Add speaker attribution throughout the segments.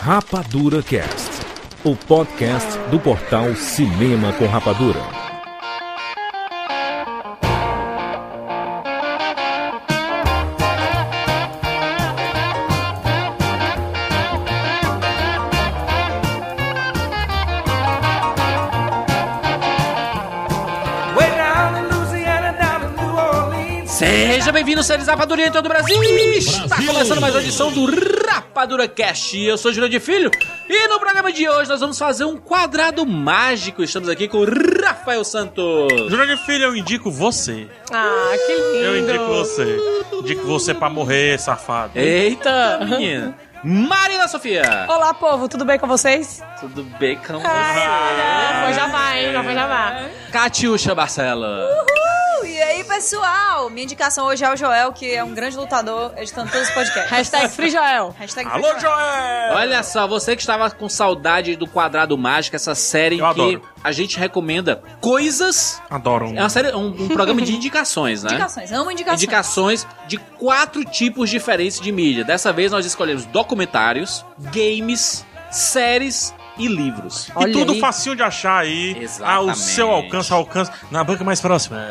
Speaker 1: Rapadura Cast, o podcast do portal Cinema com Rapadura.
Speaker 2: Way down in Louisiana, down in New Orleans.
Speaker 3: Seja bem-vindo, seres Rapadura em todo o Brasil! Está começando mais uma edição do Rapadura Cash. Eu sou Júlio de Filho e no programa de hoje nós vamos fazer um quadrado mágico. Estamos aqui com o Rafael Santos.
Speaker 4: Júnior de Filho, eu indico você.
Speaker 5: Ah, que lindo.
Speaker 4: Eu indico você. Indico você pra morrer, safado.
Speaker 3: Eita, menina! Marina Sofia!
Speaker 5: Olá, povo, tudo bem com vocês?
Speaker 3: Tudo bem com
Speaker 5: Ah, foi jabá, hein? Já foi jabá.
Speaker 3: Catiuxa Barcela!
Speaker 6: Uhul! E aí, pessoal? Minha indicação hoje é o Joel, que é um grande lutador, editando todos os podcasts.
Speaker 5: Hashtag Tá Free Joel.
Speaker 6: Hashtag
Speaker 4: Alô, Joel!
Speaker 3: Olha só, você que estava com saudade do Quadrado Mágico, essa série em
Speaker 4: Eu
Speaker 3: que
Speaker 4: adoro.
Speaker 3: a gente recomenda coisas.
Speaker 4: Adoro.
Speaker 3: É uma série, um, um programa de indicações, né?
Speaker 6: Indicações, amo indicações.
Speaker 3: indicações de quatro tipos diferentes de mídia. Dessa vez nós escolhemos documentários, games, séries e livros.
Speaker 4: E tudo
Speaker 5: aí.
Speaker 4: facinho de achar aí.
Speaker 3: Exatamente.
Speaker 4: Ao seu alcance, ao alcance. Na banca mais próxima.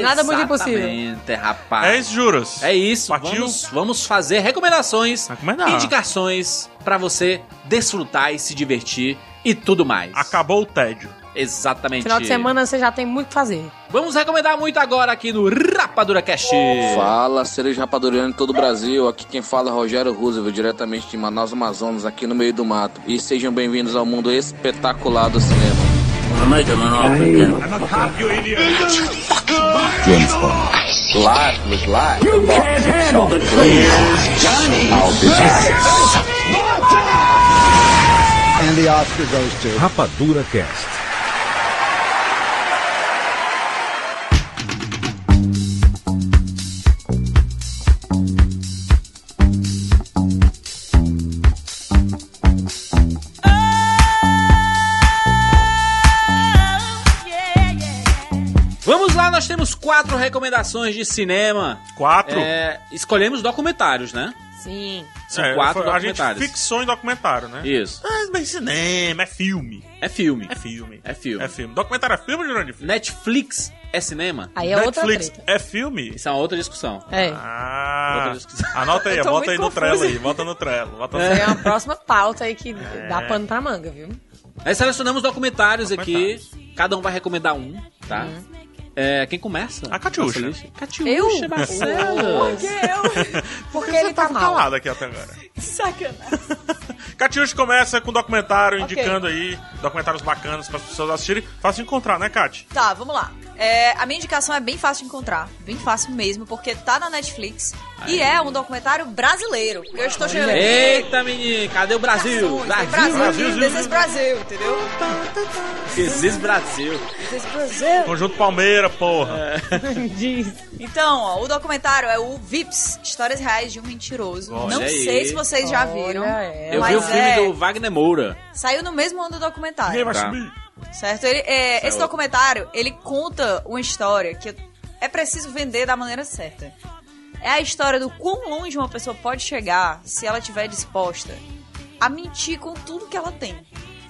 Speaker 5: Nada muito impossível.
Speaker 3: Exatamente, rapaz.
Speaker 4: É isso, juros.
Speaker 3: É isso,
Speaker 4: Partiu?
Speaker 3: vamos, vamos fazer recomendações,
Speaker 4: Recomendar.
Speaker 3: indicações pra você desfrutar e se divertir e tudo mais.
Speaker 4: Acabou o tédio.
Speaker 3: Exatamente.
Speaker 5: Final de semana você já tem muito o que fazer.
Speaker 3: Vamos recomendar muito agora aqui no Rapadura Cast.
Speaker 7: Fala, seres rapadurianos de todo o Brasil. Aqui quem fala é Rogério Roosevelt, diretamente de Manaus, Amazonas, aqui no meio do mato. E sejam bem-vindos ao mundo espetacular do cinema.
Speaker 1: Rapadura Cast.
Speaker 3: Vamos lá, nós temos quatro recomendações de cinema.
Speaker 4: Quatro.
Speaker 3: É, escolhemos documentários, né?
Speaker 5: Sim.
Speaker 3: São
Speaker 4: É,
Speaker 3: quatro
Speaker 4: foi- a gente
Speaker 3: documentários.
Speaker 4: fixou em documentário, né?
Speaker 3: Isso.
Speaker 4: Mas bem cinema, é filme.
Speaker 3: É filme.
Speaker 4: É filme.
Speaker 3: É filme.
Speaker 4: É filme. Documentário é filme, Júnior de Filho?
Speaker 3: Netflix é cinema?
Speaker 5: Aí é
Speaker 4: Netflix
Speaker 5: outra
Speaker 4: é filme?
Speaker 3: Isso é uma outra discussão.
Speaker 5: treta. É.
Speaker 4: Ah,
Speaker 3: Outra discussão.
Speaker 4: anota aí,
Speaker 5: Eu tô
Speaker 4: bota
Speaker 5: muito
Speaker 4: aí no
Speaker 5: confusa.
Speaker 4: trelo aí, bota no trelo, bota no
Speaker 5: Essa aí
Speaker 4: trelo.
Speaker 5: É uma próxima pauta aí que dá pano pra manga, viu?
Speaker 3: Nós selecionamos documentários aqui.
Speaker 4: Documentários. Uhum.
Speaker 3: Cada um vai recomendar um, tá? É, quem começa?
Speaker 4: A Catiuxa.
Speaker 3: Nossa lista. Catiuxa
Speaker 5: Eu?
Speaker 3: Barcelos.
Speaker 4: Porque
Speaker 5: ele
Speaker 4: tava
Speaker 5: tá mal.
Speaker 4: calado aqui até agora.
Speaker 6: Sacanagem.
Speaker 4: Catiuxa começa com um documentário
Speaker 6: Ok.
Speaker 4: indicando aí documentários bacanas para as pessoas assistirem. Fácil de encontrar, né, Cati?
Speaker 6: Tá, vamos lá. É, a minha indicação é bem fácil de encontrar. Bem fácil mesmo, porque tá na Netflix e é um documentário brasileiro. Porque eu estou chegando.
Speaker 3: Eita, menino, cadê o Brasil?
Speaker 6: Brasil,
Speaker 3: Brasil,
Speaker 6: Brasil,
Speaker 3: Brasil,
Speaker 6: Brasil, This is Brasil, entendeu?
Speaker 3: existe Brasil.
Speaker 6: This is Brasil.
Speaker 4: Conjunto Palmeira, porra.
Speaker 6: Então, ó, o documentário é o Vips, Histórias Reais de um Mentiroso.
Speaker 3: Olha
Speaker 6: Não
Speaker 3: aí.
Speaker 6: sei se vocês já viram.
Speaker 5: Olha ela.
Speaker 3: Eu vi
Speaker 6: mas
Speaker 3: o filme
Speaker 6: é-
Speaker 3: do Wagner Moura.
Speaker 6: Saiu no mesmo ano do documentário.
Speaker 4: Ninguém vai
Speaker 3: Tá.
Speaker 4: subir.
Speaker 6: Certo? Ele, é, esse
Speaker 3: Saúde.
Speaker 6: documentário, ele conta uma história que é preciso vender da maneira certa. É a história do quão longe uma pessoa pode chegar se ela estiver disposta a mentir com tudo que ela tem.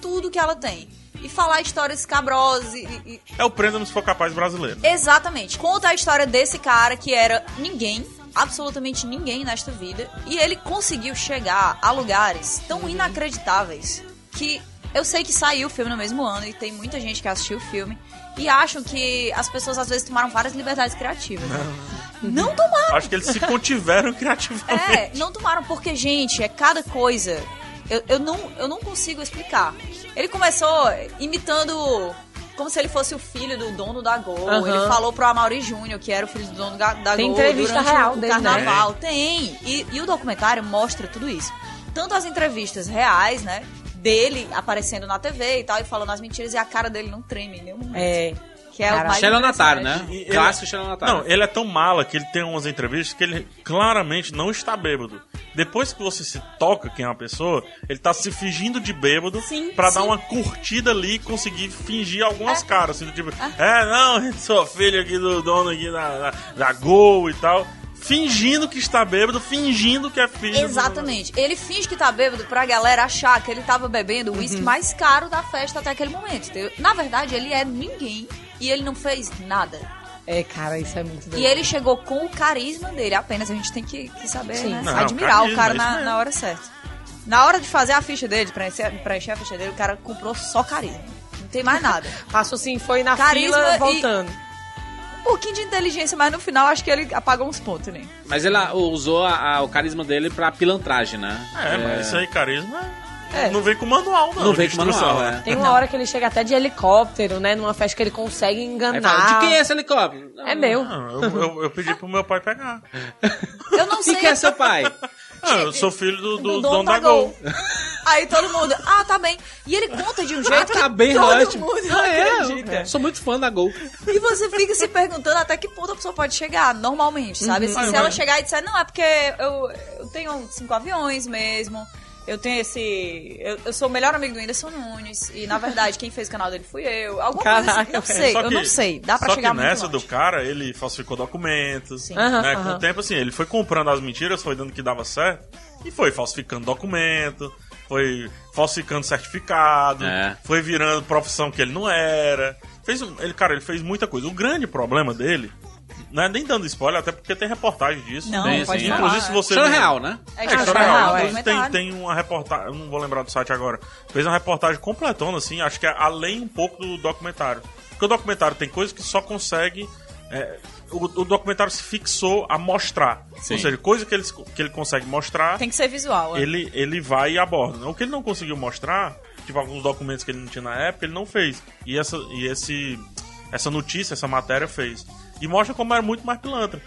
Speaker 6: Tudo que ela tem. E falar histórias escabrosas e- e-
Speaker 4: É o Prenda-me se for capaz brasileiro.
Speaker 6: Exatamente. Conta a história desse cara que era ninguém, absolutamente ninguém nesta vida, e ele conseguiu chegar a lugares tão inacreditáveis que eu sei que saiu o filme no mesmo ano e tem muita gente que assistiu o filme e acham que as pessoas às vezes tomaram várias liberdades criativas. Não tomaram.
Speaker 4: Acho que eles se contiveram criativamente.
Speaker 6: É, não tomaram porque, gente, é cada coisa. Eu, eu, não, eu não consigo explicar. Ele começou imitando como se ele fosse o filho do dono da Gol.
Speaker 5: Aham.
Speaker 6: Ele falou pro Amaury Júnior, que era o filho do dono da, da
Speaker 5: Tem
Speaker 6: Gol.
Speaker 5: entrevista
Speaker 6: durante
Speaker 5: real
Speaker 6: o
Speaker 5: dele, né?
Speaker 6: carnaval. Tem. E, e o documentário mostra tudo isso. Tanto as entrevistas reais, né? Dele aparecendo na TV e tal, e falando as mentiras, e a cara dele não treme em nenhum momento.
Speaker 5: É.
Speaker 6: Que é
Speaker 5: Cara,
Speaker 6: o mais
Speaker 3: Xelonatário, né?
Speaker 6: impressionante.
Speaker 4: E ele-
Speaker 3: Clássico
Speaker 8: Tá.
Speaker 3: Xelonatário.
Speaker 4: Não, ele é tão mala que ele tem umas entrevistas que ele claramente não está bêbado. Depois que você se toca quem é uma pessoa, ele tá se fingindo de bêbado
Speaker 6: Sim,
Speaker 4: pra dar
Speaker 6: sim.
Speaker 4: uma curtida ali e conseguir fingir algumas Ah. "É, caras. Assim, do tipo, é, não, sou filho aqui do dono aqui da, da, da Gol e tal. fingindo que está bêbado, fingindo que é filho. do-
Speaker 6: Exatamente. Ele finge que tá bêbado pra galera achar que ele tava bebendo o uísque mais caro da festa até aquele momento. entendeu? Na verdade, ele é ninguém e ele não fez nada.
Speaker 5: É, cara, isso é muito doido.
Speaker 6: E ele chegou com o carisma dele apenas. A gente tem que, que saber,
Speaker 5: Sim.
Speaker 6: né?
Speaker 4: Não,
Speaker 6: Admirar
Speaker 4: carisma,
Speaker 6: o cara
Speaker 4: isso
Speaker 6: na,
Speaker 4: mesmo.
Speaker 6: na hora certa. Na hora de fazer a ficha dele, de preencher, preencher a ficha dele, o cara comprou só carisma. Não tem mais nada.
Speaker 5: Passou assim, foi na
Speaker 6: Carisma
Speaker 5: fila
Speaker 6: e-
Speaker 5: voltando.
Speaker 6: Um pouquinho de inteligência, mas no final acho que ele apagou uns pontos, né?
Speaker 8: Mas ela
Speaker 3: ah,
Speaker 8: usou a- a- o carisma dele pra pilantragem, né?
Speaker 4: É, mas isso aí, carisma.
Speaker 6: É.
Speaker 4: Não vem com manual, não.
Speaker 8: Não
Speaker 4: de
Speaker 8: vem com
Speaker 4: instrução,
Speaker 8: manual,
Speaker 4: né?
Speaker 8: é.
Speaker 5: Tem uma hora que ele chega até de helicóptero, né? Numa festa que ele consegue enganar.
Speaker 8: Aí fala, de quem é esse helicóptero?
Speaker 5: É meu.
Speaker 4: Não, eu, eu, eu pedi pro meu pai pegar.
Speaker 6: Eu não sei.
Speaker 8: E quem é seu pai?
Speaker 4: Ah, eu sou filho do, do,
Speaker 6: Do
Speaker 4: dono da Gol.
Speaker 6: Aí todo mundo, ah, tá bem. E ele conta de um jeito
Speaker 8: tá
Speaker 6: que
Speaker 8: bem
Speaker 6: todo
Speaker 8: ótimo.
Speaker 6: mundo não
Speaker 8: Ah, é?
Speaker 6: acredita.
Speaker 8: Eu Sou muito fã da Gol.
Speaker 6: E você fica se perguntando até que ponto a pessoa pode chegar, normalmente, sabe? Assim,
Speaker 4: Ah,
Speaker 6: se
Speaker 4: mas-
Speaker 6: ela chegar e disser, não, é porque eu, eu tenho cinco aviões mesmo, eu tenho esse... Eu, eu sou o melhor amigo do Whindersson Nunes, e na verdade quem fez o canal dele fui eu. Alguma coisa assim,
Speaker 5: Caraca,
Speaker 6: não sei,
Speaker 4: Só
Speaker 6: eu
Speaker 4: que-
Speaker 6: não sei. Dá pra
Speaker 4: só
Speaker 6: chegar
Speaker 4: que
Speaker 6: muito
Speaker 4: nessa
Speaker 6: longe.
Speaker 4: do cara, ele falsificou documentos.
Speaker 5: Aham,
Speaker 4: né? Com
Speaker 5: aham.
Speaker 4: o tempo, assim, ele foi comprando as mentiras, foi dando que dava certo. E foi falsificando documento, foi falsificando certificado,
Speaker 8: É.
Speaker 4: foi virando profissão que ele não era. Fez, um- ele, cara, ele fez muita coisa. O grande problema dele, né, nem dando spoiler, até porque tem reportagem disso.
Speaker 6: Não,
Speaker 8: Sim,
Speaker 6: pode
Speaker 8: sim,
Speaker 6: falar.
Speaker 4: Inclusive, se você.
Speaker 8: Isso é
Speaker 4: não-
Speaker 8: real, né?
Speaker 6: É,
Speaker 4: é,
Speaker 6: que
Speaker 4: história
Speaker 5: é
Speaker 4: real.
Speaker 5: real, é.
Speaker 4: Inclusive, tem, tem uma reportagem, eu não vou lembrar do site agora. Fez uma reportagem completona, assim, acho que é além um pouco do documentário. Porque o documentário tem coisas que só consegue. é, o, o documentário se fixou a mostrar.
Speaker 8: Sim.
Speaker 4: Ou seja, coisa que ele, que ele consegue mostrar,
Speaker 6: Tem que ser visual, é.
Speaker 4: ele, ele vai e aborda. O que ele não conseguiu mostrar, tipo alguns documentos que ele não tinha na época, ele não fez. E essa, e esse, essa notícia, essa matéria fez. E mostra como era muito mais pilantra.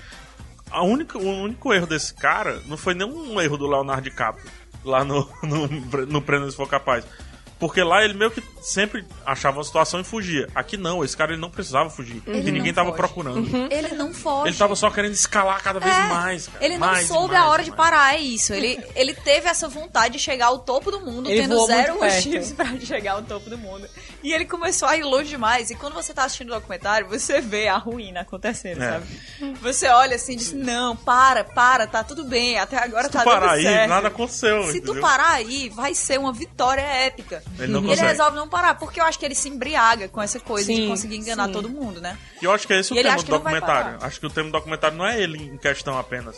Speaker 4: A única, o único erro desse cara não foi nenhum erro do Leonardo DiCaprio lá no, no, no Prêmio Se For Capaz. Porque lá ele meio que sempre achava uma situação e fugia. Aqui não, esse cara ele não precisava fugir. porque ninguém
Speaker 6: não
Speaker 4: tava
Speaker 6: foge.
Speaker 4: procurando.
Speaker 6: Ele não foge.
Speaker 4: Ele tava só querendo escalar cada vez
Speaker 6: É,
Speaker 4: mais. Cara.
Speaker 6: Ele não
Speaker 4: Mais,
Speaker 6: soube
Speaker 4: mais,
Speaker 6: a hora de
Speaker 4: mais.
Speaker 6: parar, é isso. Ele, ele teve essa vontade de chegar ao topo do mundo,
Speaker 5: Ele
Speaker 6: tendo
Speaker 5: voou
Speaker 6: zero
Speaker 5: muito perto.
Speaker 6: motivos pra chegar ao topo do mundo. E ele começou a ir longe demais. E quando você tá assistindo o documentário, você vê a ruína acontecendo,
Speaker 4: É.
Speaker 6: sabe? Você olha assim e diz: Não, para, para, tá tudo bem, até agora
Speaker 4: Se tu
Speaker 6: tá
Speaker 4: parar
Speaker 6: dando
Speaker 4: aí,
Speaker 6: certo.
Speaker 4: nada aconteceu.
Speaker 6: Se tu
Speaker 4: entendeu?
Speaker 6: parar aí, vai ser uma vitória épica.
Speaker 4: Ele não
Speaker 6: e ele
Speaker 4: consegue.
Speaker 6: resolve não parar, porque eu acho que ele se embriaga com essa coisa de
Speaker 5: Sim,
Speaker 6: conseguir enganar
Speaker 5: sim.
Speaker 6: todo mundo, né?
Speaker 4: E eu acho que é esse
Speaker 6: E
Speaker 4: o
Speaker 6: ele
Speaker 4: tema
Speaker 6: acha
Speaker 4: do
Speaker 6: que não vai
Speaker 4: documentário.
Speaker 6: parar.
Speaker 4: Acho que o tema do documentário não é ele em questão apenas.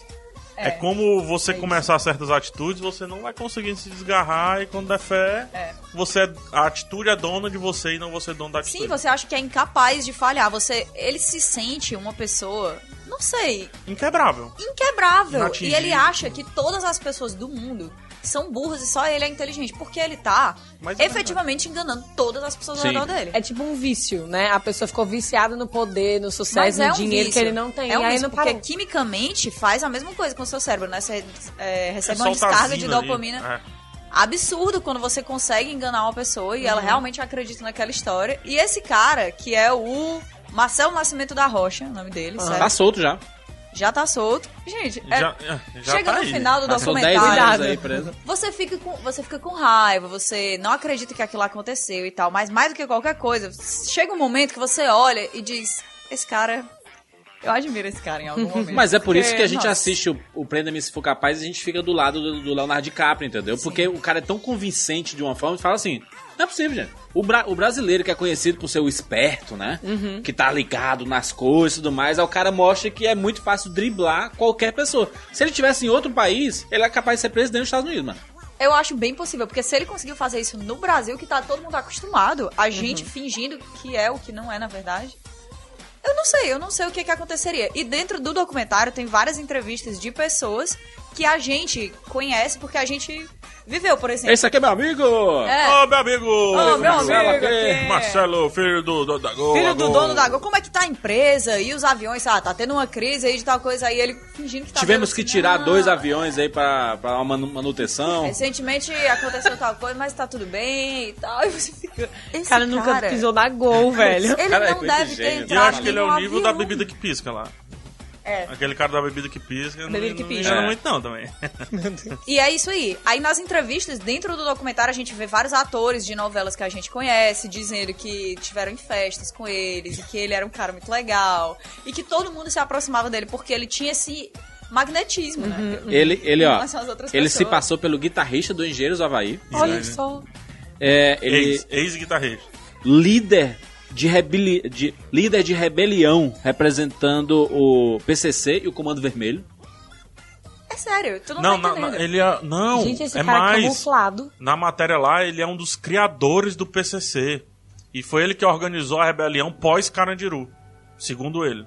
Speaker 4: É,
Speaker 6: É.
Speaker 4: como você começar certas atitudes, você não vai conseguir se desgarrar e quando der fé,
Speaker 6: É.
Speaker 4: você é- a atitude é dona de você e não você é dono da atitude.
Speaker 6: Sim, você acha que é incapaz de falhar. Você, ele se sente uma pessoa, não sei,
Speaker 4: Inquebrável.
Speaker 6: inquebrável. E
Speaker 4: Inatingível.
Speaker 6: ele acha que todas as pessoas do mundo são burras e só ele é inteligente. Porque ele tá
Speaker 4: Mas é
Speaker 6: efetivamente enganando todas as pessoas ao
Speaker 8: Sim.
Speaker 6: redor dele.
Speaker 5: É tipo um vício, né? A pessoa ficou viciada no poder, no
Speaker 6: Mas
Speaker 5: sucesso,
Speaker 6: é
Speaker 5: no
Speaker 6: um
Speaker 5: dinheiro
Speaker 6: vício.
Speaker 5: que ele não tem.
Speaker 6: É um
Speaker 5: e aí não
Speaker 6: vício, porque
Speaker 5: parou.
Speaker 6: quimicamente faz a mesma coisa com o seu cérebro, né? Você é, recebe uma
Speaker 4: solta
Speaker 6: descarga de
Speaker 4: zina ali.
Speaker 6: dopamina.
Speaker 4: É.
Speaker 6: absurdo quando você consegue enganar uma pessoa e
Speaker 8: Uhum.
Speaker 6: ela realmente acredita naquela história. E esse cara, que é o Marcelo Nascimento da Rocha, o nome dele, sério,
Speaker 8: Tá solto já.
Speaker 6: já tá solto. Gente, é-
Speaker 4: Já, é, já
Speaker 6: chega
Speaker 4: tá
Speaker 6: no
Speaker 4: aí.
Speaker 6: final do
Speaker 8: Passou 10
Speaker 6: documentário.
Speaker 8: anos aí preso.
Speaker 6: Você fica, com, você fica com raiva, você não acredita que aquilo aconteceu e tal, mas mais do que qualquer coisa, chega um momento que você olha e diz: Esse cara. Eu admiro esse cara em algum momento.
Speaker 8: Mas é por isso que a gente
Speaker 6: nossa,
Speaker 8: assiste o, o Prenda-me se for capaz e a gente fica do lado do, do Leonardo DiCaprio, entendeu? Porque o cara é tão convincente de uma forma que fala assim: não é possível, gente. O, bra- o brasileiro que é conhecido por ser o esperto, né?
Speaker 6: Uhum.
Speaker 8: Que tá ligado nas coisas e tudo mais, aí o cara mostra que é muito fácil driblar qualquer pessoa. Se ele tivesse em outro país, ele é capaz de ser presidente dos Estados Unidos, mano.
Speaker 6: Eu acho bem possível, porque se ele conseguiu fazer isso no Brasil, que tá todo mundo acostumado, a gente fingindo que é o que não é, na verdade. Eu não sei, eu não sei o que, que aconteceria. E dentro do documentário tem várias entrevistas de pessoas que a gente conhece porque a gente viveu, por exemplo.
Speaker 8: Esse aqui é meu amigo!
Speaker 6: É.
Speaker 4: Ô, meu amigo!
Speaker 6: Ô, meu
Speaker 4: Marcelo
Speaker 6: amigo
Speaker 4: aqui.
Speaker 6: aqui.
Speaker 4: Marcelo, filho do, do da Gol.
Speaker 6: Filho do
Speaker 4: Gol.
Speaker 6: dono da Gol, como é que tá a empresa e os aviões, ah, tá tendo uma crise aí de tal coisa aí, ele fingindo que tá
Speaker 8: Tivemos
Speaker 6: vendo
Speaker 8: que
Speaker 6: assim,
Speaker 8: tirar
Speaker 6: "Não,
Speaker 8: dois aviões aí pra, pra uma manu- manutenção.
Speaker 6: Recentemente aconteceu tal coisa, mas tá tudo bem e tal. E você fica. Esse é um
Speaker 5: O cara nunca pisou na gol, velho.
Speaker 6: Ele
Speaker 8: Cara, é
Speaker 6: não
Speaker 8: muito
Speaker 6: deve ter
Speaker 8: gênio.
Speaker 6: entrado.
Speaker 4: E eu acho que
Speaker 6: nem
Speaker 4: ele é
Speaker 6: no
Speaker 4: o nível da
Speaker 6: um avião.
Speaker 4: bebida que pisca lá.
Speaker 6: É.
Speaker 4: Aquele cara da bebida que pisca. não-
Speaker 6: Bebida que
Speaker 4: não
Speaker 6: pisca.
Speaker 4: engana
Speaker 8: É.
Speaker 4: muito, não, também.
Speaker 6: E é isso aí. Aí nas entrevistas, dentro do documentário, a gente vê vários atores de novelas que a gente conhece, dizendo que tiveram em festas com eles, e que ele era um cara muito legal, e que todo mundo se aproximava dele porque ele tinha esse magnetismo, né?
Speaker 4: Uhum.
Speaker 8: Ele, ele ó,
Speaker 6: Como são as outras
Speaker 8: ele se
Speaker 6: pessoas.
Speaker 8: passou pelo guitarrista do Engenheiros do Havaí.
Speaker 5: Olha
Speaker 4: Design.
Speaker 5: só.
Speaker 8: É, ele
Speaker 4: Ex- Ex-guitarrista.
Speaker 8: líder de, rebeli- de- líder de rebelião representando o PCC e o Comando Vermelho.
Speaker 6: É sério, tu não,
Speaker 4: não,
Speaker 6: tá
Speaker 4: na- na-
Speaker 6: entendendo.
Speaker 4: ele é. Não,
Speaker 5: Gente, esse
Speaker 4: é
Speaker 5: cara tá
Speaker 4: mais.
Speaker 5: camuflado.
Speaker 4: Na matéria lá, ele é um dos criadores do PCC. E foi ele que organizou a rebelião pós-Carandiru, segundo ele.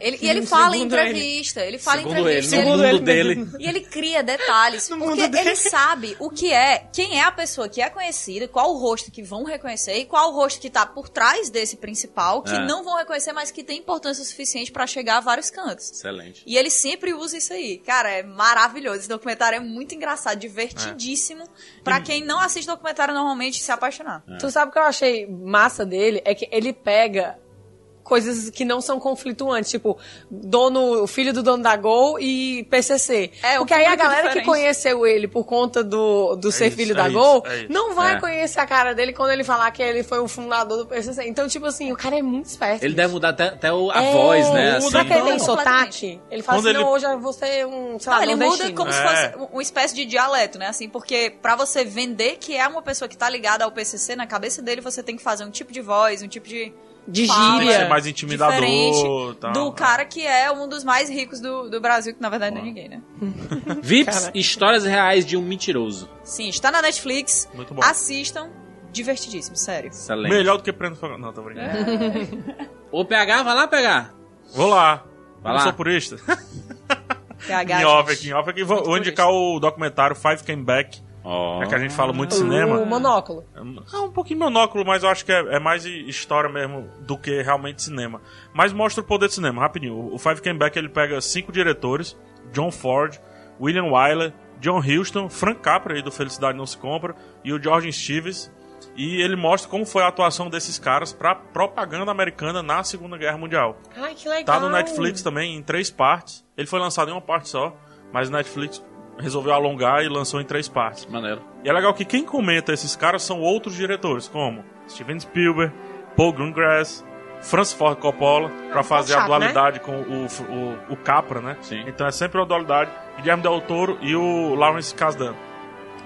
Speaker 6: Ele- e ele fala em
Speaker 9: Segundo
Speaker 6: entrevista, ele, fala em
Speaker 8: Segundo ele,
Speaker 6: entrevista.
Speaker 8: no
Speaker 6: ele-
Speaker 8: mundo
Speaker 9: ele mesmo.
Speaker 8: dele.
Speaker 6: E ele cria detalhes,
Speaker 9: No
Speaker 6: porque
Speaker 9: mundo dele.
Speaker 6: ele sabe o que é, quem é a pessoa que é conhecida, qual o rosto que vão reconhecer e qual o rosto que tá por trás desse principal, que
Speaker 8: É.
Speaker 6: não vão reconhecer, mas que tem importância o suficiente pra chegar a vários cantos.
Speaker 8: Excelente.
Speaker 6: E ele sempre usa isso aí. Cara, é maravilhoso. Esse documentário é muito engraçado, divertidíssimo, pra quem não assiste documentário normalmente se apaixonar.
Speaker 4: É.
Speaker 5: Tu sabe o que eu achei massa dele? É que ele pega coisas que não são conflituantes, tipo dono, o filho do dono da Gol e PCC.
Speaker 6: É, o
Speaker 5: Porque aí a
Speaker 6: público
Speaker 5: galera que
Speaker 6: diferente.
Speaker 5: conheceu ele por conta do, do ser
Speaker 4: isso,
Speaker 5: filho
Speaker 4: é
Speaker 5: da
Speaker 4: isso,
Speaker 5: Gol,
Speaker 4: é isso.
Speaker 5: não vai
Speaker 8: É.
Speaker 5: conhecer a cara dele quando ele falar que ele foi o fundador do PCC. Então, tipo assim, o cara é muito esperto.
Speaker 8: Ele deve mudar até, até o- a
Speaker 5: É,
Speaker 8: voz, né?
Speaker 4: muda,
Speaker 5: Será que ele tem
Speaker 6: então.
Speaker 5: sotaque? Ele fala
Speaker 4: Quando
Speaker 5: assim, não,
Speaker 4: ele-
Speaker 5: hoje eu vou ser um, sei
Speaker 6: Não,
Speaker 5: lá,
Speaker 6: Ah, Tá, ele muda
Speaker 5: nordestino.
Speaker 6: como se
Speaker 4: É.
Speaker 6: fosse um- uma espécie de dialeto, né? Assim, porque pra você vender que é uma pessoa que tá ligada ao PCC, na cabeça dele você tem que fazer um tipo de voz, um tipo de
Speaker 5: De
Speaker 6: fala
Speaker 4: Tem que ser
Speaker 5: gíria.
Speaker 4: é mais intimidador. tá.
Speaker 6: diferente
Speaker 4: tal.
Speaker 6: do cara que é um dos mais ricos do, do Brasil, que na verdade não é ninguém, né?
Speaker 8: Vips, histórias reais de um mentiroso.
Speaker 6: Sim, está na Netflix.
Speaker 4: Muito bom.
Speaker 6: Assistam. Divertidíssimo, sério.
Speaker 8: Excelente.
Speaker 4: Melhor do que prêmio Fagal. Não, tô
Speaker 6: É.
Speaker 4: brincando.
Speaker 8: Ô, PH, vai lá pegar.
Speaker 4: Vou lá.
Speaker 8: Vai
Speaker 4: Eu
Speaker 8: lá.
Speaker 4: Não sou purista.
Speaker 6: PH,
Speaker 4: Em off
Speaker 6: gente.
Speaker 4: aqui, em off aqui. Vou, vou indicar o documentário Five Came Back. É que a gente fala muito de cinema.
Speaker 5: O monóculo.
Speaker 4: É um pouquinho monóculo, mas eu acho que é, é mais i- história mesmo do que realmente cinema. Mas mostra o poder do cinema, rapidinho. O- O Five Came Back ele pega cinco diretores: John Ford, William Wyler, John Huston, Frank Capra, aí do Felicidade Não Se Compra, e o George Stevens. E ele mostra como foi a atuação desses caras pra propaganda americana na Segunda Guerra Mundial.
Speaker 5: Ai, que legal.
Speaker 4: Tá no Netflix também, em três partes. Ele foi lançado em uma parte só, mas o Netflix resolveu alongar e lançou em três partes.
Speaker 8: Maneiro.
Speaker 4: E é legal que quem comenta esses caras são outros diretores, como Steven Spielberg, Paul Greengrass, Francis Ford Coppola, pra fazer
Speaker 5: chato,
Speaker 4: a dualidade com o, o, o Capra, né?
Speaker 8: Sim.
Speaker 4: Então é sempre uma dualidade, Guilherme Del Toro e o Lawrence Kasdan.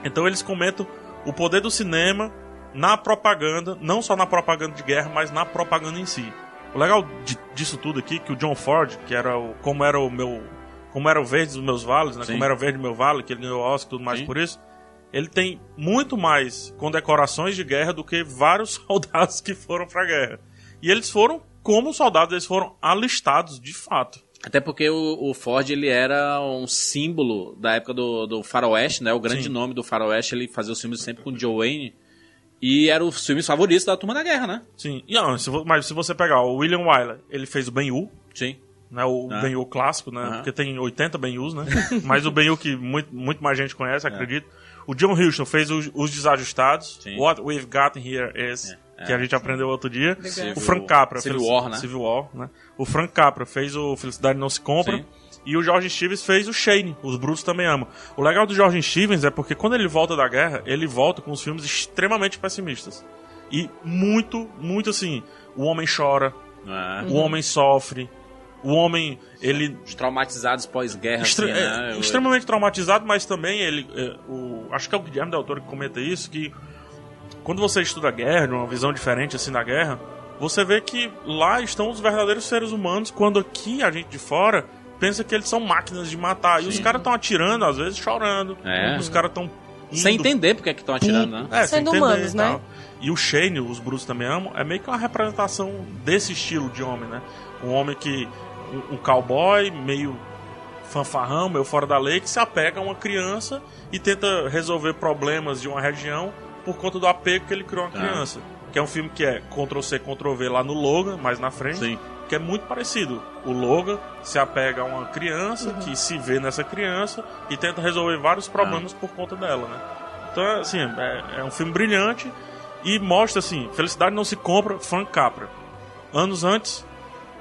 Speaker 4: Então eles comentam o poder do cinema na propaganda, não só na propaganda de guerra, mas na propaganda em si. O legal de- disso tudo aqui que o John Ford, que era o como era o meu como era o verde dos meus vales, né?
Speaker 8: Sim.
Speaker 4: Como era o verde do meu vale, que ele ganhou o Oscar e tudo mais
Speaker 8: Sim.
Speaker 4: por isso. Ele tem muito mais condecorações de guerra do que vários soldados que foram pra guerra. E eles foram como soldados, eles foram alistados de fato.
Speaker 8: Até porque o, o Ford ele era um símbolo da época do, do Faroeste, né? O grande
Speaker 4: Sim.
Speaker 8: nome do Faroeste, ele fazia os filmes sempre com o Joe Wayne. E era os filmes favoritos da Turma da Guerra, né?
Speaker 4: Sim. E, não, se vo- mas se você pegar o William Wyler, ele fez o Ben-Hur,
Speaker 8: Sim.
Speaker 4: né? O
Speaker 8: Ah.
Speaker 4: Ben-Hur clássico, né?
Speaker 8: Aham.
Speaker 4: Porque tem 80 Ben-Hurs, né? mas o Ben-Hur que muito, muito mais gente
Speaker 8: É.
Speaker 4: conhece, acredito. O John Huston fez os, Os Desajustados,
Speaker 8: Sim.
Speaker 4: What We've Got Here Is,
Speaker 8: É.
Speaker 4: que a gente aprendeu outro dia.
Speaker 8: Civil-
Speaker 4: o Frank Capra
Speaker 8: Civil
Speaker 4: fez
Speaker 8: War, né?
Speaker 4: Civil War, né? O Frank Capra fez o Felicidade Não Se Compra.
Speaker 8: Sim.
Speaker 4: E o George Stevens fez o Shane, os brutos também amam. O legal do George Stevens é porque quando ele volta da guerra, ele volta com os filmes extremamente pessimistas. E muito, muito assim, o homem chora,
Speaker 8: Ah,
Speaker 4: o homem sofre, o homem, ele
Speaker 8: Os traumatizados pós-guerra,
Speaker 4: Extre-
Speaker 8: assim, né?
Speaker 4: é,
Speaker 8: Eu-
Speaker 4: extremamente traumatizado, mas também ele. é, o, acho que é o Guilherme Del Toro que comenta isso, que quando você estuda a guerra, numa visão diferente assim da guerra, você vê que lá estão os verdadeiros seres humanos, quando aqui a gente de fora pensa que eles são máquinas de matar. E os caras estão atirando, às vezes chorando.
Speaker 8: É.
Speaker 4: Os caras estão.
Speaker 8: Sem entender porque é que estão atirando, né?
Speaker 4: É, sem
Speaker 5: Sendo
Speaker 4: entender
Speaker 5: humanos,
Speaker 4: e
Speaker 5: né?
Speaker 4: tal. E o Shane, os Bruce também amam, é meio que uma representação desse estilo de homem, né? Um homem que. Um, um cowboy, meio fanfarrão, meio fora da lei, que se apega a uma criança e tenta resolver problemas de uma região por conta do apego que ele criou a
Speaker 8: Tá.
Speaker 4: criança. Que é um filme que é Ctrl-C, Ctrl-V lá no Logan, mais na frente
Speaker 8: Sim.
Speaker 4: que é muito parecido. O Logan se apega a uma criança
Speaker 5: Uhum.
Speaker 4: que se vê nessa criança e tenta resolver vários problemas por conta dela, né? Então, é, assim, é, é um filme brilhante e mostra, assim, Felicidade Não Se Compra, Frank Capra. Anos antes,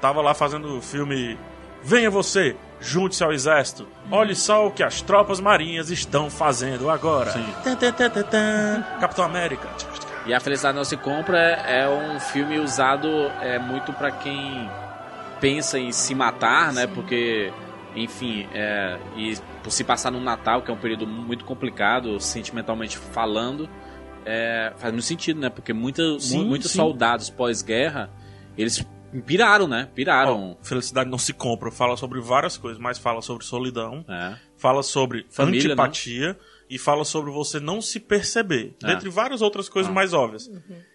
Speaker 4: tava lá fazendo o filme Venha Você, Junte-se ao Exército. Olhe só o que as tropas marinhas estão fazendo agora. Tan, tan, tan, tan, tan. Capitão América.
Speaker 8: E a Felicidade Não Se Compra é, é um filme usado é, muito pra quem pensa em se matar, né? Porque enfim, é, e por se passar no Natal, que é um período muito complicado, sentimentalmente falando, é, faz muito sentido, né? Porque muita, mu-
Speaker 4: Sim,
Speaker 8: muitos
Speaker 4: sim.
Speaker 8: soldados pós-guerra, eles piraram, né? Piraram.
Speaker 4: Ó, felicidade não se compra. Fala sobre várias coisas, mas fala sobre solidão,
Speaker 8: É.
Speaker 4: fala sobre
Speaker 8: Família, né?
Speaker 4: antipatia e fala sobre você não se perceber.
Speaker 8: É.
Speaker 4: Dentre várias outras coisas mais óbvias.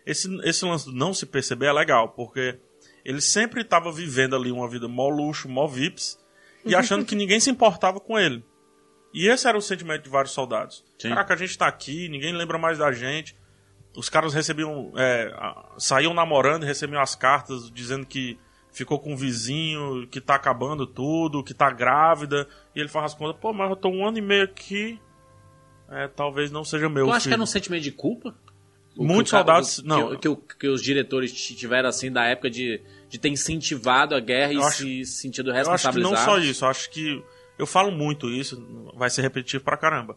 Speaker 4: Esse, esse lance do não se perceber é legal, porque ele sempre estava vivendo ali uma vida mó luxo, mó vips, e achando que ninguém se importava com ele. E esse era o sentimento de vários soldados.
Speaker 8: Sim.
Speaker 4: Caraca, a gente tá aqui, ninguém lembra mais da gente. Os caras recebiam. é, a- saíam namorando e recebiam as cartas dizendo que ficou com o vizinho, que tá acabando tudo, que tá grávida. E ele faz as contas, pô, mas eu tô um ano e meio aqui. É, talvez não seja meu.
Speaker 8: Eu acho que
Speaker 4: filho.
Speaker 8: era um sentimento de culpa. O
Speaker 4: Muitos
Speaker 8: que o cara-
Speaker 4: soldados-
Speaker 8: o-
Speaker 4: não.
Speaker 8: Que, que, o- que os diretores t- tiveram, assim, da época de, de ter incentivado a guerra e
Speaker 4: Eu acho-
Speaker 8: se sentido
Speaker 4: Eu acho que
Speaker 8: responsabilizado.
Speaker 4: não só isso, eu acho que. Eu falo muito isso, vai ser repetitivo pra caramba.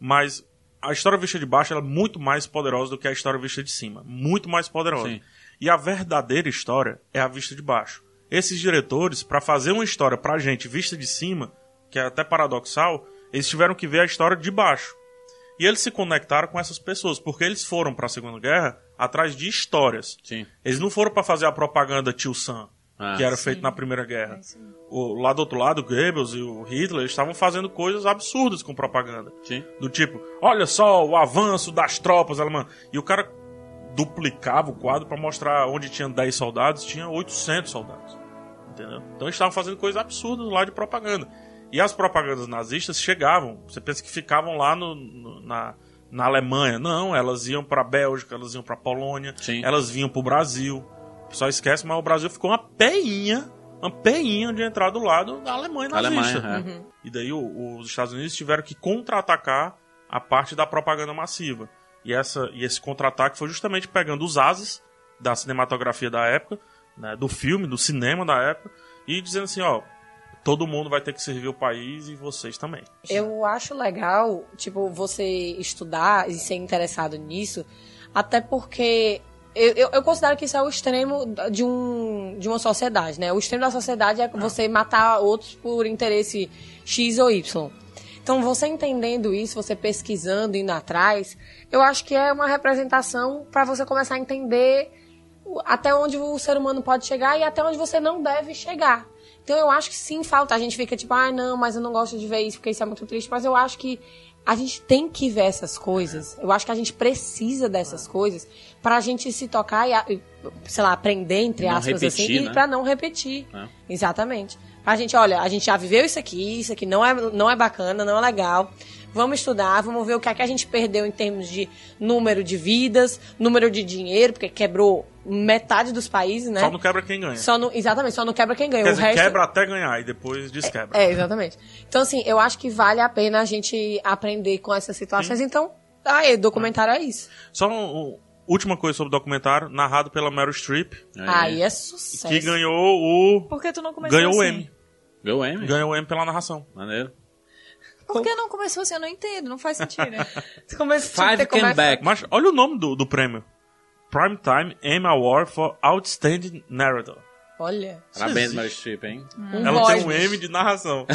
Speaker 4: Mas a história vista de baixo ela é muito mais poderosa do que a história vista de cima. Muito mais poderosa.
Speaker 8: Sim.
Speaker 4: E a verdadeira história é a vista de baixo. Esses diretores, pra fazer uma história pra gente vista de cima, que é até paradoxal, eles tiveram que ver a história de baixo. E eles se conectaram com essas pessoas, porque eles foram pra Segunda Guerra atrás de histórias.
Speaker 8: Sim.
Speaker 4: Eles não foram pra fazer a propaganda tio Sam,
Speaker 8: Ah,
Speaker 4: que era feito na Primeira Guerra. o, lá do outro lado, o Goebbels e o Hitler eles estavam fazendo coisas absurdas com propaganda.
Speaker 8: Sim.
Speaker 4: Do tipo, olha só o avanço das tropas alemãs. E o cara duplicava o quadro pra mostrar onde tinha 10 soldados, tinha 800 soldados. Entendeu? Então eles estavam fazendo coisas absurdas lá de propaganda. E as propagandas nazistas chegavam. Você pensa que ficavam lá no- no- na, na Alemanha. Não, elas iam pra Bélgica, elas iam pra Polônia,
Speaker 8: Sim.
Speaker 4: elas vinham pro Brasil. O pessoal esquece, mas o Brasil ficou uma peinha, uma peinha de entrar do lado da Alemanha nazista.
Speaker 8: Alemanha,
Speaker 5: Uhum.
Speaker 8: é.
Speaker 4: E daí o- os Estados Unidos tiveram que contra-atacar a parte da propaganda massiva. E, essa, e esse contra-ataque foi justamente pegando os ases da cinematografia da época, né, do filme, do cinema da época, e dizendo assim, ó, todo mundo vai ter que servir o país e vocês também.
Speaker 5: Eu acho legal, tipo, você estudar e ser interessado nisso, até porque eu, eu- eu considero que isso é o extremo da- de, um, de uma sociedade, né? O extremo da sociedade é você matar outros por interesse X ou Y. Então, você entendendo isso, você pesquisando, indo atrás, eu acho que é uma representação para você começar a entender o- até onde o ser humano pode chegar e até onde você não deve chegar. Então eu acho que sim, falta. A gente fica tipo, ah, não, mas eu não gosto de ver isso porque isso é muito triste. Mas eu acho que a gente tem que ver essas coisas.
Speaker 8: É.
Speaker 5: Eu acho que a gente precisa dessas coisas pra gente se tocar e, a- e, sei lá, aprender, entre
Speaker 8: Não
Speaker 5: aspas, assim,
Speaker 8: repetir,
Speaker 5: e
Speaker 8: né?
Speaker 5: pra não repetir.
Speaker 8: É.
Speaker 5: Exatamente. A gente, olha, a gente já viveu isso aqui, isso aqui não é, não é bacana, não é legal. Vamos estudar, vamos ver o que é que a gente perdeu em termos de número de vidas, número de dinheiro, porque quebrou metade dos países, né?
Speaker 4: Só não quebra quem ganha.
Speaker 5: Só não- exatamente, só não quebra quem ganha.
Speaker 4: Quer
Speaker 5: o
Speaker 4: dizer,
Speaker 5: resto...
Speaker 4: quebra até ganhar e depois desquebra.
Speaker 5: É, exatamente. Então, assim, eu acho que vale a pena a gente aprender com essas situações. Então, aí, documentário é isso.
Speaker 4: Só uma última coisa sobre o documentário, narrado pela Meryl Streep,
Speaker 5: Aí é sucesso.
Speaker 4: que ganhou o...
Speaker 6: Por que tu não começou
Speaker 4: Ganhou o
Speaker 6: assim?
Speaker 4: M.
Speaker 8: Ganhou o M.
Speaker 4: Ganhou o M pela narração.
Speaker 8: Maneiro.
Speaker 6: Por que não começou assim? Eu não entendo, não faz sentido.
Speaker 5: Começou
Speaker 8: Five Came Back.
Speaker 4: Mas olha o nome do, do prêmio. Primetime Emmy Award for Outstanding Narrator.
Speaker 5: Olha.
Speaker 8: Parabéns,
Speaker 4: Isso
Speaker 8: Meryl Streep, hein?
Speaker 5: Um
Speaker 4: Ela
Speaker 5: voz,
Speaker 4: tem um
Speaker 5: bicho.
Speaker 4: M de narração.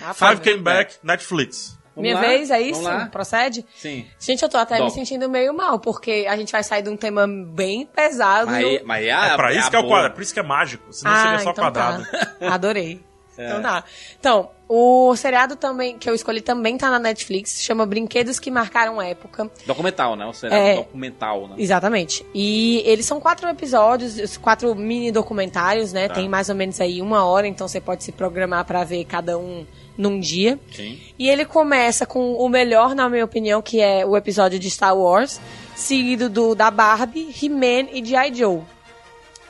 Speaker 5: Rapaz,
Speaker 4: Five Came Back, Netflix.
Speaker 8: Vamos
Speaker 5: Minha
Speaker 8: lá?
Speaker 5: vez, é
Speaker 8: Vamos
Speaker 5: isso?
Speaker 8: lá?
Speaker 5: Procede?
Speaker 8: Sim.
Speaker 5: Gente, eu tô até
Speaker 8: Dó.
Speaker 5: me sentindo meio mal, porque a gente vai sair de um tema bem pesado.
Speaker 8: Mas, mas é, a,
Speaker 4: É pra
Speaker 8: a
Speaker 4: isso que é o
Speaker 8: boa.
Speaker 4: quadrado, por isso que é mágico. Senão seria só quadrado.
Speaker 5: Ah, então
Speaker 4: É.
Speaker 5: Tá. Adorei. Então tá. Então, o seriado também que eu escolhi também tá na Netflix, chama Brinquedos que Marcaram Época.
Speaker 8: Documental, né? Ou seja,
Speaker 5: É.
Speaker 8: documental, né?
Speaker 5: Exatamente. E eles são quatro episódios, quatro mini documentários, né?
Speaker 8: Tá.
Speaker 5: Tem mais ou menos aí uma hora, então você pode se programar pra ver cada um num dia.
Speaker 8: Sim.
Speaker 5: E ele começa com o melhor, na minha opinião, que é o episódio de Star Wars, seguido do da Barbie, He-Man e G.I. Joe.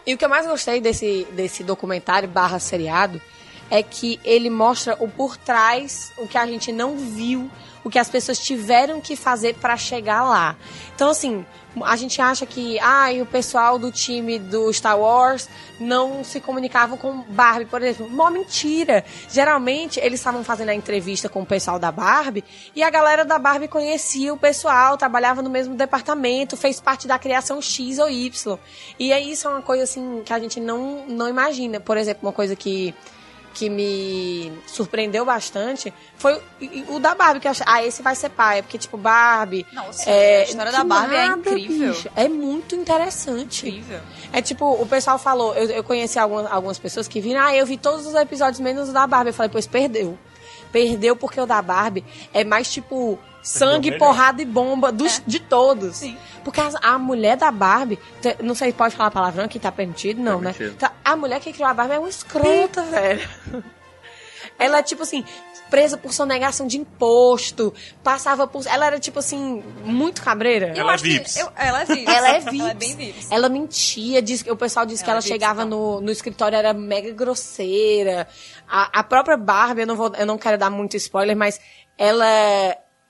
Speaker 5: E o que eu mais gostei desse, desse documentário barra seriado é que ele mostra o por trás, o que a gente não viu, o que as pessoas tiveram que fazer pra chegar lá. Então, assim, a gente acha que ah, o pessoal do time do Star Wars não se comunicavam com Barbie, por exemplo. Mó mentira! Geralmente, eles estavam fazendo a entrevista com o pessoal da Barbie e a galera da Barbie conhecia o pessoal, trabalhava no mesmo departamento, fez parte da criação X ou Y. E aí isso é uma coisa assim que a gente não, não imagina. Por exemplo, uma coisa que, que me surpreendeu bastante foi o- o da Barbie, que eu achei, ah, esse vai ser pai, porque, tipo, Barbie... é,
Speaker 6: Nossa, a história da
Speaker 5: que
Speaker 6: Barbie é incrível.
Speaker 5: é muito interessante.
Speaker 6: Incrível.
Speaker 5: É tipo, o pessoal falou, eu, eu conheci algumas, algumas pessoas que viram, ah, eu vi todos os episódios menos o da Barbie. Eu falei, pois perdeu. Perdeu porque o da Barbie é mais tipo sangue,
Speaker 4: melhor.
Speaker 5: porrada e bomba dos, de todos.
Speaker 6: Sim.
Speaker 5: Porque as- a, mulher da Barbie, te- não sei, pode falar palavrão que tá permitido, não, né?
Speaker 10: Permitido.
Speaker 5: Tá- a mulher que criou a Barbie é uma escrota, velho. Ela é tipo assim, presa por sonegação de imposto, passava por. Ela era tipo assim, muito cabreira.
Speaker 6: Eu
Speaker 4: Ela é
Speaker 6: acho que-
Speaker 4: Vips.
Speaker 6: eu- ela é Vips.
Speaker 5: Ela é vips.
Speaker 6: Ela é bem Vips.
Speaker 5: Ela mentia, diz, o pessoal disse que
Speaker 6: Ela
Speaker 5: ela
Speaker 6: é vips,
Speaker 5: chegava
Speaker 6: então.
Speaker 5: no, no escritório era mega grosseira. A, a própria Barbie, eu não vou, eu não quero dar muito spoiler, mas ela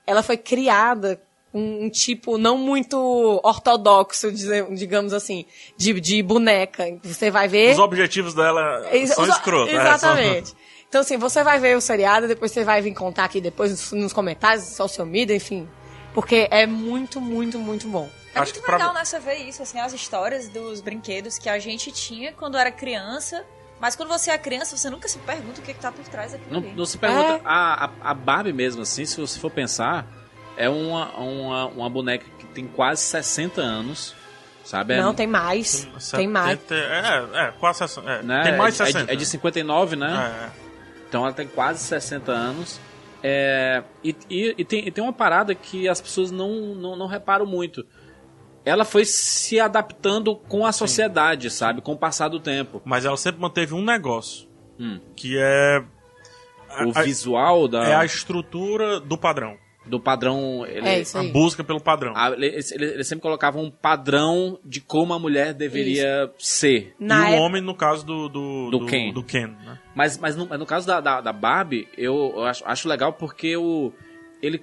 Speaker 5: ela foi criada com um tipo não muito ortodoxo, dizer- digamos assim, de, de boneca. Você vai ver
Speaker 4: Os objetivos dela
Speaker 5: Ex-
Speaker 4: são
Speaker 5: os-
Speaker 4: escrotos. né?
Speaker 5: Exatamente. Então, assim, você vai ver o seriado, depois você vai vir contar aqui depois nos, nos comentários, social media, enfim. Porque é muito, muito, muito bom.
Speaker 6: É
Speaker 4: Acho
Speaker 6: muito
Speaker 4: que pra-
Speaker 6: legal, né, você ver isso, assim, as histórias dos brinquedos que a gente tinha quando era criança. Mas quando você é criança, você nunca se pergunta o que, que tá por trás daquilo
Speaker 3: Não,
Speaker 6: ali.
Speaker 3: não se pergunta.
Speaker 5: É.
Speaker 3: A, a, a Barbie mesmo, assim, se você for pensar, é uma, uma, uma boneca que tem quase 60 anos, sabe? É-
Speaker 5: Não, tem mais.
Speaker 4: São
Speaker 5: Tem mais.
Speaker 4: 70 É, é, quase 60. É,
Speaker 3: né?
Speaker 4: Tem mais de
Speaker 3: é,
Speaker 4: 60.
Speaker 3: É de 59, né?
Speaker 4: É, é.
Speaker 3: Então ela tem quase 60 anos. É, e, e- e tem, e tem uma parada que as pessoas não, não, não reparam muito. Ela foi se adaptando com a sociedade, sabe? Com o passar do tempo.
Speaker 4: Mas ela sempre manteve um negócio.
Speaker 3: Hum.
Speaker 4: Que é.
Speaker 3: O
Speaker 4: a-
Speaker 3: visual da,
Speaker 4: É a estrutura do padrão.
Speaker 3: do padrão. Ele,
Speaker 5: É isso
Speaker 4: A
Speaker 5: aí.
Speaker 4: busca pelo padrão.
Speaker 3: a- Ah, ele- ele- ele sempre colocava um padrão de como a mulher deveria ser.
Speaker 4: e o
Speaker 5: Na época-
Speaker 4: homem, no caso do. Do,
Speaker 3: Do Ken.
Speaker 4: Do Ken né?
Speaker 3: Mas, mas, no, mas no caso da, da, da Barbie, eu, eu acho, acho legal porque o, ele,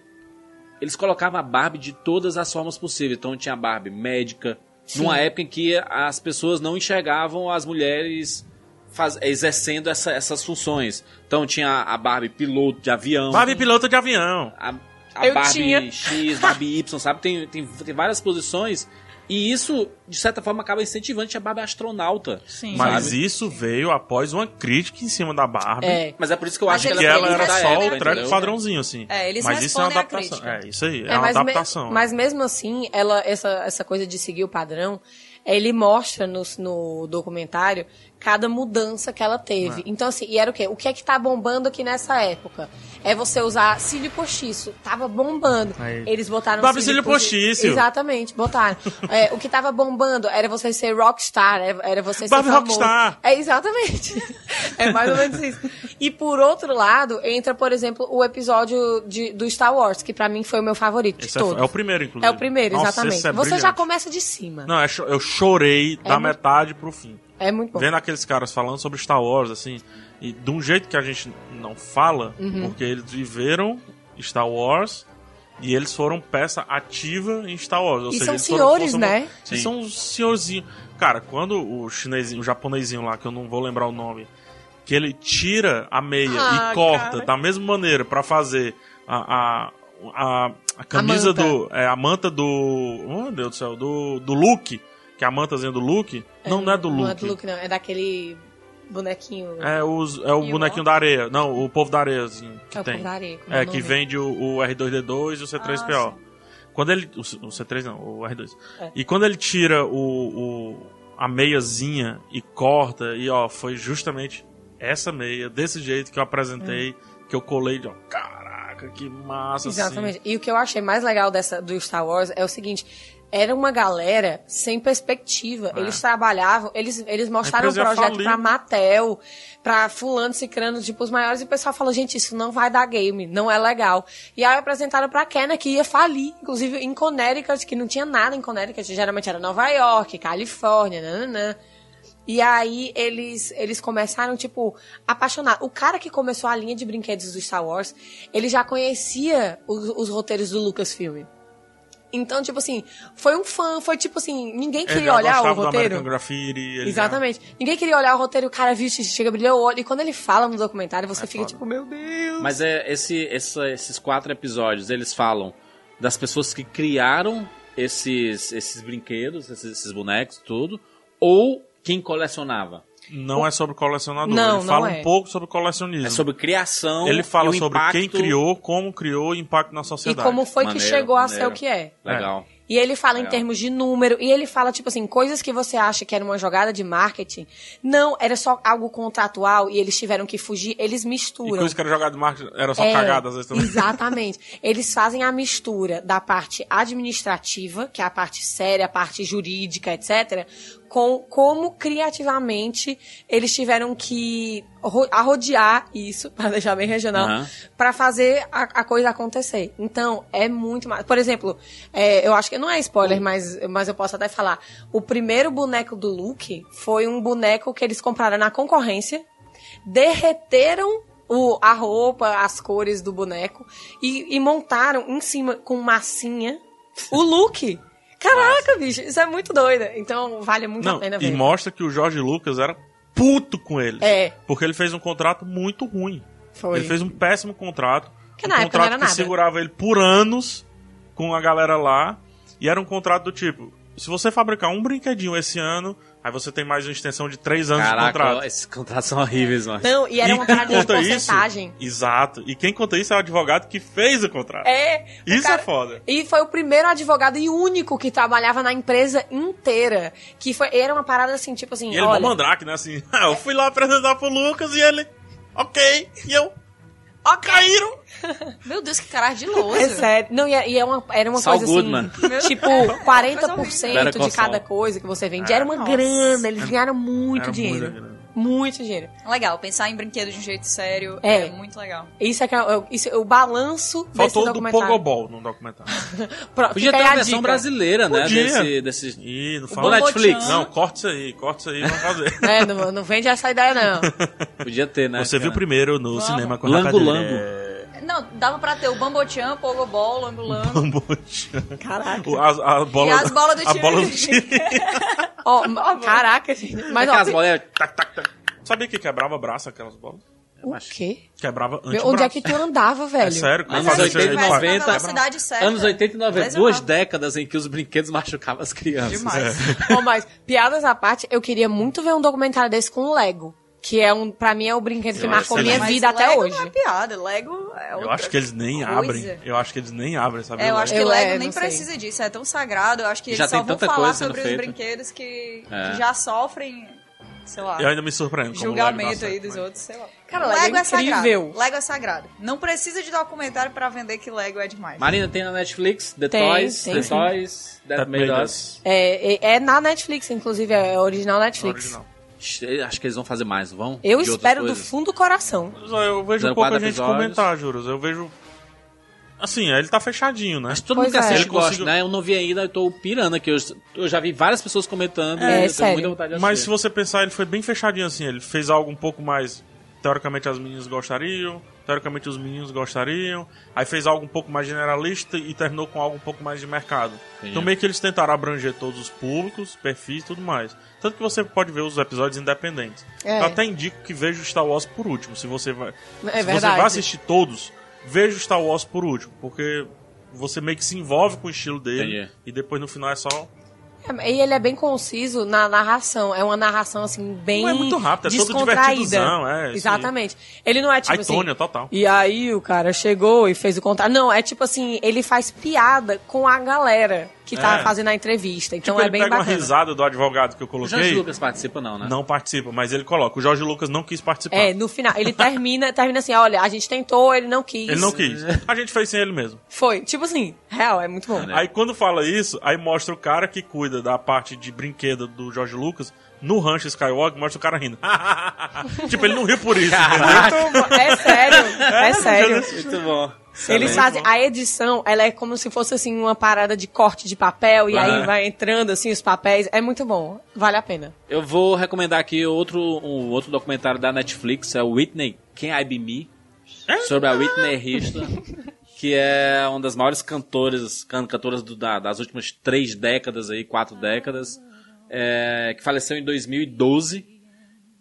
Speaker 3: eles colocavam a Barbie de todas as formas possíveis. Então tinha a Barbie médica,
Speaker 5: Sim.
Speaker 3: numa época em que as pessoas não enxergavam as mulheres faz- exercendo essa- essas funções. Então tinha a Barbie piloto de avião,
Speaker 4: Barbie piloto de avião.
Speaker 3: a, a
Speaker 5: Eu
Speaker 3: Barbie
Speaker 5: tinha.
Speaker 3: X, Barbie Y, sabe? Tem, tem, tem várias posições. E isso, de certa forma, acaba incentivando tinha a Barbie astronauta.
Speaker 6: Sim.
Speaker 4: Mas
Speaker 3: Sabe?
Speaker 4: isso veio após uma crítica em cima da Barbie.
Speaker 5: É.
Speaker 3: Mas é por isso que eu
Speaker 6: Mas
Speaker 3: acho
Speaker 6: é
Speaker 3: que
Speaker 4: Que
Speaker 6: Eles-
Speaker 4: ela
Speaker 6: eles
Speaker 4: era só
Speaker 6: respondem
Speaker 4: o
Speaker 6: a
Speaker 4: track
Speaker 6: crítica.
Speaker 4: padrãozinho, assim.
Speaker 6: É, eles
Speaker 4: mas isso é uma
Speaker 6: respondem à
Speaker 4: adaptação. É,
Speaker 6: crítica.
Speaker 4: isso aí. É,
Speaker 5: É,
Speaker 4: uma
Speaker 5: mas, me-
Speaker 4: adaptação.
Speaker 5: mas mesmo assim, ela, essa, essa coisa de seguir o padrão, ele mostra no, no documentário cada mudança que ela teve.
Speaker 4: Né.
Speaker 5: Então, assim, e era o quê? O que é que tá bombando aqui nessa época? É você usar cílio postiço. Tava bombando.
Speaker 4: Aí.
Speaker 5: Eles botaram
Speaker 4: Barbie cílio postiço.
Speaker 5: Exatamente, botaram. É, o que tava bombando era você ser rockstar, era- era você
Speaker 4: Barbie
Speaker 5: ser famoso.
Speaker 4: rockstar.
Speaker 5: É, exatamente. É mais ou menos isso. E por outro lado, entra, por exemplo, o episódio de- do Star Wars, que pra mim foi o meu favorito
Speaker 4: Esse
Speaker 5: de
Speaker 4: é,
Speaker 5: todos.
Speaker 4: é o primeiro, inclusive.
Speaker 5: É o primeiro,
Speaker 4: Nossa,
Speaker 5: exatamente.
Speaker 4: esse é
Speaker 5: Você já
Speaker 4: brilhante.
Speaker 5: começa de cima.
Speaker 4: Não, é cho- eu chorei da
Speaker 5: muito-
Speaker 4: metade pro fim.
Speaker 5: É muito bom.
Speaker 4: Vendo aqueles caras falando sobre Star Wars, assim, e de um jeito que a gente não fala,
Speaker 5: Uhum.
Speaker 4: porque eles viveram Star Wars e eles foram peça ativa em Star Wars. Ou
Speaker 5: E
Speaker 4: seja,
Speaker 5: são
Speaker 4: eles
Speaker 5: senhores,
Speaker 4: foram,
Speaker 5: né?
Speaker 4: Eles são uns senhorzinhos. Cara, quando o chinesinho, o japonesinho lá, que eu não vou lembrar o nome, que ele tira a meia
Speaker 5: Ah,
Speaker 4: e corta
Speaker 5: cara.
Speaker 4: da mesma maneira pra fazer a. a a, a camisa
Speaker 5: manta.
Speaker 4: do. É, a manta do. Oh, meu Deus do céu. Do, do Luke. Que é a mantazinha do Luke. não, não é do Luke.
Speaker 5: Não é do Luke, não. É daquele bonequinho.
Speaker 4: É, os, é o
Speaker 6: E o
Speaker 4: bonequinho da areia. Não, o povo da areia, assim, que
Speaker 5: É o
Speaker 4: tem.
Speaker 5: povo da areia, como é
Speaker 4: é,
Speaker 5: o
Speaker 4: que
Speaker 5: nome? Ah,
Speaker 4: vende o, o R2D2 e o C3PO. quando ele. O, C- o C3 não, o R2.
Speaker 5: É.
Speaker 4: E quando ele tira o, o- a meiazinha e corta, e ó, foi justamente essa meia, desse jeito que eu apresentei, que eu colei, ó, caraca, que massa,
Speaker 5: Hum.
Speaker 4: assim.
Speaker 5: Exatamente. E o que eu achei mais legal dessa, do Star Wars é o seguinte. Era uma galera sem perspectiva.
Speaker 4: É.
Speaker 5: Eles trabalhavam, eles, eles mostraram um
Speaker 4: empresa ia
Speaker 5: projeto
Speaker 4: falir.
Speaker 5: pra Mattel, pra fulano, cicrano, tipo, os maiores, e o pessoal falou, gente, isso não vai dar game, não é legal. E aí apresentaram pra Kenner, que ia falir, inclusive em Connecticut, que não tinha nada em Connecticut, geralmente era Nova York, Califórnia, nananã. E aí eles, eles começaram, tipo, apaixonar. O cara que começou a linha de brinquedos do Star Wars, ele já conhecia os, os roteiros do Lucasfilm. Então, tipo assim, foi um fã, foi tipo assim, ninguém
Speaker 4: Assim. Ele
Speaker 5: queria
Speaker 4: já
Speaker 5: olhar o
Speaker 4: gostava do
Speaker 5: roteiro.
Speaker 4: American Graffiti, ele já-
Speaker 5: Exatamente. Ninguém queria olhar o roteiro, o cara viu, xixi, chega, brilhou o olho. E quando ele fala no documentário,
Speaker 4: É
Speaker 5: você fica tipo, meu Deus.
Speaker 3: Mas é esse, essa- esses quatro episódios, eles falam das pessoas que criaram esses, esses brinquedos, esses, esses bonecos, tudo, ou quem colecionava.
Speaker 4: Não é sobre colecionador.
Speaker 5: Não,
Speaker 4: ele fala
Speaker 5: não é.
Speaker 4: um pouco sobre colecionismo.
Speaker 3: É sobre criação.
Speaker 5: Então,
Speaker 4: Ele
Speaker 3: e
Speaker 4: fala
Speaker 3: o
Speaker 4: sobre
Speaker 3: impacto.
Speaker 4: quem criou, como criou e impacto na
Speaker 5: E
Speaker 4: sociedade.
Speaker 5: como foi que
Speaker 3: Maneiro,
Speaker 5: chegou a ser
Speaker 3: maneiro.
Speaker 5: o que é.
Speaker 4: né?
Speaker 3: Legal.
Speaker 5: E ele fala
Speaker 4: É.
Speaker 5: em
Speaker 3: Legal.
Speaker 5: termos de número, e ele fala, tipo assim, coisas que você acha que era uma jogada de marketing. Não, era só algo contratual e eles tiveram que fugir, eles
Speaker 4: E
Speaker 5: misturam.
Speaker 4: coisa que era jogada de marketing era só
Speaker 5: É,
Speaker 4: cagada às vezes também.
Speaker 5: Exatamente. Eles fazem a mistura da parte administrativa, que é a parte séria, a parte jurídica, etc., com como criativamente eles tiveram que ro- arrodear isso, para deixar bem regional,
Speaker 3: Aham.
Speaker 5: pra fazer a, a coisa acontecer. Então, é muito mais. Por exemplo, é, eu acho que não é spoiler, mas, mas eu posso até falar. O primeiro boneco do Luke foi um boneco que eles compraram na concorrência, derreteram o, a roupa, as cores do boneco e, e montaram em cima com massinha o Luke. Caraca, bicho, isso é muito doido. Então, vale muito
Speaker 4: Não,
Speaker 5: a pena
Speaker 4: e
Speaker 5: ver.
Speaker 4: mostra que o Jorge Lucas era puto com eles.
Speaker 5: É.
Speaker 4: Porque ele fez um contrato muito ruim.
Speaker 5: Foi.
Speaker 4: Ele fez um péssimo contrato.
Speaker 5: Que
Speaker 4: um
Speaker 5: na época
Speaker 4: contrato
Speaker 5: não era
Speaker 4: que
Speaker 5: nada.
Speaker 4: segurava ele por anos com a galera lá. E era um contrato do tipo: se você fabricar um brinquedinho esse ano, aí você tem mais uma extensão de três anos de contrato.
Speaker 3: Caraca, esses contratos são horríveis, mano.
Speaker 5: Não, e era uma
Speaker 4: quem
Speaker 5: parada de
Speaker 4: conta isso-
Speaker 5: porcentagem.
Speaker 4: exato. E quem conta isso é o advogado que fez o contrato.
Speaker 5: É. o
Speaker 4: isso
Speaker 5: cara-
Speaker 4: é foda.
Speaker 5: E foi o primeiro advogado e único que trabalhava na empresa inteira. Que foi, era uma parada assim, tipo assim,
Speaker 4: E ele
Speaker 5: olha...
Speaker 4: não mandrake, né? Assim, ah, eu fui lá apresentar pro Lucas e ele, ok. E eu, ó, caíram.
Speaker 6: Meu Deus, que caralho de
Speaker 5: É
Speaker 6: louso.
Speaker 5: sério. Não, e é- e é uma, era uma
Speaker 3: Saul
Speaker 5: coisa
Speaker 3: Goodman.
Speaker 5: assim, tipo,
Speaker 3: Era
Speaker 5: 40% de
Speaker 3: colossal.
Speaker 5: cada coisa que você vende. Era uma grana, eles ganharam muito
Speaker 4: Era
Speaker 5: dinheiro.
Speaker 4: muita grana.
Speaker 5: Muito dinheiro.
Speaker 6: Legal, pensar em brinquedo de um jeito sério
Speaker 5: É.
Speaker 6: é, muito legal.
Speaker 5: Isso é, que é, o- isso é o balanço
Speaker 4: Faltou
Speaker 5: desse
Speaker 4: o do
Speaker 5: documentário.
Speaker 4: Pogobol no documentário.
Speaker 5: Pro- fica
Speaker 3: Podia ter
Speaker 5: aí
Speaker 3: uma
Speaker 5: a
Speaker 3: versão
Speaker 5: dica.
Speaker 3: brasileira, né? Desse,
Speaker 4: Podia.
Speaker 3: desse...
Speaker 4: Ih, não
Speaker 3: Ô,
Speaker 4: fala
Speaker 3: Netflix.
Speaker 4: Não, corta isso aí, corta isso aí, vamos fazer.
Speaker 5: É, não, não vende essa ideia, não.
Speaker 3: Podia ter, né?
Speaker 4: Você viu
Speaker 3: cara?
Speaker 4: primeiro no cinema com a é-
Speaker 3: Lango
Speaker 4: rapadura.
Speaker 3: Lango.
Speaker 6: Não, dava pra ter o Bambochan, Pogobol, Langolango.
Speaker 4: Bambuche.
Speaker 5: Caraca.
Speaker 4: O- As, a bola,
Speaker 6: E as bolas do
Speaker 4: a
Speaker 6: time.
Speaker 4: bola do time.
Speaker 5: Ó, ó, caraca, gente.
Speaker 4: É
Speaker 5: Mas, ó,
Speaker 3: Aquelas tá bolinhas...
Speaker 4: Tac, tac, tac. Sabia que quebrava braço aquelas bolas?
Speaker 5: o quê?
Speaker 4: Quebrava
Speaker 5: Meu,
Speaker 4: antebraço.
Speaker 5: Onde é que tu andava,
Speaker 6: tá
Speaker 5: velho?
Speaker 4: É sério, quando
Speaker 3: Anos
Speaker 4: fazia
Speaker 3: 80 e
Speaker 4: isso aí, é- faz.
Speaker 3: 90.
Speaker 6: assim, velocidade certa.
Speaker 3: Anos 80 e 90,
Speaker 6: Mas é
Speaker 3: duas
Speaker 6: rápido.
Speaker 3: décadas em que os brinquedos machucavam as crianças.
Speaker 6: Demais.
Speaker 5: Ô, mas, piadas à parte, eu queria muito ver um documentário desse com o Lego. Que é um, pra mim, é o brinquedo que
Speaker 4: Eu
Speaker 5: marcou
Speaker 4: acho
Speaker 5: minha
Speaker 4: excelente.
Speaker 6: Mas
Speaker 5: vida até
Speaker 6: Lego
Speaker 5: hoje.
Speaker 6: Não é piada, Lego é
Speaker 4: Eu
Speaker 6: outra
Speaker 4: acho que eles nem
Speaker 6: coisa.
Speaker 4: abrem. Eu acho que eles nem abrem, sabe?
Speaker 6: É, eu acho que
Speaker 5: Eu,
Speaker 6: Lego
Speaker 5: é,
Speaker 6: nem
Speaker 5: não sei.
Speaker 6: precisa disso, é tão sagrado. Eu acho que eles
Speaker 3: Já
Speaker 6: só
Speaker 3: tem
Speaker 6: vão
Speaker 3: tanta
Speaker 6: falar
Speaker 3: coisa sendo
Speaker 6: sobre os
Speaker 3: feita.
Speaker 6: brinquedos que,
Speaker 3: É.
Speaker 6: que já sofrem, sei lá,
Speaker 4: Eu ainda me surpreendo. como o Lego dá
Speaker 6: julgamento aí
Speaker 4: certo,
Speaker 6: dos
Speaker 4: mas-
Speaker 6: outros, sei lá.
Speaker 5: Cara, Lego é incrível.
Speaker 6: sagrado. Lego é sagrado. Não precisa de documentário pra vender que Lego é demais.
Speaker 3: Marina, tem na Netflix, The
Speaker 5: Tem,
Speaker 3: Toys,
Speaker 5: tem
Speaker 3: The
Speaker 5: sim.
Speaker 3: Toys, Death
Speaker 4: That
Speaker 3: Made
Speaker 4: Made
Speaker 3: Us.
Speaker 5: É, é, é na Netflix, inclusive, é original Netflix.
Speaker 4: Original.
Speaker 3: Ixi, Acho que eles vão fazer mais, não vão?
Speaker 5: Eu
Speaker 3: De outras
Speaker 5: espero do
Speaker 3: coisas.
Speaker 5: fundo do coração.
Speaker 4: Mas, ó, Eu vejo
Speaker 3: Fizeram
Speaker 4: um pouco a
Speaker 3: quatro
Speaker 4: gente
Speaker 3: episódios.
Speaker 4: comentar, Juros. Eu vejo. Assim, ele tá fechadinho, né?
Speaker 3: Mas todo
Speaker 5: Pois
Speaker 3: mundo que
Speaker 5: é.
Speaker 3: assiste
Speaker 4: Ele
Speaker 3: gosta,
Speaker 4: conseguiu-
Speaker 3: né? Eu não vi ainda, eu tô pirando aqui. Eu, eu já vi várias pessoas comentando.
Speaker 5: É,
Speaker 3: eu tenho
Speaker 5: sério.
Speaker 3: muita vontade de
Speaker 4: Mas se
Speaker 3: assistir.
Speaker 4: você pensar, ele foi bem fechadinho assim. Ele fez algo um pouco mais. Teoricamente as meninas gostariam, teoricamente os meninos gostariam. Aí fez algo um pouco mais generalista e terminou com algo um pouco mais de mercado.
Speaker 3: Entendi.
Speaker 4: Então meio que eles tentaram abranger todos os públicos, perfis e tudo mais. Tanto que você pode ver os episódios independentes.
Speaker 5: É.
Speaker 4: Eu até indico que veja o Star Wars por último. Se você vai,
Speaker 5: É
Speaker 4: se você
Speaker 5: verdade.
Speaker 4: vai assistir todos, veja o Star Wars por último. Porque você meio que se envolve com o estilo dele.
Speaker 3: Entendi.
Speaker 4: E depois no final é só
Speaker 5: É, E ele é bem conciso na narração. É uma narração, assim, bem.
Speaker 4: Não é muito rápido, é todo
Speaker 5: descontraída.
Speaker 4: divertidozão, é, isso aí.
Speaker 5: Exatamente. Ele não é tipo. assim,
Speaker 4: Aitônia total.
Speaker 5: E aí o cara chegou e fez o contato. Não, é tipo assim, ele faz piada com a galera que tá
Speaker 4: É.
Speaker 5: fazendo a entrevista. Então
Speaker 4: tipo,
Speaker 5: é
Speaker 4: ele
Speaker 5: bem
Speaker 4: pega uma
Speaker 5: bacana.
Speaker 4: risada do advogado que eu
Speaker 3: O
Speaker 4: coloquei.
Speaker 3: Jorge Lucas participa, não, né?
Speaker 4: Não participa, mas ele coloca. O Jorge Lucas não quis participar.
Speaker 5: É, no final, ele termina, termina assim, olha, a gente tentou, ele não quis.
Speaker 4: Ele não quis. A gente fez sem ele mesmo.
Speaker 5: Foi, tipo assim, real, é muito bom.
Speaker 3: né?
Speaker 4: Aí quando fala isso, aí mostra o cara que cuida da parte de brinquedo do Jorge Lucas no rancho Skywalker, mostra o cara rindo. tipo, ele não riu por isso. entendeu?
Speaker 5: É sério, é sério.
Speaker 3: Muito bom.
Speaker 5: Eles fazem a edição, ela é como se fosse assim uma parada de corte de papel e
Speaker 3: Aham.
Speaker 5: aí vai entrando assim os papéis, é muito bom, vale a pena.
Speaker 3: Eu vou recomendar aqui outro, um outro documentário da Netflix, é o Whitney Can I Be Me? Sobre a Whitney Houston, que é uma das maiores cantoras, can- cantoras do- da- das últimas três décadas aí, quatro décadas, é, que faleceu em 2012.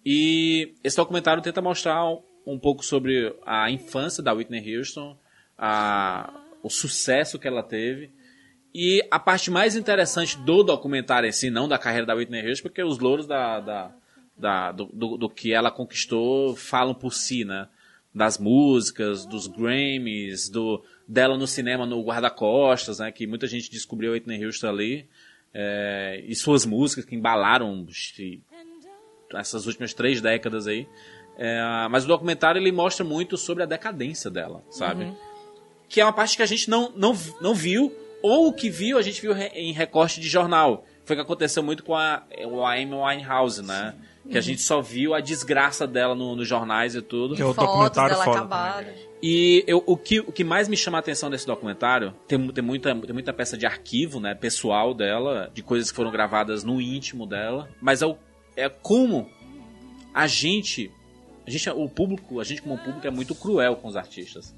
Speaker 3: E esse documentário tenta mostrar um, um pouco sobre a infância da Whitney Houston, a- o sucesso que ela teve. E a parte mais interessante do documentário em si, não da carreira da Whitney Houston, porque os louros da, da, da- do, do- do que ela conquistou falam por si, né? Das músicas, dos Grammys, do dela no cinema no guarda-costas, né? Que muita gente descobriu a Whitney Houston ali. é, e suas músicas que embalaram e essas últimas três décadas aí. É, mas o documentário ele mostra muito sobre a decadência dela, sabe? Que é uma parte que a gente não, não, não viu, ou o que viu, a gente viu re- em recorte de jornal. Foi o que aconteceu muito com a, é, o Amy Winehouse, né? Que a gente só viu a desgraça dela no- nos jornais e tudo.
Speaker 4: Que é outro
Speaker 6: Fotos
Speaker 4: documentário
Speaker 6: dela
Speaker 4: foda
Speaker 6: acabada.
Speaker 4: também. né?
Speaker 3: E eu- o, que, o que mais me chama a atenção desse documentário, tem, mu- tem, muita, tem muita peça de arquivo, né, pessoal dela, de coisas que foram gravadas no íntimo dela, mas é, o- é como a gente, a gente, o público, a gente como público é muito cruel com os artistas.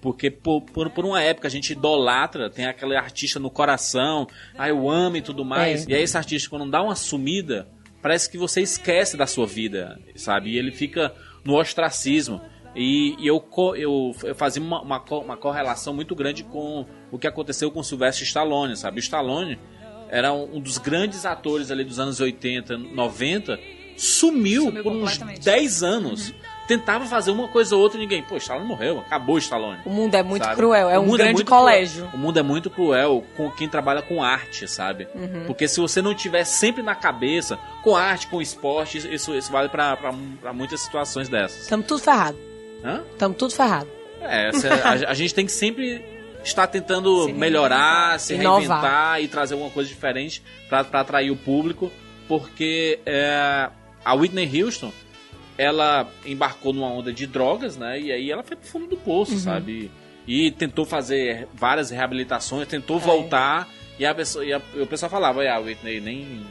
Speaker 3: Porque por, por, por uma época a gente idolatra, tem aquele artista no coração, ah, eu amo e tudo mais. E aí esse artista, quando dá uma sumida, parece que você esquece da sua vida, sabe? E ele fica no ostracismo. E, e eu, co- eu, eu fazia uma, uma, co- uma correlação muito grande com o que aconteceu com o Sylvester Stallone, sabe? O Stallone era um, um dos grandes atores ali dos anos 80, 90, sumiu,
Speaker 6: Sumiu
Speaker 3: por uns
Speaker 6: completamente.
Speaker 3: 10 anos.
Speaker 5: Uhum.
Speaker 3: Tentava fazer uma coisa ou outra e ninguém. Pô, Stallone morreu, acabou o Stallone.
Speaker 5: O mundo é muito
Speaker 3: Sabe?
Speaker 5: cruel, é
Speaker 3: O
Speaker 5: um
Speaker 3: mundo
Speaker 5: grande
Speaker 3: muito
Speaker 5: colégio.
Speaker 3: cruel. O mundo é muito cruel com quem trabalha com arte, sabe?
Speaker 5: Uhum.
Speaker 3: Porque se você não tiver sempre na cabeça, com arte, com esporte, isso, isso vale pra, pra, pra muitas situações dessas.
Speaker 5: Tamo tudo ferrado.
Speaker 3: Hã?
Speaker 5: Tamo tudo ferrado.
Speaker 3: É, cê- a, a gente tem que sempre estar tentando
Speaker 6: Se
Speaker 3: melhorar, se
Speaker 5: Inovar.
Speaker 3: reinventar e trazer alguma coisa diferente pra pra atrair o público, porque é, a Whitney Houston ela embarcou numa onda de drogas, né? E aí ela foi pro fundo do
Speaker 6: Uhum.
Speaker 3: poço, sabe? E tentou fazer várias reabilitações, tentou
Speaker 6: É.
Speaker 3: voltar e a pessoa e a- o pessoal falava, "Ah, a Whitney nem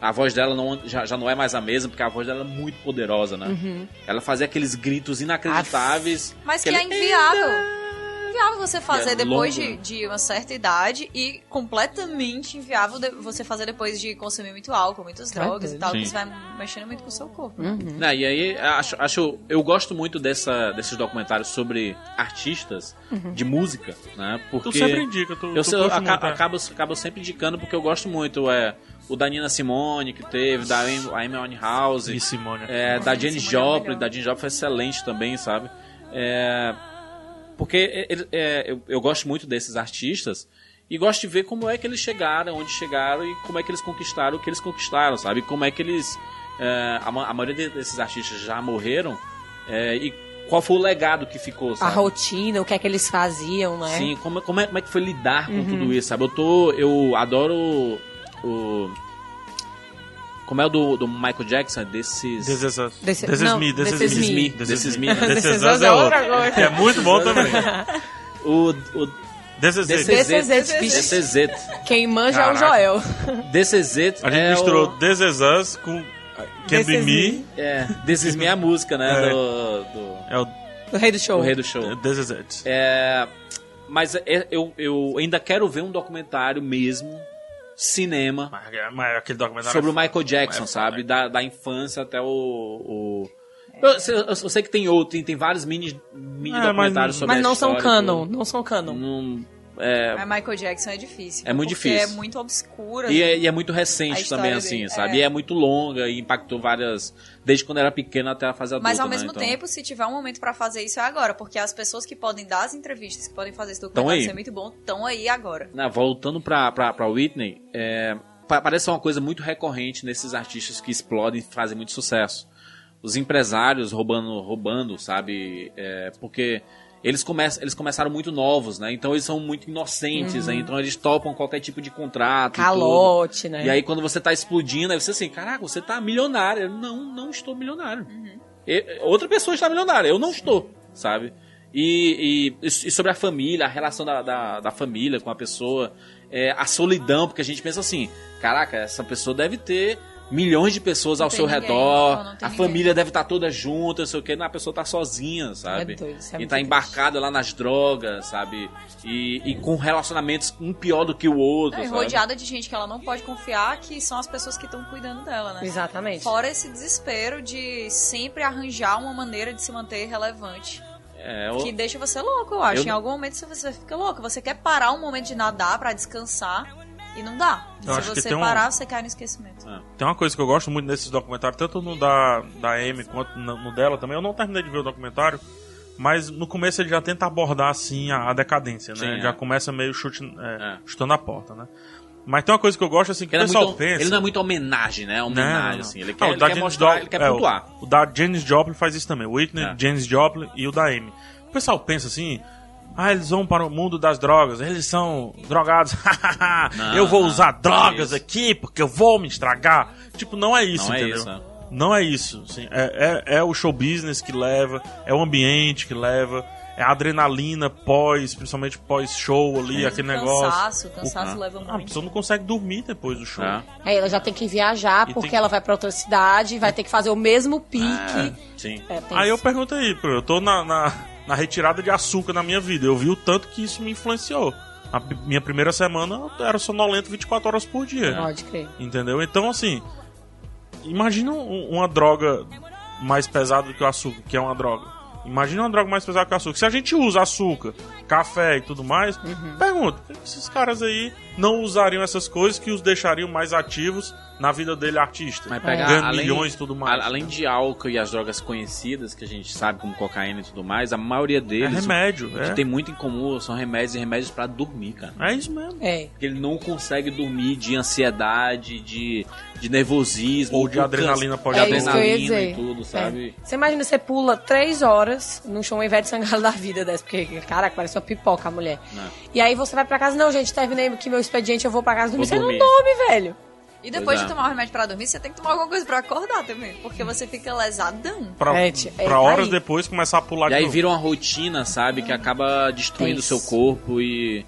Speaker 3: a voz dela não- já, já não é mais a mesma, porque a voz dela é muito poderosa, né? Ela fazia aqueles gritos inacreditáveis.
Speaker 6: Uhum. Mas que é
Speaker 3: aquele-
Speaker 6: inviável. Inviável você fazer
Speaker 3: é
Speaker 6: depois de,
Speaker 3: longo,
Speaker 6: de uma certa idade e completamente inviável de- você fazer depois de consumir muito álcool, muitas
Speaker 5: Tá doido.
Speaker 6: drogas e
Speaker 5: Uhum.
Speaker 6: tal, que
Speaker 3: Sim.
Speaker 6: você vai mexendo muito com o seu corpo.
Speaker 3: Não, e aí, acho, acho, eu gosto muito dessa, desses documentários sobre artistas de música, né? Porque
Speaker 4: Tu sempre indica, tu,
Speaker 3: eu,
Speaker 4: tu
Speaker 3: sei- eu
Speaker 4: curte
Speaker 3: aca-
Speaker 4: muito, né?
Speaker 3: acabo, acabo sempre indicando porque eu gosto muito. É, o da Nina Simone, que teve, da Amy- a Amy Winehouse,
Speaker 4: E Simone.
Speaker 3: é, da Janis
Speaker 6: Simone é o
Speaker 3: Joplin,
Speaker 6: melhor.
Speaker 3: da Janis Joplin foi excelente também, sabe? É, porque ele- é, eu, eu gosto muito desses artistas e gosto de ver como é que eles chegaram, onde chegaram e como é que eles conquistaram o que eles conquistaram, sabe? Como é que eles. é, a, ma- a maioria de- desses artistas já morreram é, e qual foi o legado que ficou,
Speaker 5: A
Speaker 3: sabe?
Speaker 5: rotina, o que é que eles faziam, né? Uhum.
Speaker 3: Sim, como, é- como, é, como é que foi lidar com tudo isso, sabe? Eu tô. Eu adoro o. o- como é o do, do Michael Jackson? Desses.
Speaker 4: This is us.
Speaker 5: This-
Speaker 4: This is
Speaker 5: não,
Speaker 4: me, this,
Speaker 5: this
Speaker 4: is,
Speaker 5: is
Speaker 4: me.
Speaker 3: me.
Speaker 4: This
Speaker 3: This is me.
Speaker 4: This is
Speaker 5: This is
Speaker 4: us
Speaker 5: us
Speaker 4: é
Speaker 5: é
Speaker 4: outra.
Speaker 5: outra coisa.
Speaker 4: Que é muito bom também.
Speaker 3: O, o
Speaker 4: This is
Speaker 3: This
Speaker 4: it.
Speaker 3: is
Speaker 5: This
Speaker 3: it.
Speaker 5: is it, bicho.
Speaker 3: This is it.
Speaker 5: Quem manja
Speaker 4: Caraca.
Speaker 5: é o Joel.
Speaker 3: This is it.
Speaker 4: A gente
Speaker 3: é
Speaker 4: misturou
Speaker 3: O,
Speaker 4: This is us com Can
Speaker 5: This
Speaker 4: Be
Speaker 5: is
Speaker 4: Me.
Speaker 3: é, this is me é a música, né?
Speaker 4: É.
Speaker 3: Do, do,
Speaker 4: É o
Speaker 5: O rei do
Speaker 3: do
Speaker 5: show.
Speaker 3: Rei do Show.
Speaker 4: This is it.
Speaker 3: É, mas é- eu, eu ainda quero ver um documentário mesmo, cinema,
Speaker 4: Mas, mas é aquele documentário.
Speaker 3: sobre o Michael Jackson, sabe? Da, da infância até o. o- Eu, eu- eu sei que tem outro, tem, tem vários mini, mini
Speaker 4: É, mas-
Speaker 3: documentários sobre
Speaker 5: Mas
Speaker 3: a
Speaker 5: não são
Speaker 3: história e
Speaker 5: canon,
Speaker 3: tudo.
Speaker 5: não são canon.
Speaker 3: Não- é,
Speaker 6: Mas Michael Jackson é difícil.
Speaker 3: É muito
Speaker 6: porque
Speaker 3: difícil.
Speaker 6: é muito obscura.
Speaker 3: E é, e é muito
Speaker 6: A
Speaker 3: recente
Speaker 6: história
Speaker 3: também,
Speaker 6: dele,
Speaker 3: assim,
Speaker 6: é.
Speaker 3: sabe? E é muito longa e impactou várias. Desde quando era pequena até a fase adulta.
Speaker 6: Mas ao
Speaker 3: né?
Speaker 6: mesmo
Speaker 3: Então,
Speaker 6: tempo, se tiver um momento pra fazer isso, é agora. Porque as pessoas que podem dar as entrevistas, que podem fazer esse
Speaker 3: aí.
Speaker 6: documentário ser muito bom, estão aí agora.
Speaker 3: né, voltando pra, pra, pra Whitney, é, pa- parece uma coisa muito recorrente nesses artistas que explodem e fazem muito sucesso. Os empresários roubando, roubando sabe? É, porque eles, começam, eles começaram muito novos, né? Então eles são muito inocentes,
Speaker 6: Uhum.
Speaker 3: né? Então eles topam qualquer tipo de contrato. e tudo.
Speaker 5: Calote,
Speaker 6: É.
Speaker 5: né?
Speaker 3: E aí quando você tá explodindo, aí você assim, caraca, você tá milionário. Eu não, não estou milionário.
Speaker 6: Uhum.
Speaker 3: E- outra pessoa está milionária, eu não estou, sabe? E, e- e sobre a família, a relação da, da, da família com a pessoa, é, a solidão, porque a gente pensa assim, caraca, essa pessoa deve ter milhões de pessoas
Speaker 6: Não
Speaker 3: ao
Speaker 6: tem
Speaker 3: seu
Speaker 6: ninguém,
Speaker 3: redor,
Speaker 6: não, não tem
Speaker 3: a
Speaker 6: ninguém.
Speaker 3: família deve estar toda junta, não sei o que, não, a pessoa tá sozinha, sabe?
Speaker 5: É doido, isso é
Speaker 3: e
Speaker 5: muito
Speaker 3: tá
Speaker 5: triste.
Speaker 3: embarcada lá nas drogas, sabe? E, e com relacionamentos um pior do que o outro,
Speaker 6: Não, e
Speaker 3: sabe?
Speaker 6: É, rodeada de gente que ela não pode confiar, que são as pessoas que estão cuidando dela, né?
Speaker 5: Exatamente.
Speaker 6: Fora esse desespero de sempre arranjar uma maneira de se manter relevante.
Speaker 3: É, o-
Speaker 6: Que deixa você louco, eu acho.
Speaker 3: Eu-
Speaker 6: Em algum momento você- você fica louco. Você quer parar um momento de nadar pra descansar. E não dá.
Speaker 4: Eu
Speaker 6: Se
Speaker 4: acho que
Speaker 6: você
Speaker 4: tem um-
Speaker 6: parar, você cai no esquecimento.
Speaker 4: Tem uma coisa que eu gosto muito nesses documentários, tanto no da, da Amy quanto no, no dela também. Eu não terminei de ver o documentário, mas no começo ele já tenta abordar assim a, a decadência, né?
Speaker 3: Sim,
Speaker 4: Ele
Speaker 3: é.
Speaker 4: já começa meio chute, é,
Speaker 3: É.
Speaker 4: chutando a porta, né? Mas tem uma coisa que eu gosto assim que
Speaker 3: Ele,
Speaker 4: o
Speaker 3: é
Speaker 4: pessoal
Speaker 3: muito,
Speaker 4: pensa.
Speaker 3: ele não é muito homenagem, né?
Speaker 4: Não,
Speaker 3: Homenagem,
Speaker 4: não, não.
Speaker 3: assim. Ele
Speaker 4: Não,
Speaker 3: quer,
Speaker 4: o
Speaker 3: ele
Speaker 4: da
Speaker 3: quer
Speaker 4: Janis
Speaker 3: mostrar,
Speaker 4: Joplin-
Speaker 3: ele quer
Speaker 4: é, o-
Speaker 3: pontuar.
Speaker 4: O, da Janis Joplin faz isso também. Whitney,
Speaker 3: É.
Speaker 4: Janis Joplin e o da Amy. O pessoal pensa assim... Ah, eles vão para o mundo das drogas. Eles são drogados.
Speaker 3: Não,
Speaker 4: eu vou
Speaker 3: não,
Speaker 4: usar
Speaker 3: não é
Speaker 4: drogas
Speaker 3: isso.
Speaker 4: aqui porque eu vou me estragar. Tipo, não é isso,
Speaker 3: Não é
Speaker 4: entendeu?
Speaker 3: isso, é.
Speaker 4: Não é isso. assim. É, é- é o show business que leva, é o ambiente que leva, é a adrenalina pós, principalmente pós-show ali,
Speaker 3: É.
Speaker 4: aquele negócio.
Speaker 6: Cansaço, cansaço
Speaker 4: o...
Speaker 6: leva
Speaker 4: Ah, a
Speaker 6: muito.
Speaker 4: pessoa não consegue dormir depois do show.
Speaker 3: Tá?
Speaker 5: Aí É, ela já tem que viajar,
Speaker 4: E
Speaker 5: porque
Speaker 4: tem-
Speaker 5: ela vai pra outra cidade, vai ter que fazer o mesmo pique.
Speaker 3: Sim.
Speaker 5: É, tem
Speaker 4: Aí eu
Speaker 5: isso.
Speaker 4: pergunto aí, pô, eu tô na, na, na retirada de açúcar na minha vida. Eu vi o tanto que isso me influenciou. A p- minha primeira semana eu era sonolento 24 horas por dia.
Speaker 5: Pode crer.
Speaker 4: Entendeu? Então, assim, imagina um- uma droga mais pesada que o açúcar, que é uma droga. Imagina uma droga mais pesada que o açúcar. Se a gente usa açúcar, café e tudo mais,
Speaker 5: Uhum.
Speaker 4: pergunta, por que esses caras aí não usariam essas coisas que os deixariam mais ativos na vida dele artista?
Speaker 3: Mas pegar
Speaker 4: Ganhando
Speaker 3: além,
Speaker 4: milhões e tudo mais.
Speaker 3: a- além de álcool e as drogas conhecidas que a gente sabe, como cocaína e tudo mais, a maioria
Speaker 4: é
Speaker 3: deles
Speaker 4: remédio,
Speaker 3: o que
Speaker 4: é.
Speaker 3: tem muito em comum são remédios e remédios pra dormir, cara.
Speaker 4: É isso mesmo.
Speaker 5: É.
Speaker 3: Porque ele não consegue dormir de ansiedade, de, de nervosismo.
Speaker 4: Ou de
Speaker 3: por
Speaker 4: adrenalina
Speaker 3: cansa-
Speaker 4: pode
Speaker 3: de
Speaker 5: ser. É isso que eu ia
Speaker 3: adrenalina
Speaker 5: dizer.
Speaker 3: e tudo, sabe?
Speaker 5: É. Você imagina, você pula três horas num show Ivete Sangalo da vida dessa, porque, caraca, parece uma pipoca a mulher.
Speaker 3: É.
Speaker 5: E aí você vai pra casa, não, gente, terminei aqui meu expediente, eu vou pra casa dormir.
Speaker 3: Vou
Speaker 5: Você não
Speaker 3: dormir.
Speaker 5: dorme, velho.
Speaker 6: E depois
Speaker 3: Pois
Speaker 6: de
Speaker 3: é.
Speaker 6: tomar o remédio pra dormir, você tem que tomar alguma coisa pra acordar também. Porque você fica lesadão.
Speaker 4: Pra,
Speaker 5: É, ti- é,
Speaker 4: pra
Speaker 5: tá
Speaker 4: horas
Speaker 5: aí.
Speaker 4: depois começar a pular
Speaker 3: E aí
Speaker 4: novo.
Speaker 3: vira uma rotina, sabe? Que acaba destruindo o
Speaker 5: Isso.
Speaker 3: seu corpo e...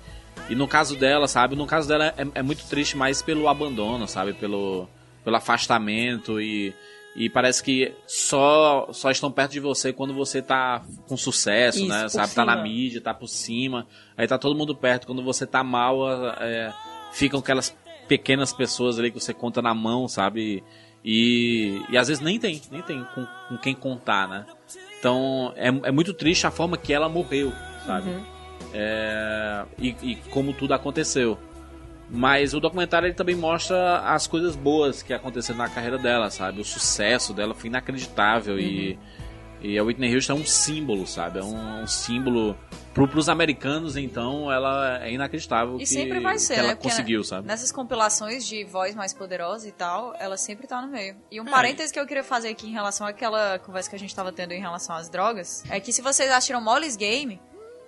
Speaker 3: E no caso dela, sabe? No caso dela é, é muito triste mais pelo abandono, sabe? Pelo, pelo afastamento e... E parece que só, só estão perto de você quando você tá com sucesso,
Speaker 5: Isso,
Speaker 3: né?
Speaker 5: por
Speaker 3: Sabe? Tá na
Speaker 5: cima.
Speaker 3: mídia, tá por cima. Aí tá todo mundo perto. Quando você tá mal, é, ficam aquelas pequenas pessoas ali que você conta na mão, sabe? E, e às vezes nem tem, nem tem com, com quem contar, né? Então é, é muito triste a forma que ela morreu, sabe?
Speaker 6: Uhum.
Speaker 3: É, e, e como tudo aconteceu. Mas o documentário ele também mostra as coisas boas que aconteceram na carreira dela, sabe? O sucesso dela foi inacreditável
Speaker 6: Uhum.
Speaker 3: e, e a Whitney Houston é um símbolo, sabe? É um, um símbolo pro, pros americanos, então ela é inacreditável
Speaker 6: E
Speaker 3: que,
Speaker 6: sempre vai ser,
Speaker 3: que ela
Speaker 6: né? Porque
Speaker 3: conseguiu, sabe?
Speaker 6: Nessas compilações de voz mais poderosa e tal, ela sempre tá no meio.
Speaker 4: É.
Speaker 6: E um parêntese que eu queria fazer aqui em relação àquela conversa que a gente tava tendo em relação às drogas, é que se vocês assistiram Molly's Game,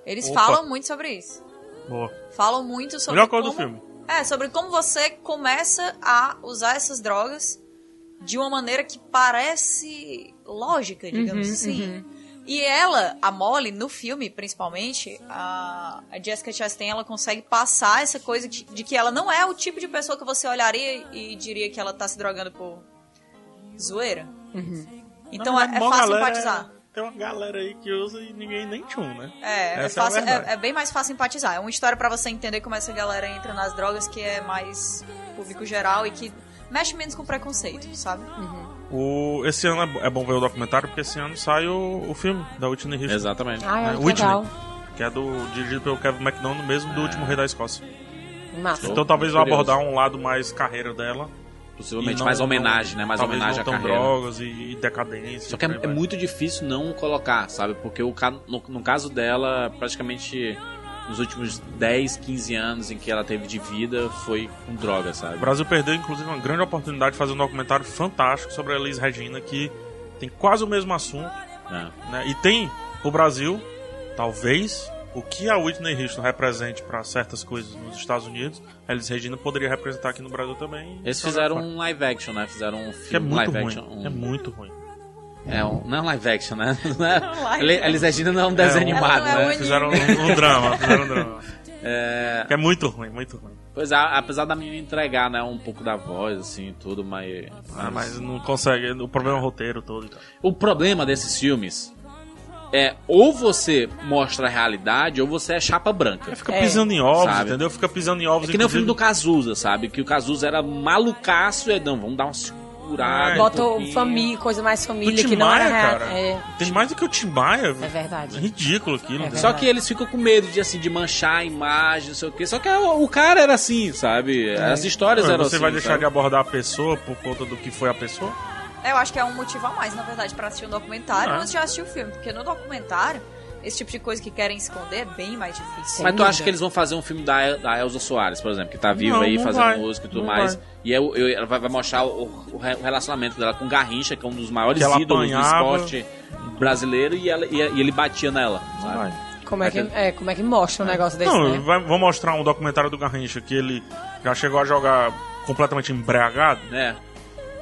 Speaker 6: eles
Speaker 4: Opa.
Speaker 6: falam muito sobre isso.
Speaker 4: Boa.
Speaker 6: Falam muito sobre
Speaker 4: Melhor coisa do
Speaker 6: como...
Speaker 4: filme.
Speaker 6: É, sobre como você começa a usar essas drogas de uma maneira que parece lógica, digamos assim. E ela, a Molly, no filme principalmente, a, a Jessica Chastain, ela consegue passar essa coisa de, de que ela não é o tipo de pessoa que você olharia e diria que ela tá se drogando por zoeira. Então
Speaker 4: Na
Speaker 6: é, é
Speaker 4: verdade, mó
Speaker 6: fácil
Speaker 4: galera-
Speaker 6: empatizar.
Speaker 4: Tem uma galera aí que usa e ninguém nem tchum, né?
Speaker 6: É, é,
Speaker 4: Essa é a
Speaker 6: fácil- é-
Speaker 4: verdade.
Speaker 6: é bem mais fácil empatizar. É uma história pra você entender como essa galera entra nas drogas, que é mais público geral e que mexe menos com preconceito, sabe?
Speaker 4: O, esse ano é bo- é bom ver o documentário, porque esse ano sai o, o filme da Whitney Houston.
Speaker 3: Exatamente.
Speaker 6: Ah,
Speaker 5: Ai, olha
Speaker 4: É,
Speaker 5: que
Speaker 4: Whitney.
Speaker 5: legal.
Speaker 4: Que é do, dirigido pelo Kevin McDonald, mesmo do Último Rei da Escócia.
Speaker 5: Massa.
Speaker 3: É. Tô
Speaker 4: Então talvez vai
Speaker 3: curioso.
Speaker 4: abordar um lado mais carreira dela.
Speaker 6: é.
Speaker 3: Possivelmente
Speaker 4: E não-
Speaker 3: mais homenagem, né? Mais
Speaker 4: talvez
Speaker 3: homenagem à
Speaker 4: não tão
Speaker 3: carreira.
Speaker 4: drogas e, e decadência.
Speaker 3: Só que é,
Speaker 4: por aí
Speaker 3: é
Speaker 4: vai.
Speaker 3: muito difícil não colocar, sabe? Porque o, ca- no, no caso dela, praticamente nos últimos 10, 15 anos em que ela teve de vida foi com droga, sabe?
Speaker 4: O Brasil perdeu, inclusive, uma grande oportunidade de fazer um documentário fantástico sobre a Elis Regina, que tem quase o mesmo assunto.
Speaker 3: É.
Speaker 4: né? E tem o Brasil, talvez, o que a Whitney Houston represente para certas coisas nos Estados Unidos, a Elis Regina poderia representar aqui no Brasil também. Então,
Speaker 3: Eles fizeram um live action, né? Fizeram um filme
Speaker 4: que é muito
Speaker 3: live
Speaker 4: ruim.
Speaker 3: action. um-
Speaker 4: É muito ruim.
Speaker 3: é um- não é um live action, né? Não é,
Speaker 6: live
Speaker 3: Ele- Elis Regina não é um desenho
Speaker 4: um-
Speaker 3: animado,
Speaker 6: Ela não é
Speaker 3: né?
Speaker 6: um-
Speaker 4: Fizeram um, um drama, fizeram um drama. É... é muito ruim, muito ruim.
Speaker 3: Pois é, apesar da menina entregar, né? Um pouco da voz, assim, e tudo, mas...
Speaker 4: Ah, mas não consegue. O problema é o roteiro todo e tal.
Speaker 3: O problema desses filmes é ou você mostra a realidade ou você é chapa branca.
Speaker 4: Fica
Speaker 5: É.
Speaker 4: pisando em ovos,
Speaker 3: Sabe?
Speaker 4: entendeu? Fica pisando em ovos.
Speaker 3: É que nem o
Speaker 4: inclusive.
Speaker 3: filme do Cazuza, sabe? Que o Cazuza era malucaço e aí, é, não, vamos dar umas curado.
Speaker 4: É,
Speaker 5: Bota
Speaker 3: um
Speaker 5: o
Speaker 3: pouquinho.
Speaker 5: família, coisa mais
Speaker 4: Do
Speaker 5: família,
Speaker 4: Tim
Speaker 5: que não
Speaker 4: Maia,
Speaker 5: era real.
Speaker 4: cara.
Speaker 5: É,
Speaker 4: Tem mais do que o Tim Maia, velho.
Speaker 5: é verdade.
Speaker 4: É ridículo
Speaker 5: É
Speaker 4: aquilo. né?
Speaker 5: verdade.
Speaker 3: Só que eles ficam com medo de assim de manchar a imagem, não sei o quê. Só que é o, o cara era assim, sabe? As histórias
Speaker 4: É. Ué,
Speaker 3: eram
Speaker 4: você
Speaker 3: assim.
Speaker 4: vai deixar
Speaker 3: sabe?
Speaker 4: de abordar a pessoa por conta do que foi a pessoa?
Speaker 6: Eu acho que é um motivo a mais, na verdade, pra assistir um documentário
Speaker 4: Ah.
Speaker 6: antes de assistir o filme. Porque no documentário, esse tipo de coisa que querem esconder é bem mais difícil.
Speaker 3: Mas tu acha
Speaker 5: Sim,
Speaker 3: que eles vão fazer um filme da, El- da Elza Soares, por exemplo, que tá viva
Speaker 4: Não,
Speaker 3: aí
Speaker 4: não
Speaker 3: fazendo
Speaker 4: vai.
Speaker 3: música e tudo
Speaker 4: Não
Speaker 3: mais.
Speaker 4: vai.
Speaker 3: E eu, eu- ela vai, vai mostrar o, o re- o relacionamento dela com Garrincha, que é um dos maiores
Speaker 4: Que ela
Speaker 3: ídolos
Speaker 4: apanhava.
Speaker 3: do esporte brasileiro, e, ela- e- e ele batia nela. Sabe?
Speaker 5: Como é que, é, como é que mostra um negócio desse,
Speaker 3: é.
Speaker 4: Não,
Speaker 5: né?
Speaker 4: vai, vou mostrar um documentário do Garrincha que ele já chegou a jogar completamente embriagado.
Speaker 3: né?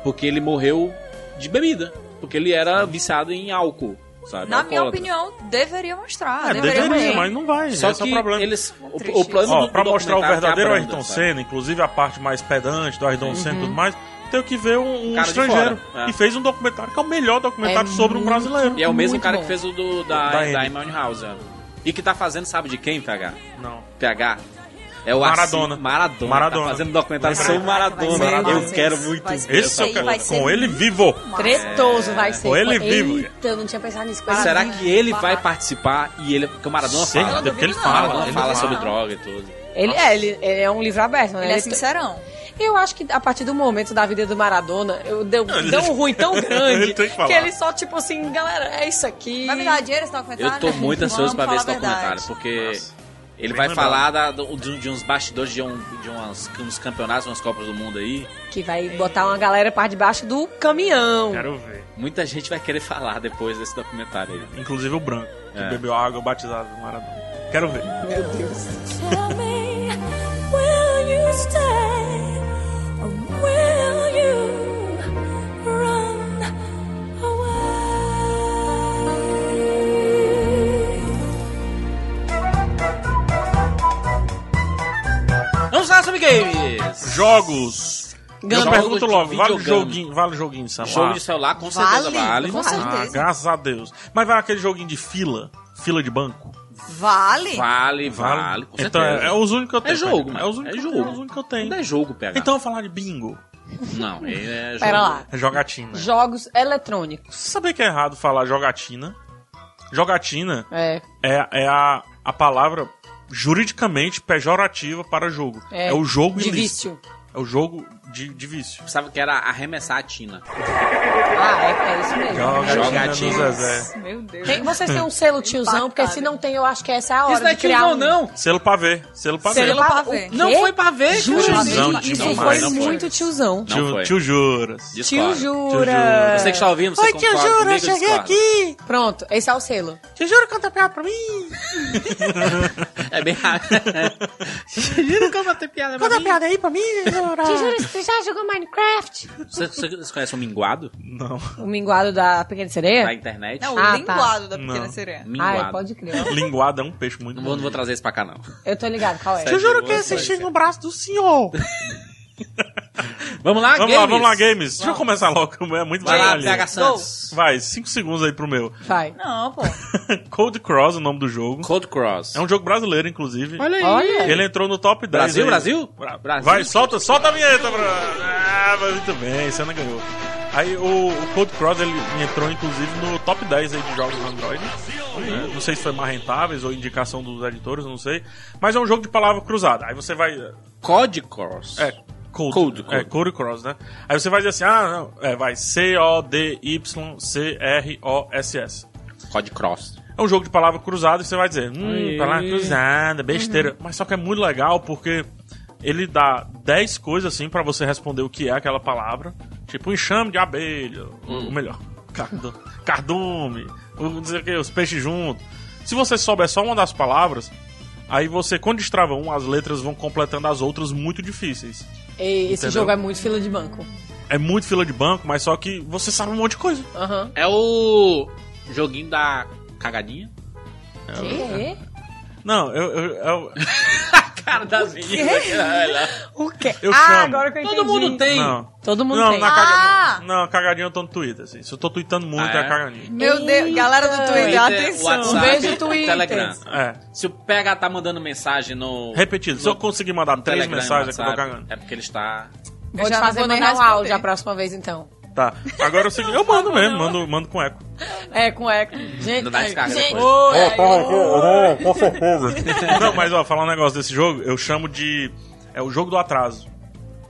Speaker 3: Porque ele morreu de bebida. Porque ele era viciado em álcool, sabe?
Speaker 6: Na minha
Speaker 3: Alcoólatra.
Speaker 6: opinião, deveria mostrar.
Speaker 4: É,
Speaker 6: deveria
Speaker 4: deveria,
Speaker 6: ver.
Speaker 4: mas não vai.
Speaker 3: Ah, Só
Speaker 4: esse
Speaker 3: que
Speaker 4: é o problema.
Speaker 3: eles. O,
Speaker 6: Tá Triste
Speaker 3: o plano
Speaker 4: Ó,
Speaker 3: do-
Speaker 4: pra
Speaker 3: do
Speaker 4: mostrar o
Speaker 3: documentário é que
Speaker 4: verdadeiro
Speaker 3: aprenda,
Speaker 4: Ayrton
Speaker 3: sabe? Uhum.
Speaker 4: Senna, inclusive a parte mais pedante do Ayrton Senna e tudo mais, tem que ver um, um
Speaker 3: Cara de
Speaker 4: estrangeiro.
Speaker 3: fora, é.
Speaker 4: E fez um documentário que é o melhor documentário
Speaker 5: É
Speaker 4: sobre um
Speaker 5: muito-
Speaker 4: brasileiro.
Speaker 3: E é o mesmo
Speaker 5: Muito
Speaker 3: cara
Speaker 5: bom.
Speaker 3: que fez o do, da,
Speaker 4: Da
Speaker 3: da,
Speaker 4: Amy.
Speaker 3: Amy House. E que tá fazendo, sabe de quem, PH?
Speaker 4: Não.
Speaker 3: PH. É o
Speaker 4: Maradona.
Speaker 3: Assi- Maradona.
Speaker 4: Maradona.
Speaker 3: Tá fazendo documentário
Speaker 4: Vai,
Speaker 3: sobre o
Speaker 4: vai,
Speaker 3: Maradona.
Speaker 4: vai, vai,
Speaker 3: Eu
Speaker 4: vai,
Speaker 3: quero
Speaker 6: vai,
Speaker 3: muito
Speaker 6: vai,
Speaker 3: ver. é
Speaker 4: Esse
Speaker 6: Esse
Speaker 4: eu
Speaker 6: aí
Speaker 4: quero.
Speaker 6: vai ser
Speaker 4: Com ele
Speaker 6: muito
Speaker 4: vivo.
Speaker 5: Tretoso vai ser.
Speaker 4: Com ele vivo.
Speaker 5: Eita, eu não tinha pensado nisso.
Speaker 6: Cara,
Speaker 3: Será
Speaker 6: vai,
Speaker 3: que ele
Speaker 6: vai,
Speaker 3: vai
Speaker 6: vai.
Speaker 3: participar e ele. Porque o Maradona
Speaker 4: Sei,
Speaker 3: fala.
Speaker 4: porque ele
Speaker 6: não,
Speaker 4: fala.
Speaker 3: Maradona
Speaker 4: ele
Speaker 3: fala
Speaker 6: fala.
Speaker 3: sobre droga e tudo.
Speaker 5: Ele é, ele, ele é um livro aberto, né?
Speaker 6: Ele é sincerão.
Speaker 5: Eu acho que a partir do momento da vida do Maradona, eu deu,
Speaker 4: Ele-
Speaker 5: deu um ruim tão grande
Speaker 4: Ele tem que falar.
Speaker 5: ele só, tipo assim, galera, é isso aqui.
Speaker 6: Vai me dar dinheiro esse documentário?
Speaker 3: Eu tô muito ansioso pra
Speaker 6: né? Vamos
Speaker 3: ver esse
Speaker 6: falar a
Speaker 3: documentário,
Speaker 6: verdade.
Speaker 3: porque
Speaker 4: Nossa.
Speaker 3: ele
Speaker 4: Bem
Speaker 3: vai
Speaker 4: lembrado.
Speaker 3: falar da- do- de, de uns bastidores de, um, de umas, uns campeonatos, umas Copas do Mundo aí.
Speaker 5: Que vai botar uma galera para debaixo do caminhão.
Speaker 4: Quero ver.
Speaker 3: Muita gente vai querer falar depois desse documentário aí.
Speaker 4: Inclusive o branco, que
Speaker 3: É.
Speaker 4: bebeu água batizada do Maradona. Quero ver.
Speaker 11: Tell me, will you stay or will you run away?
Speaker 3: Vamos falar sobre games!
Speaker 4: Jogos.
Speaker 3: Jogos
Speaker 4: Eu pergunto
Speaker 3: de
Speaker 4: logo, vale
Speaker 3: videogame.
Speaker 4: joguinho, vale joguinho, sabe?
Speaker 3: Jogo de celular, com certeza vale.
Speaker 6: Vale, com
Speaker 3: Vale,
Speaker 4: Ah,
Speaker 6: certeza.
Speaker 4: graças a Deus. Mas vai aquele joguinho de fila, fila de banco.
Speaker 6: Vale?
Speaker 3: vale, vale, com
Speaker 4: Então,
Speaker 3: certeza.
Speaker 4: é, é os únicos que eu tenho.
Speaker 3: É jogo,
Speaker 4: cara.
Speaker 3: mano.
Speaker 4: É os únicos
Speaker 3: É
Speaker 4: que eu
Speaker 3: jogo.
Speaker 4: tenho, é os únicos que eu
Speaker 3: Não
Speaker 4: tenho.
Speaker 3: é jogo, PH.
Speaker 4: Então, eu vou falar de bingo.
Speaker 3: Não, ele é jogo.
Speaker 5: Pera lá.
Speaker 4: É jogatina.
Speaker 5: Jogos eletrônicos.
Speaker 4: Você sabia que é errado falar jogatina? Jogatina
Speaker 5: É.
Speaker 4: é, é a, a palavra juridicamente pejorativa para jogo. É, o jogo
Speaker 5: de
Speaker 4: ilícito.
Speaker 5: vício.
Speaker 4: É o jogo de, de vício.
Speaker 3: Sabe que era arremessar a Tina.
Speaker 5: Ah, é, é isso mesmo.
Speaker 4: Jogatina do
Speaker 3: Jogatina.
Speaker 4: Zezé.
Speaker 6: Meu Deus.
Speaker 5: Tem- vocês têm um selo tiozão, porque se não tem, eu acho que essa é a hora
Speaker 3: Isso não é
Speaker 5: de criar
Speaker 3: tiozão,
Speaker 5: um...
Speaker 3: não.
Speaker 4: Selo pra ver. Selo pra
Speaker 5: Selo
Speaker 4: ver.
Speaker 6: Pelo
Speaker 5: pra-
Speaker 6: pavê.
Speaker 5: o quê?
Speaker 3: Não foi pra ver,
Speaker 5: Juro,
Speaker 3: cara.
Speaker 5: gente,
Speaker 4: Não,
Speaker 5: isso
Speaker 4: não
Speaker 5: foi
Speaker 4: foi, não
Speaker 3: foi.
Speaker 5: muito tiozão.
Speaker 3: Não
Speaker 4: Tio,
Speaker 3: foi.
Speaker 4: tio Juras.
Speaker 5: Tio
Speaker 3: Discorda.
Speaker 5: Jura.
Speaker 3: Você que está ouvindo, você concorda comigo, discorda?
Speaker 4: aqui.
Speaker 5: Pronto, esse é o selo.
Speaker 4: Tio Juro conta piada pra mim.
Speaker 3: É bem rápido. Nunca vou ter piada pra mim.
Speaker 4: aí pra mim.
Speaker 5: Te juro, você já jogou Minecraft?
Speaker 3: Você, você- você conhece o Minguado?
Speaker 4: Não.
Speaker 5: O minguado da Pequena Sereia?
Speaker 3: Na internet?
Speaker 6: Não, o
Speaker 5: Ah, tá.
Speaker 6: linguado da pequena
Speaker 4: Não.
Speaker 6: sereia.
Speaker 3: Minguado.
Speaker 5: Ah, é, pode crer.
Speaker 4: Linguada é um peixe muito
Speaker 3: não,
Speaker 4: bom.
Speaker 3: vou, não vou trazer isso pra cá, não.
Speaker 5: Eu tô ligado, qual é?
Speaker 3: Sério? juro que esse
Speaker 4: assisti
Speaker 3: chega no
Speaker 4: braço do senhor.
Speaker 3: Vamos lá,
Speaker 4: Vamos
Speaker 3: games.
Speaker 4: lá, vamos lá, games. Deixa eu começar logo, é muito
Speaker 3: Vai lá,
Speaker 4: baralho.
Speaker 3: PH Santos.
Speaker 4: Vai, 5 segundos aí pro meu.
Speaker 5: Vai.
Speaker 6: Não, pô.
Speaker 4: Cold Cross, o nome do jogo.
Speaker 3: Cold Cross.
Speaker 4: É um jogo brasileiro, inclusive.
Speaker 3: aí.
Speaker 5: Olha.
Speaker 4: Ele entrou no top 10.
Speaker 3: Brasil,
Speaker 4: aí.
Speaker 3: Brasil?
Speaker 4: Bra-
Speaker 3: Brasil.
Speaker 4: Vai, solta, solta a vinheta, Bruno. Ah, mas muito bem, você não ganhou. Aí o, o Cold Cross ele entrou inclusive no top 10 aí de jogos do Android. É, Não sei se foi mais rentáveis ou indicação dos editores, não sei. Mas é um jogo de palavra cruzada. Aí você vai.
Speaker 3: Cold Cross.
Speaker 4: É, Cold,
Speaker 3: Cold, Cold.
Speaker 4: É, Cold Cross, né? Aí você vai dizer assim: ah, não. É, vai C-O-D-Y-C-R-O-S-S.
Speaker 3: Cold Cross.
Speaker 4: É um jogo de palavra cruzada e você vai dizer, hum,
Speaker 3: Aí.
Speaker 4: palavra cruzada, besteira. Mas só que é muito legal porque ele dá 10 coisas assim pra você responder o que é aquela palavra. Tipo, enxame de abelha, ou melhor, cardu- cardume, ou não sei o que, os peixes juntos. Se você souber só uma das palavras, aí você, quando destrava um, as letras vão completando as outras muito difíceis.
Speaker 5: E Esse
Speaker 4: Entendeu?
Speaker 5: jogo é muito fila de banco.
Speaker 4: É muito fila de banco, mas só que você sabe um monte de coisa.
Speaker 5: Aham.
Speaker 3: É o joguinho da cagadinha.
Speaker 5: Quê?
Speaker 4: Não, eu, eu, eu,
Speaker 3: Cara das meninas. olha lá.
Speaker 5: O quê?
Speaker 4: Eu
Speaker 5: ah,
Speaker 4: chamo.
Speaker 5: agora que eu entendi.
Speaker 3: Todo mundo tem.
Speaker 4: não.
Speaker 5: Todo mundo
Speaker 4: não,
Speaker 5: tem.
Speaker 4: na
Speaker 5: Ah,
Speaker 4: cagadinha.
Speaker 6: Ah!
Speaker 4: Não, cagadinha eu tô no Twitter, assim. Se eu tô tweetando muito,
Speaker 3: Ah, é?
Speaker 4: é cagadinha.
Speaker 6: Meu Deus, galera do Twitter,
Speaker 3: Twitter,
Speaker 6: atenção.
Speaker 3: WhatsApp,
Speaker 5: Um beijo, Twitter.
Speaker 3: Telegram.
Speaker 4: É.
Speaker 3: Se o PH tá mandando mensagem no...
Speaker 4: Repetido, se eu conseguir mandar três
Speaker 3: Telegram,
Speaker 4: mensagens aqui, eu tô
Speaker 3: WhatsApp,
Speaker 4: cagando.
Speaker 3: É porque ele está
Speaker 5: Vou te
Speaker 6: já não
Speaker 5: fazer
Speaker 6: vou nem
Speaker 5: mandar um
Speaker 6: responder.
Speaker 5: áudio a próxima vez, então.
Speaker 4: Tá. Agora o seguinte, eu mando mesmo, mando, mando com eco.
Speaker 5: É, com eco. Gente,
Speaker 3: Não dá descarga
Speaker 5: gente,
Speaker 3: depois.
Speaker 4: com certeza. Não, mas ó, falar um negócio desse jogo, eu chamo de. É o jogo do atraso.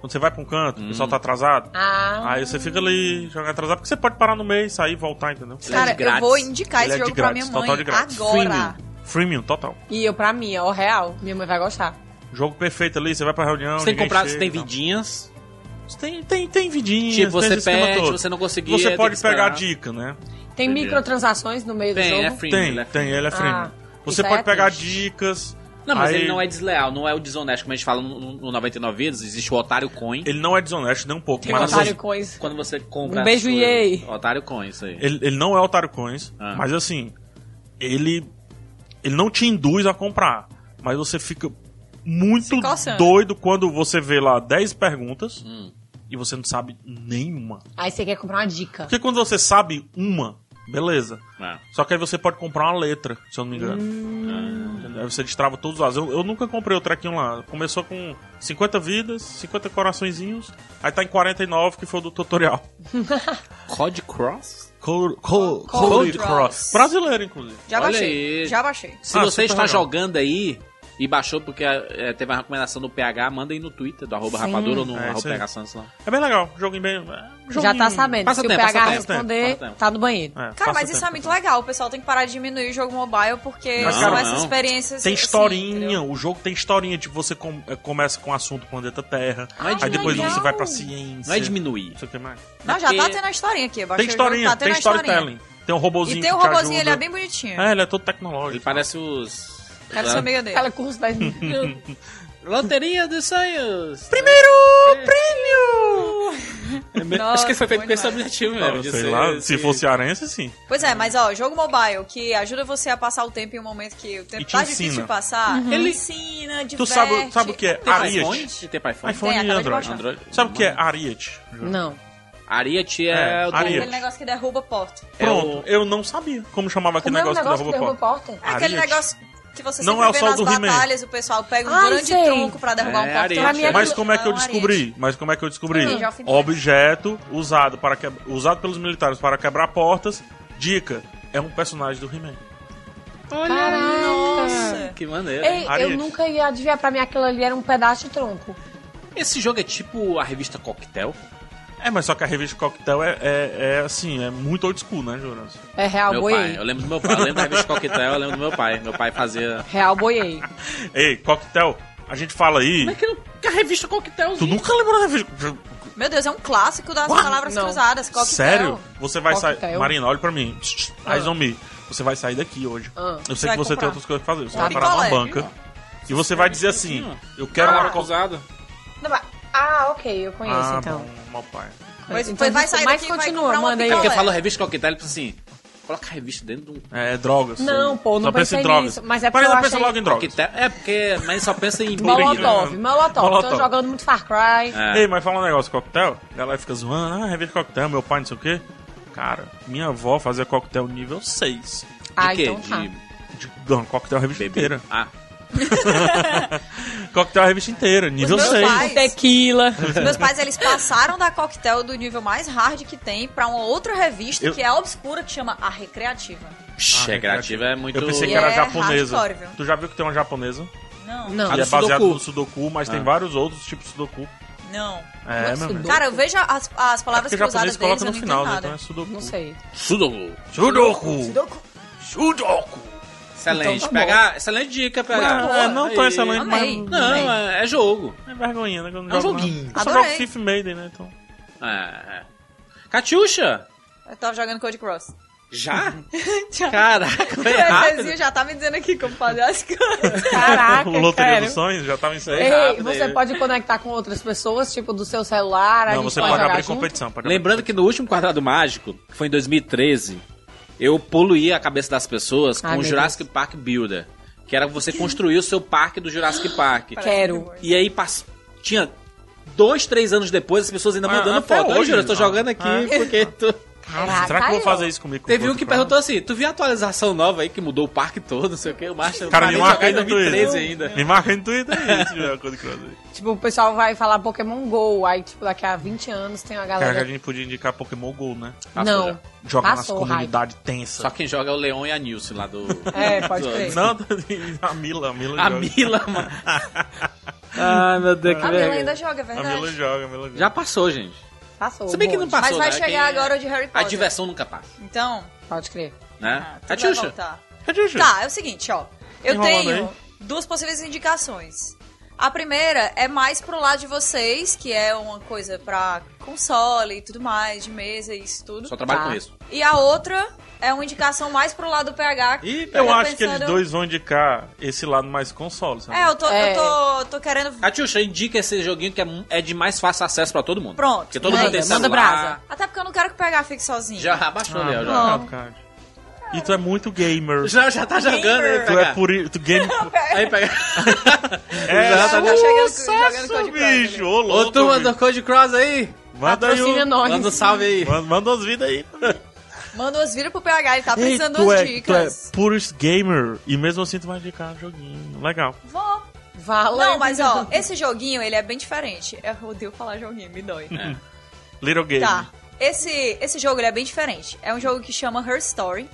Speaker 4: Quando você vai pra um canto, o pessoal tá atrasado.
Speaker 5: Ah.
Speaker 4: Aí você fica ali jogando atrasado, porque você pode parar no meio, sair e voltar, entendeu?
Speaker 3: Ele é de
Speaker 6: Cara, eu
Speaker 3: grátis.
Speaker 6: vou indicar
Speaker 4: Ele
Speaker 6: Tá, esse
Speaker 4: é
Speaker 6: jogo
Speaker 4: de
Speaker 6: pra
Speaker 4: grátis,
Speaker 6: minha
Speaker 4: total de
Speaker 6: mãe
Speaker 4: grátis.
Speaker 6: agora.
Speaker 4: Freemium. Freemium, total.
Speaker 5: E eu, pra mim, ó, real. Minha mãe vai gostar.
Speaker 4: Jogo perfeito ali, você vai pra reunião.
Speaker 3: Você tem
Speaker 4: ninguém
Speaker 3: comprado,
Speaker 4: chega,
Speaker 3: você tem
Speaker 4: não.
Speaker 3: vidinhas.
Speaker 4: Você Tem, tem, tem vidinha.
Speaker 3: Tipo,
Speaker 4: tem
Speaker 3: você
Speaker 4: esse esquema
Speaker 3: perde,
Speaker 4: todo.
Speaker 3: você não conseguia.
Speaker 4: Você
Speaker 3: tem
Speaker 4: pode
Speaker 3: que
Speaker 4: pegar a
Speaker 3: esperar.
Speaker 4: dica, né?
Speaker 5: Tem
Speaker 3: Entendi.
Speaker 5: microtransações no meio do
Speaker 3: Tem, é
Speaker 5: jogo?
Speaker 3: free.
Speaker 4: Tem,
Speaker 3: ele é free.
Speaker 4: tem, ele é freemium.
Speaker 5: Ah,
Speaker 4: você
Speaker 5: isso aí
Speaker 4: pode
Speaker 5: é
Speaker 4: pegar
Speaker 5: triste.
Speaker 4: dicas.
Speaker 3: Não, mas
Speaker 4: aí-
Speaker 3: ele não é desleal, não é o desonesto, como a gente fala no, no 99 vidas, existe o otário coin.
Speaker 4: Ele não é desonesto nem um pouco.
Speaker 5: Tem
Speaker 4: mas
Speaker 5: otário
Speaker 4: assim,
Speaker 5: coins.
Speaker 3: Quando você compra.
Speaker 5: Um beijo,
Speaker 3: as coisas.
Speaker 5: EA.
Speaker 3: Otário coin, isso aí.
Speaker 4: ele, ele não é otário coins,
Speaker 3: Ah.
Speaker 4: mas assim, ele ele não te induz a comprar, mas você fica muito
Speaker 6: Se coçando.
Speaker 4: doido quando você vê lá 10 perguntas
Speaker 3: Hum.
Speaker 4: e você não sabe nenhuma.
Speaker 5: Aí você quer comprar uma dica.
Speaker 4: Porque quando você sabe uma, beleza.
Speaker 3: Ah.
Speaker 4: Só que aí você pode comprar uma letra, se eu não me engano.
Speaker 6: Hum.
Speaker 4: Entendeu? Aí você destrava todos os lados. Eu, eu nunca comprei o trequinho lá. Começou com 50 vidas, 50 coraçõezinhos, aí tá em 49, que foi o do tutorial.
Speaker 3: Code Cross?
Speaker 4: Code,
Speaker 6: Code
Speaker 4: Cross.
Speaker 6: Cross.
Speaker 4: Brasileiro, inclusive.
Speaker 6: Já
Speaker 3: Olha
Speaker 6: baixei.
Speaker 3: aí.
Speaker 6: Já baixei.
Speaker 3: Se
Speaker 4: Ah,
Speaker 3: você
Speaker 4: super
Speaker 3: está
Speaker 4: legal.
Speaker 3: jogando aí e baixou porque é, teve uma recomendação do PH, manda aí no Twitter do arroba rapadura ou no
Speaker 4: É,
Speaker 3: arroba
Speaker 4: isso aí.
Speaker 3: PH Santos lá.
Speaker 4: É bem legal. Joguinho bem. é,
Speaker 5: Já
Speaker 4: joguinho-
Speaker 5: tá sabendo.
Speaker 3: Passa
Speaker 5: Se
Speaker 3: tempo,
Speaker 5: o
Speaker 3: passa
Speaker 5: PH
Speaker 3: tempo,
Speaker 5: responder,
Speaker 3: passa tempo.
Speaker 5: tá no banheiro.
Speaker 4: É,
Speaker 6: Cara,
Speaker 4: passa
Speaker 6: mas
Speaker 4: tempo.
Speaker 6: isso é muito legal. O pessoal tem que parar de diminuir o jogo mobile porque
Speaker 4: Mas,
Speaker 6: são
Speaker 4: cara,
Speaker 6: essas
Speaker 3: não.
Speaker 6: experiências.
Speaker 4: Tem
Speaker 6: assim,
Speaker 4: historinha,
Speaker 6: entendeu?
Speaker 4: o jogo tem historinha. Tipo, você com- eh, começa com o assunto planeta Terra.
Speaker 3: Não é
Speaker 4: aí
Speaker 3: diminuir.
Speaker 4: depois
Speaker 6: legal.
Speaker 4: você vai pra ciência.
Speaker 3: Não é diminuir.
Speaker 4: Não sei o que mais.
Speaker 6: não, já tá
Speaker 3: Porque-
Speaker 6: tendo a historinha aqui. eu baixei
Speaker 4: Tem
Speaker 6: o jogo,
Speaker 4: historinha,
Speaker 6: tá tendo
Speaker 4: tem
Speaker 6: a historinha.
Speaker 4: storytelling. Tem um robozinho
Speaker 6: E tem o
Speaker 4: que te
Speaker 6: robozinho,
Speaker 4: ajuda.
Speaker 6: ele é bem bonitinho.
Speaker 4: É, ele é todo
Speaker 3: Ele
Speaker 4: tecnológico.
Speaker 3: parece os.
Speaker 6: Quero ser amiga dele.
Speaker 5: Aquela curso da...
Speaker 3: Loteria dos sonhos. É. Primeiro prêmio! É Acho que foi feito
Speaker 6: bom
Speaker 3: com esse
Speaker 6: demais.
Speaker 3: objetivo
Speaker 4: Ah,
Speaker 3: mesmo. de
Speaker 4: sei
Speaker 3: ser
Speaker 4: lá,
Speaker 3: esse-
Speaker 4: se fosse arense, sim.
Speaker 6: Pois é, mas ó, jogo mobile que ajuda você a passar o tempo em um momento que o tempo
Speaker 4: te
Speaker 6: tá difícil
Speaker 4: ensina. Uhum.
Speaker 6: de passar.
Speaker 3: Ele-
Speaker 6: ensina, diverte.
Speaker 4: Tu sabe, sabe o que é
Speaker 3: tipo, Tem pra iPhone?
Speaker 4: Ariat?
Speaker 3: Tem pra iPhone?
Speaker 4: iPhone
Speaker 6: Tem,
Speaker 4: e
Speaker 6: acabei de
Speaker 4: Android.
Speaker 6: baixar.
Speaker 3: Android.
Speaker 4: Sabe o que é Ariat?
Speaker 5: Não.
Speaker 3: Ariat
Speaker 4: É,
Speaker 3: é, o do...
Speaker 4: Ariat.
Speaker 6: Aquele negócio que derruba a porta.
Speaker 3: É
Speaker 4: Pronto, eu não sabia como chamava aquele
Speaker 5: Como é o
Speaker 4: negócio que
Speaker 5: negócio que
Speaker 4: derruba
Speaker 5: derruba
Speaker 4: pó.
Speaker 5: a porta?
Speaker 6: É aquele
Speaker 4: Ariete.
Speaker 6: negócio que você
Speaker 4: Não
Speaker 6: sempre
Speaker 4: é o
Speaker 6: vê
Speaker 4: sol
Speaker 6: nas
Speaker 4: do He-Man.
Speaker 6: batalhas, o pessoal pega um
Speaker 5: Ai,
Speaker 6: grande
Speaker 5: sei.
Speaker 6: tronco pra derrubar
Speaker 3: É,
Speaker 6: um portão.
Speaker 3: Ariete.
Speaker 5: Pra mim
Speaker 4: Mas como é que eu
Speaker 6: Não,
Speaker 4: descobri? Mas como é que eu descobri?
Speaker 6: Hum. Já ofendi.
Speaker 4: Objeto usado, para que... usado pelos militares para quebrar portas. Dica: é um personagem do He-Man.
Speaker 6: Nossa.
Speaker 3: Que maneiro. hein?
Speaker 5: Ei,
Speaker 4: Ariete.
Speaker 5: eu nunca ia adivinhar pra mim aquilo ali era um pedaço de tronco.
Speaker 3: Esse jogo é tipo a revista Coquetel.
Speaker 4: É, mas só que a revista Coquetel é, é, é assim, é muito old school, né, Jonas?
Speaker 5: É real,
Speaker 3: meu pai.
Speaker 5: boiei.
Speaker 3: Eu lembro do meu pai. Eu lembro da revista Coquetel, eu lembro do meu pai. Meu pai fazia...
Speaker 5: Real, boiei.
Speaker 4: Ei, Coquetel, a gente fala aí.
Speaker 3: Como é que não- que a revista Coquetel?
Speaker 4: Tu nunca lembrou da revista.
Speaker 6: Meu Deus, é um clássico das palavras
Speaker 5: Não.
Speaker 6: cruzadas. Coquetel.
Speaker 4: Sério? Você vai
Speaker 5: Coquetel.
Speaker 4: sair. Marina, olha pra mim. Eyes on me. Você vai sair daqui hoje.
Speaker 5: Ah.
Speaker 4: Eu
Speaker 6: Você
Speaker 4: sei
Speaker 6: vai
Speaker 4: que você
Speaker 6: comprar.
Speaker 4: tem outras coisas pra fazer. Você
Speaker 6: Tá.
Speaker 4: vai parar numa
Speaker 6: Picolé.
Speaker 5: Hum.
Speaker 4: banca. E você vai dizer assim: Eu quero
Speaker 3: Ah,
Speaker 4: uma Coquetel.
Speaker 5: Não, mas- Ah, ok, eu conheço então.
Speaker 4: bom, mau pai.
Speaker 6: Pois-
Speaker 5: Então,
Speaker 6: pois vai sair
Speaker 5: mas
Speaker 6: daqui e vai
Speaker 5: continua,
Speaker 6: comprar uma
Speaker 5: manda aí.
Speaker 3: É
Speaker 6: picolé.
Speaker 3: porque falou revista Coquetel, ele falou assim... Coloca a revista dentro de um
Speaker 4: É, drogas.
Speaker 5: Não, pô, não
Speaker 4: Só pensa em
Speaker 5: pensei
Speaker 4: drogas.
Speaker 5: nisso, mas é porque
Speaker 4: Marina,
Speaker 5: eu
Speaker 4: pensa
Speaker 5: achei-
Speaker 4: logo em drogas.
Speaker 3: coquetel. É, porque... Mas só pensa em bebida.
Speaker 5: Molotov,
Speaker 4: Obrigado.
Speaker 5: Molotov.
Speaker 4: Molotov.
Speaker 5: Tô jogando muito Far Cry.
Speaker 3: É.
Speaker 4: Ei, mas fala um negócio, coquetel, a galera fica zoando, ah, revista coquetel, meu pai, não sei o quê. Cara, minha avó fazia coquetel nível 6.
Speaker 5: Ah,
Speaker 3: De quê?
Speaker 5: então tá.
Speaker 3: De
Speaker 4: De, não, coquetel a revista
Speaker 3: beber.
Speaker 4: inteira.
Speaker 3: Ah,
Speaker 4: Coquetel a revista inteira, nível
Speaker 6: meus
Speaker 4: 6.
Speaker 6: pais-
Speaker 5: Tequila.
Speaker 6: Os Meus pais, eles passaram da coquetel do nível mais hard que tem pra uma outra revista
Speaker 4: Eu-
Speaker 6: que é a obscura, que chama A Recreativa.
Speaker 3: Psh, é criativa, é muito...
Speaker 4: Eu pensei que
Speaker 6: E
Speaker 4: era
Speaker 6: é
Speaker 4: japonesa.
Speaker 6: hardcore, viu?
Speaker 4: tu já viu que tem uma japonesa?
Speaker 6: Não,
Speaker 5: Não.
Speaker 3: Ah,
Speaker 4: que é
Speaker 3: do
Speaker 4: baseada
Speaker 3: Sudoku.
Speaker 4: no Sudoku, mas tem
Speaker 3: Ah.
Speaker 4: vários outros tipos de Sudoku.
Speaker 6: não.
Speaker 4: É,
Speaker 5: Mas
Speaker 4: meu
Speaker 5: Sudoku-
Speaker 4: amigo.
Speaker 6: Cara, eu vejo as, as
Speaker 4: É
Speaker 6: palavras
Speaker 4: porque
Speaker 6: cruzadas
Speaker 4: japonês
Speaker 6: deles,
Speaker 4: coloca
Speaker 6: eu
Speaker 4: no
Speaker 6: não entendo
Speaker 4: final, né?
Speaker 6: nada.
Speaker 4: Então é Sudoku.
Speaker 5: Não sei.
Speaker 3: Sudoku.
Speaker 4: Sudoku!
Speaker 3: Sudoku. Excelente.
Speaker 5: Então tá bom.
Speaker 3: pegar, excelente dica, pegar.
Speaker 4: Não, é, não tão
Speaker 3: Aí.
Speaker 4: excelente, mas
Speaker 6: Amei.
Speaker 3: Não, é, é jogo.
Speaker 4: é vergonha, né? que eu não
Speaker 3: É um
Speaker 4: jogo nada.
Speaker 3: joguinho.
Speaker 4: Eu só jogo
Speaker 6: Adorei.
Speaker 4: Fifth Maiden, né? Então.
Speaker 3: É, é. Catiuxa!
Speaker 6: Eu tava jogando Code Cross.
Speaker 3: Já?
Speaker 6: Tchau.
Speaker 3: Caraca, foi
Speaker 4: Ah.
Speaker 6: O
Speaker 3: rápido.
Speaker 6: Zezinho já tá me dizendo aqui como fazer as coisas.
Speaker 5: Caraca,
Speaker 4: o Loteria
Speaker 5: sério.
Speaker 4: dos Sonhos já tava encerrado.
Speaker 5: Ei,
Speaker 3: rápido,
Speaker 5: você
Speaker 3: aí.
Speaker 5: pode conectar com outras pessoas, tipo do seu celular, a
Speaker 4: Não,
Speaker 5: gente
Speaker 4: você
Speaker 5: pode
Speaker 4: pode
Speaker 5: jogar
Speaker 4: abrir
Speaker 5: junto.
Speaker 4: competição. Pode abrir
Speaker 3: Lembrando que no último Quadrado Mágico, que foi em 2013, eu poluí a cabeça das pessoas com
Speaker 5: Ai,
Speaker 3: o
Speaker 5: meu
Speaker 3: Jurassic Park Builder. Que era você construir o seu parque do Jurassic Park.
Speaker 5: Quero.
Speaker 3: E aí pass... tinha dois, três anos depois, as pessoas ainda
Speaker 4: Ah,
Speaker 3: mandando
Speaker 4: até
Speaker 3: foto. Hoje,
Speaker 4: hoje,
Speaker 3: eu tô
Speaker 4: ah,
Speaker 3: jogando aqui
Speaker 4: ah.
Speaker 3: porque tu...
Speaker 4: Rapaz, será que eu vou fazer isso comigo? com
Speaker 8: Teve
Speaker 4: o
Speaker 8: um que
Speaker 4: Portugal?
Speaker 8: perguntou assim: tu viu a atualização nova aí que mudou o parque todo, não sei o que, o Master.
Speaker 4: Cara,
Speaker 8: parei
Speaker 4: me
Speaker 8: de
Speaker 4: marca
Speaker 8: jogar
Speaker 4: aí
Speaker 8: em
Speaker 4: no
Speaker 8: 2013
Speaker 4: Twitter.
Speaker 8: ainda.
Speaker 4: Me marca aí no Twitter aí, se tiver uma coisa que eu fazer.
Speaker 5: Tipo, o pessoal vai falar Pokémon GO, aí, tipo, daqui a 20 anos tem uma
Speaker 4: Cara, que a
Speaker 5: galera...
Speaker 4: gente podia indicar Pokémon GO, né?
Speaker 5: Não.
Speaker 4: já. Joga nas
Speaker 5: Passou o
Speaker 4: comunidades tensas.
Speaker 8: Ah, Só quem joga é o Leon e a Nilce lá do.
Speaker 5: É, pode
Speaker 8: do-
Speaker 5: crer.
Speaker 4: Não, a Mila, a Mila
Speaker 8: A
Speaker 4: joga.
Speaker 8: Mila, mano. Ai, meu Deus, que
Speaker 6: A Mila
Speaker 8: vergonha.
Speaker 6: ainda joga, é
Speaker 4: A
Speaker 6: verdade.
Speaker 4: Mila joga, a Mila joga.
Speaker 8: Já passou, gente.
Speaker 5: Passou.
Speaker 8: Se bem que
Speaker 5: boa.
Speaker 8: não passou,
Speaker 6: Mas vai
Speaker 8: né?
Speaker 6: chegar
Speaker 8: Quem-
Speaker 6: agora o de Harry
Speaker 8: A
Speaker 6: Potter.
Speaker 8: diversão nunca passa,
Speaker 6: Então,
Speaker 5: Pode crer.
Speaker 6: ah,
Speaker 8: né?
Speaker 6: tudo
Speaker 8: A
Speaker 6: vai
Speaker 8: Xuxa.
Speaker 6: voltar.
Speaker 4: Cadê, gente?
Speaker 6: Tá, é o seguinte, ó. Eu
Speaker 4: Enrolando
Speaker 6: tenho duas possíveis indicações. A primeira é mais pro lado de vocês, que é uma coisa pra console e tudo mais, de mesa e isso tudo.
Speaker 8: Só trabalho
Speaker 5: Tá.
Speaker 8: com isso.
Speaker 6: E a outra é uma indicação mais pro lado do PH.
Speaker 4: E
Speaker 6: que
Speaker 4: eu
Speaker 6: tô
Speaker 4: acho que eles
Speaker 6: tá pensando-
Speaker 4: dois vão indicar esse lado mais console, sabe?
Speaker 6: É, eu tô,
Speaker 5: É.
Speaker 6: eu tô, tô querendo...
Speaker 8: A Xuxa indica esse joguinho que é, é de mais fácil acesso pra todo mundo.
Speaker 6: Pronto.
Speaker 8: Porque todo
Speaker 5: Manda,
Speaker 8: mundo tem celular.
Speaker 5: manda brasa.
Speaker 6: Até porque eu não quero que o PH fique sozinho.
Speaker 8: Já abaixou, Léo. Já.
Speaker 4: Ah, cara. E tu é muito gamer.
Speaker 8: Já, já tá jogando aí,
Speaker 4: Tu é
Speaker 8: pegar.
Speaker 4: puri... Tu game...
Speaker 8: Aí pega.
Speaker 4: É,
Speaker 8: já tá
Speaker 6: tá chegando- jogando
Speaker 4: sucesso,
Speaker 6: Code Cross ali.
Speaker 4: bicho. Ô,
Speaker 8: Ô,
Speaker 4: louco,
Speaker 8: turma
Speaker 4: bicho.
Speaker 8: do Code Cross aí.
Speaker 4: Manda aí
Speaker 5: Patrocina
Speaker 4: um...
Speaker 5: nós.
Speaker 8: Manda um salve aí.
Speaker 4: Manda, manda as vidas aí.
Speaker 6: Manda umas viras pro PH, ele tá
Speaker 4: Ei,
Speaker 6: precisando
Speaker 4: tu,
Speaker 6: umas
Speaker 4: é, tu é
Speaker 6: dicas.
Speaker 4: purist gamer. E mesmo assim tu vai indicar um joguinho. Legal.
Speaker 6: Vou.
Speaker 5: Fala.
Speaker 6: Não, mas ó, esse joguinho, ele é bem diferente. Eu odeio falar joguinho, me dói.
Speaker 4: Little Game.
Speaker 6: Tá. Esse, esse jogo ele é bem diferente. É um jogo que chama Her Story.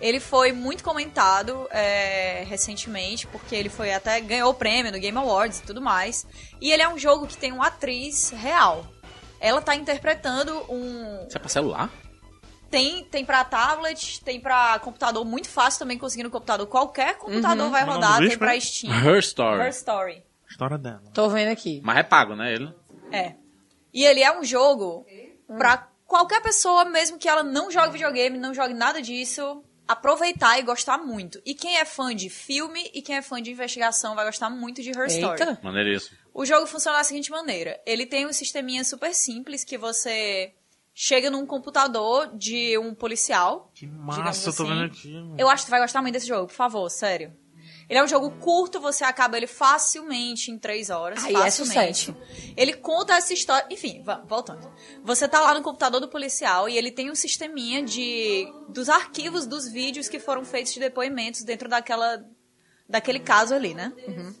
Speaker 6: Ele foi muito comentado é, recentemente, porque ele foi até ganhou o prêmio no Game Awards e tudo mais. E ele é um jogo que tem uma atriz real. Ela tá interpretando um.
Speaker 8: Isso é pra celular?
Speaker 6: Tem, tem pra tablet, tem pra computador muito fácil também conseguir no computador. Qualquer computador vai
Speaker 4: Como é o
Speaker 6: rodar,
Speaker 4: nome do bicho,
Speaker 6: tem pra
Speaker 4: né?
Speaker 6: Steam.
Speaker 8: Her Story.
Speaker 6: Her Story.
Speaker 4: História dela.
Speaker 5: Tô vendo aqui.
Speaker 8: Mas é pago, né? Ele?
Speaker 6: É. E ele é um jogo pra qualquer pessoa, mesmo que ela não jogue videogame, não jogue nada disso, aproveitar e gostar muito. E quem é fã de filme e quem é fã de investigação vai gostar muito de Her Story.
Speaker 5: Eita.
Speaker 8: Maneiríssimo.
Speaker 6: O jogo funciona da seguinte maneira: ele tem um sisteminha super simples que você chega num computador de um policial.
Speaker 4: Que
Speaker 6: digamos
Speaker 4: massa, eu tô
Speaker 6: assim.
Speaker 4: vendo aqui, mano. Ah,
Speaker 6: Eu acho que tu vai gostar muito desse jogo, por favor, sério. Ele é um jogo curto, você acaba ele facilmente em três horas.
Speaker 5: Aí é
Speaker 6: facilmente.
Speaker 5: sucesso.
Speaker 6: Ele conta essa história. Enfim, va- voltando. Você tá lá no computador do policial e ele tem um sisteminha de. dos arquivos dos vídeos que foram feitos de depoimentos dentro daquela. daquele caso ali, né?
Speaker 5: Uhum.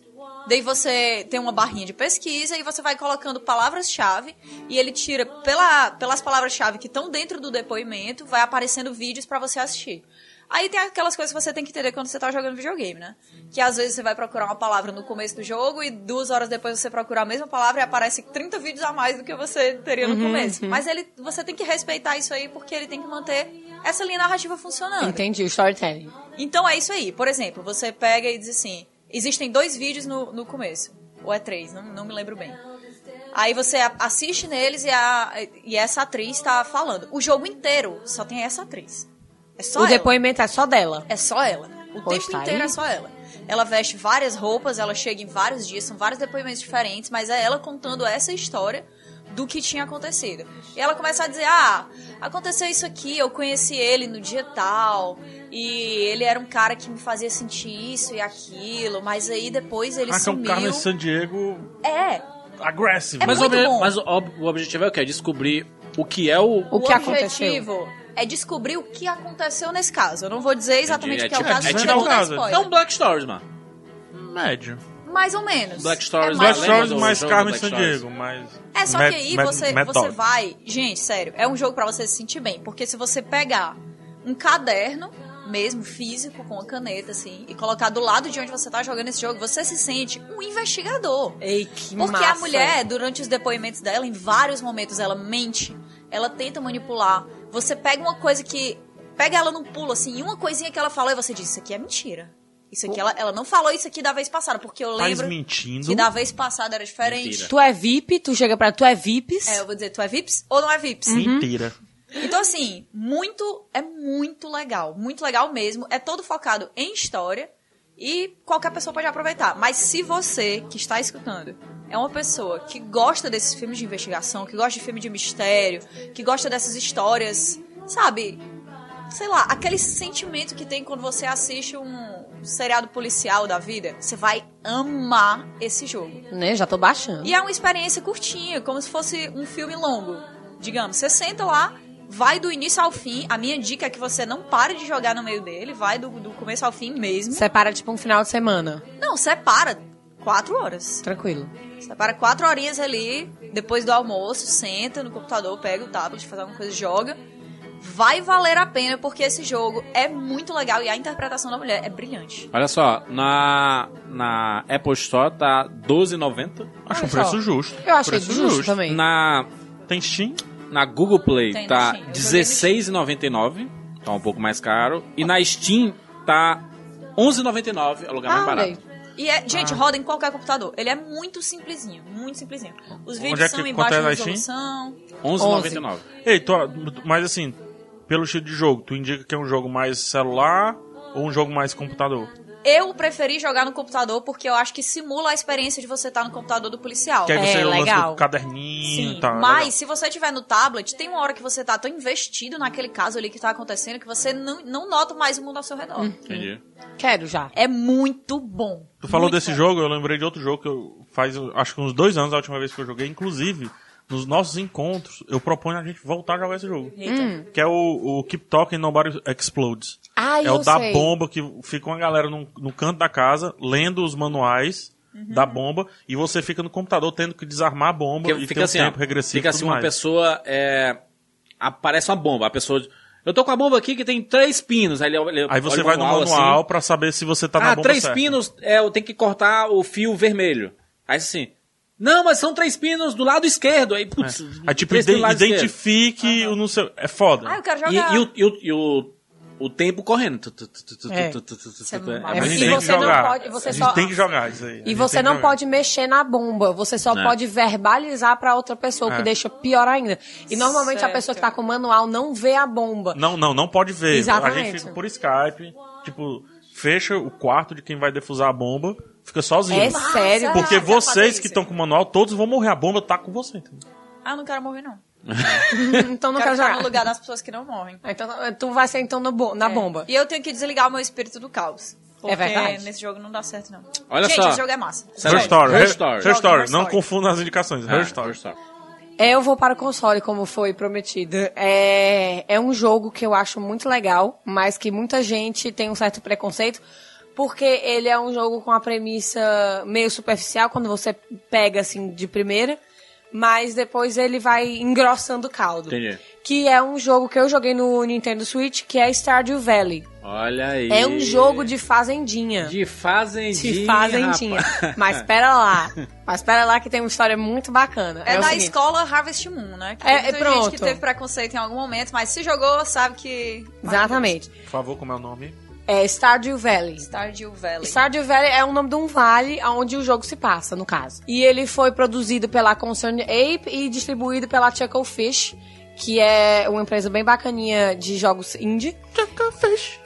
Speaker 6: Daí você tem uma barrinha de pesquisa e você vai colocando palavras-chave e ele tira pela, pelas palavras-chave que estão dentro do depoimento, vai aparecendo vídeos pra você assistir. Aí tem aquelas coisas que você tem que entender quando você tá jogando videogame, né? Que às vezes você vai procurar uma palavra no começo do jogo e duas horas depois você procura a mesma palavra e aparece 30 vídeos a mais do que você teria no começo. Mas ele, você tem que respeitar isso aí porque ele tem que manter essa linha narrativa funcionando.
Speaker 5: Entendi, o storytelling.
Speaker 6: Então é isso aí. Por exemplo, você pega e diz assim: existem dois vídeos no, no começo. Ou é três, não, não me lembro bem. Aí você a- assiste neles e, a, e essa atriz tá falando. O jogo inteiro só tem essa atriz. É só
Speaker 5: o
Speaker 6: ela.
Speaker 5: depoimento é só dela.
Speaker 6: É só ela. O
Speaker 5: Pois
Speaker 6: tempo
Speaker 5: tá aí.
Speaker 6: inteiro é só ela. Ela veste várias roupas, ela chega em vários dias, são vários depoimentos diferentes, mas é ela contando essa história do que tinha acontecido. E ela começa a dizer: Ah, aconteceu isso aqui, eu conheci ele no dia tal, e ele era um cara que me fazia sentir isso e aquilo, mas aí depois ele
Speaker 4: Ah, que é um
Speaker 6: sumiu.
Speaker 4: Carlos San Diego
Speaker 6: É,
Speaker 4: aggressive.
Speaker 6: É
Speaker 8: Mas, o,
Speaker 6: muito
Speaker 8: obje-
Speaker 6: bom.
Speaker 8: mas o, ob- o objetivo é o quê? É descobrir o que é o.
Speaker 5: O que aconteceu?
Speaker 6: objetivo é descobrir o que aconteceu nesse caso. Eu não vou dizer exatamente
Speaker 8: É
Speaker 6: o que é o
Speaker 8: tipo-
Speaker 6: caso,
Speaker 8: é
Speaker 6: porque
Speaker 8: tipo
Speaker 6: eu
Speaker 8: um
Speaker 6: vou dar
Speaker 4: caso.
Speaker 6: spoiler.
Speaker 8: É um Black Stories, mano.
Speaker 4: médio.
Speaker 6: Mais ou menos.
Speaker 8: Black Stories,
Speaker 6: é
Speaker 4: Black
Speaker 6: mais
Speaker 8: Além
Speaker 6: ou
Speaker 4: Stories
Speaker 8: do
Speaker 4: mais
Speaker 8: jogo
Speaker 4: Carmen
Speaker 8: Black
Speaker 4: San
Speaker 8: Stories.
Speaker 4: Diego, mas...
Speaker 6: É, só
Speaker 4: Mad-
Speaker 6: que aí
Speaker 4: Mad-
Speaker 6: você,
Speaker 4: Mad
Speaker 6: você
Speaker 4: Dog.
Speaker 6: vai. Gente, sério, é um jogo pra você se sentir bem. Porque se você pegar um caderno, mesmo físico, com a caneta, assim, e colocar do lado de onde você tá jogando esse jogo, você se sente um investigador.
Speaker 5: Ei, que
Speaker 6: Porque a
Speaker 5: É massa.
Speaker 6: mulher, durante os depoimentos dela, em vários momentos, ela mente, ela tenta manipular. Você pega uma coisa que. Pega ela num pulo, assim, e uma coisinha que ela falou, e você diz: Isso aqui é mentira. Isso aqui, ela, ela não falou isso aqui da vez passada, porque eu
Speaker 4: Faz
Speaker 6: lembro
Speaker 4: mentindo.
Speaker 6: que da vez passada era diferente.
Speaker 8: Mentira.
Speaker 5: Tu é VIP, tu chega pra... Tu é VIPs.
Speaker 6: É, eu vou dizer, tu é VIPs ou não é VIPs?
Speaker 4: Mentira.
Speaker 6: Então, assim, muito, é muito legal. Muito legal mesmo. É todo focado em história e qualquer pessoa pode aproveitar. Mas se você que está escutando é uma pessoa que gosta desses filmes de investigação, que gosta de filme de mistério, que gosta dessas histórias, sabe? Sei lá, aquele sentimento que tem quando você assiste um seriado policial da vida, você vai amar esse jogo.
Speaker 5: Né, já tô baixando.
Speaker 6: E é uma experiência curtinha, como se fosse um filme longo. Digamos, você senta lá, vai do início ao fim. A minha dica é que você não pare de jogar no meio dele, vai do, do começo ao fim mesmo.
Speaker 5: Separa, tipo, um final de semana.
Speaker 6: Não, separa quatro horas.
Speaker 5: Tranquilo.
Speaker 6: Separa quatro horinhas ali, depois do almoço, senta no computador, pega o tablet, faz alguma coisa, joga. Vai valer a pena, porque esse jogo é muito legal e a interpretação da mulher é brilhante.
Speaker 3: Olha só, na, na Apple Store tá 12,90.
Speaker 4: Acho
Speaker 5: Olha
Speaker 4: um preço
Speaker 5: só.
Speaker 4: justo.
Speaker 5: Eu achei
Speaker 4: preço
Speaker 5: justo, também.
Speaker 3: Na,
Speaker 4: Tem Steam?
Speaker 3: na Google Play
Speaker 6: Tem,
Speaker 3: tá
Speaker 6: sim, eu joguei no
Speaker 3: R$16,99. Tá um pouco mais caro. E na Steam tá 11,99. É o lugar mais
Speaker 5: Ah,
Speaker 3: barato.
Speaker 5: olha aí.
Speaker 6: E é,
Speaker 4: Ah.
Speaker 6: gente, roda em qualquer computador. Ele é muito simplesinho, muito simplesinho. Os vídeos
Speaker 4: é que-
Speaker 6: são em
Speaker 4: quanto é
Speaker 6: baixa
Speaker 4: na Steam?
Speaker 6: resolução.
Speaker 3: 11,99.
Speaker 4: Ei, tu, mas assim, pelo estilo de jogo, tu indica que é um jogo mais celular ou um jogo mais computador?
Speaker 6: Eu preferi jogar no computador porque eu acho que simula a experiência de você estar no computador do policial.
Speaker 4: Que aí
Speaker 5: É,
Speaker 4: você lança
Speaker 5: legal.
Speaker 4: do caderninho tá,
Speaker 6: Sim,
Speaker 4: e tal.
Speaker 6: mas
Speaker 4: legal.
Speaker 6: se você tiver no tablet, tem uma hora que você tá tão investido naquele caso ali que tá acontecendo que você não, não nota mais o mundo ao seu redor.
Speaker 5: Hum.
Speaker 3: Entendi.
Speaker 5: Quero já.
Speaker 6: É muito bom.
Speaker 4: Tu falou
Speaker 6: Muito
Speaker 4: desse
Speaker 6: bom.
Speaker 4: jogo, eu lembrei de outro jogo que eu faz acho que uns dois anos a última vez que eu joguei. Inclusive, nos nossos encontros, eu proponho a gente voltar a jogar esse jogo.
Speaker 6: Eita.
Speaker 4: Que é o, o Keep Talking Nobody Explodes.
Speaker 5: Ai,
Speaker 4: é o
Speaker 5: eu
Speaker 4: da
Speaker 5: sei.
Speaker 4: bomba que fica uma galera num- no, canto da casa lendo os manuais
Speaker 5: Uhum.
Speaker 4: da bomba e você fica no computador tendo que desarmar a bomba
Speaker 3: Porque
Speaker 4: e
Speaker 3: fica
Speaker 4: tem um
Speaker 3: assim,
Speaker 4: tempo
Speaker 3: ó,
Speaker 4: regressivo.
Speaker 3: Fica
Speaker 4: e tudo
Speaker 3: assim, uma
Speaker 4: mais.
Speaker 3: pessoa. É, aparece uma bomba. A pessoa. Eu tô com a bomba aqui que tem três pinos. Aí, ele, ele
Speaker 4: Aí
Speaker 3: olha
Speaker 4: você
Speaker 3: o
Speaker 4: vai no manual
Speaker 3: assim.
Speaker 4: pra saber se você tá na
Speaker 3: ah,
Speaker 4: bomba
Speaker 3: três
Speaker 4: certa.
Speaker 3: pinos, é, eu tenho que cortar o fio vermelho. Aí assim. Não, mas são três pinos do lado esquerdo. Aí, putz,
Speaker 4: Aí tipo,
Speaker 3: três pinos
Speaker 4: ide-
Speaker 3: do lado esquerdo.
Speaker 4: identifique o não sei. É foda.
Speaker 6: Ah, eu quero
Speaker 3: E,
Speaker 6: jogar.
Speaker 3: e o, e, o, e o, o tempo correndo. Tu, tu, tu, tu, tu,
Speaker 5: É.
Speaker 3: tu, tu, tu, tu, tu,
Speaker 6: Isso é
Speaker 3: tu,
Speaker 6: maravilhoso.
Speaker 3: é
Speaker 4: A
Speaker 3: muito
Speaker 4: gente
Speaker 5: E
Speaker 4: tem que
Speaker 5: você não
Speaker 4: jogar.
Speaker 5: pode- você
Speaker 4: a gente
Speaker 5: só-
Speaker 4: tem que jogar isso aí. A
Speaker 5: E
Speaker 4: gente
Speaker 5: você
Speaker 4: tem que
Speaker 5: não
Speaker 4: jogar.
Speaker 5: pode mexer na bomba, você só
Speaker 3: É.
Speaker 5: pode verbalizar pra outra pessoa,
Speaker 4: É.
Speaker 5: que deixa pior ainda. E normalmente a
Speaker 6: Certo.
Speaker 5: pessoa que tá com o manual não vê a bomba.
Speaker 4: Não, não, não pode ver. A
Speaker 5: Exatamente.
Speaker 4: gente fica por Skype, tipo, fecha o quarto de quem vai defusar a bomba, fica sozinho.
Speaker 5: É sério.
Speaker 4: Porque
Speaker 6: Ah, quero fazer
Speaker 4: vocês
Speaker 6: isso.
Speaker 4: que estão com o manual, todos vão morrer. A bomba tá com você. entendeu?
Speaker 6: Ah, eu não quero morrer, não.
Speaker 5: então não
Speaker 6: quero
Speaker 5: quero
Speaker 6: estar
Speaker 5: jogar.
Speaker 6: no lugar das pessoas que não morrem.
Speaker 5: Ah, Então, tu vai ser então no bo- na
Speaker 6: É.
Speaker 5: bomba. É
Speaker 6: E eu tenho que desligar o meu espírito do caos. Porque
Speaker 5: verdade.
Speaker 6: nesse jogo não dá certo, não.
Speaker 3: Olha
Speaker 6: Gente,
Speaker 3: só.
Speaker 6: esse jogo é massa.
Speaker 3: Sério?
Speaker 4: Her Story.
Speaker 3: Her
Speaker 4: Her
Speaker 3: Story.
Speaker 4: Her Story.
Speaker 6: Her
Speaker 4: Não
Speaker 6: Story.
Speaker 4: confunda as indicações.
Speaker 3: Ah,
Speaker 4: Her Story.
Speaker 5: É, eu vou para o console, como foi prometido. É, é um jogo que eu acho muito legal, mas que muita gente tem um certo preconceito, porque ele é um jogo com a premissa meio superficial, quando você pega assim de primeira, mas depois ele vai engrossando o caldo.
Speaker 3: Entendi.
Speaker 5: Que é um jogo que eu joguei no Nintendo Switch, que é Stardew Valley.
Speaker 3: Olha aí.
Speaker 5: É um jogo de fazendinha.
Speaker 3: De fazendinha.
Speaker 5: De fazendinha.
Speaker 3: rapaz.
Speaker 5: Mas pera lá. Mas pera lá que tem uma história muito bacana.
Speaker 6: É,
Speaker 5: o
Speaker 6: da
Speaker 5: seguinte.
Speaker 6: escola Harvest Moon, né? Que
Speaker 5: É,
Speaker 6: tem
Speaker 5: é,
Speaker 6: muita gente
Speaker 5: pronto.
Speaker 6: que teve preconceito em algum momento, mas se jogou, sabe que...
Speaker 5: Exatamente.
Speaker 4: Por favor, como é o nome?
Speaker 5: É Stardew Valley.
Speaker 6: Stardew Valley.
Speaker 5: Stardew Valley é o nome de um vale onde o jogo se passa, no caso. E ele foi produzido pela Concerned Ape e distribuído pela Chucklefish, que é uma empresa bem bacaninha de jogos indie. Chucklefish.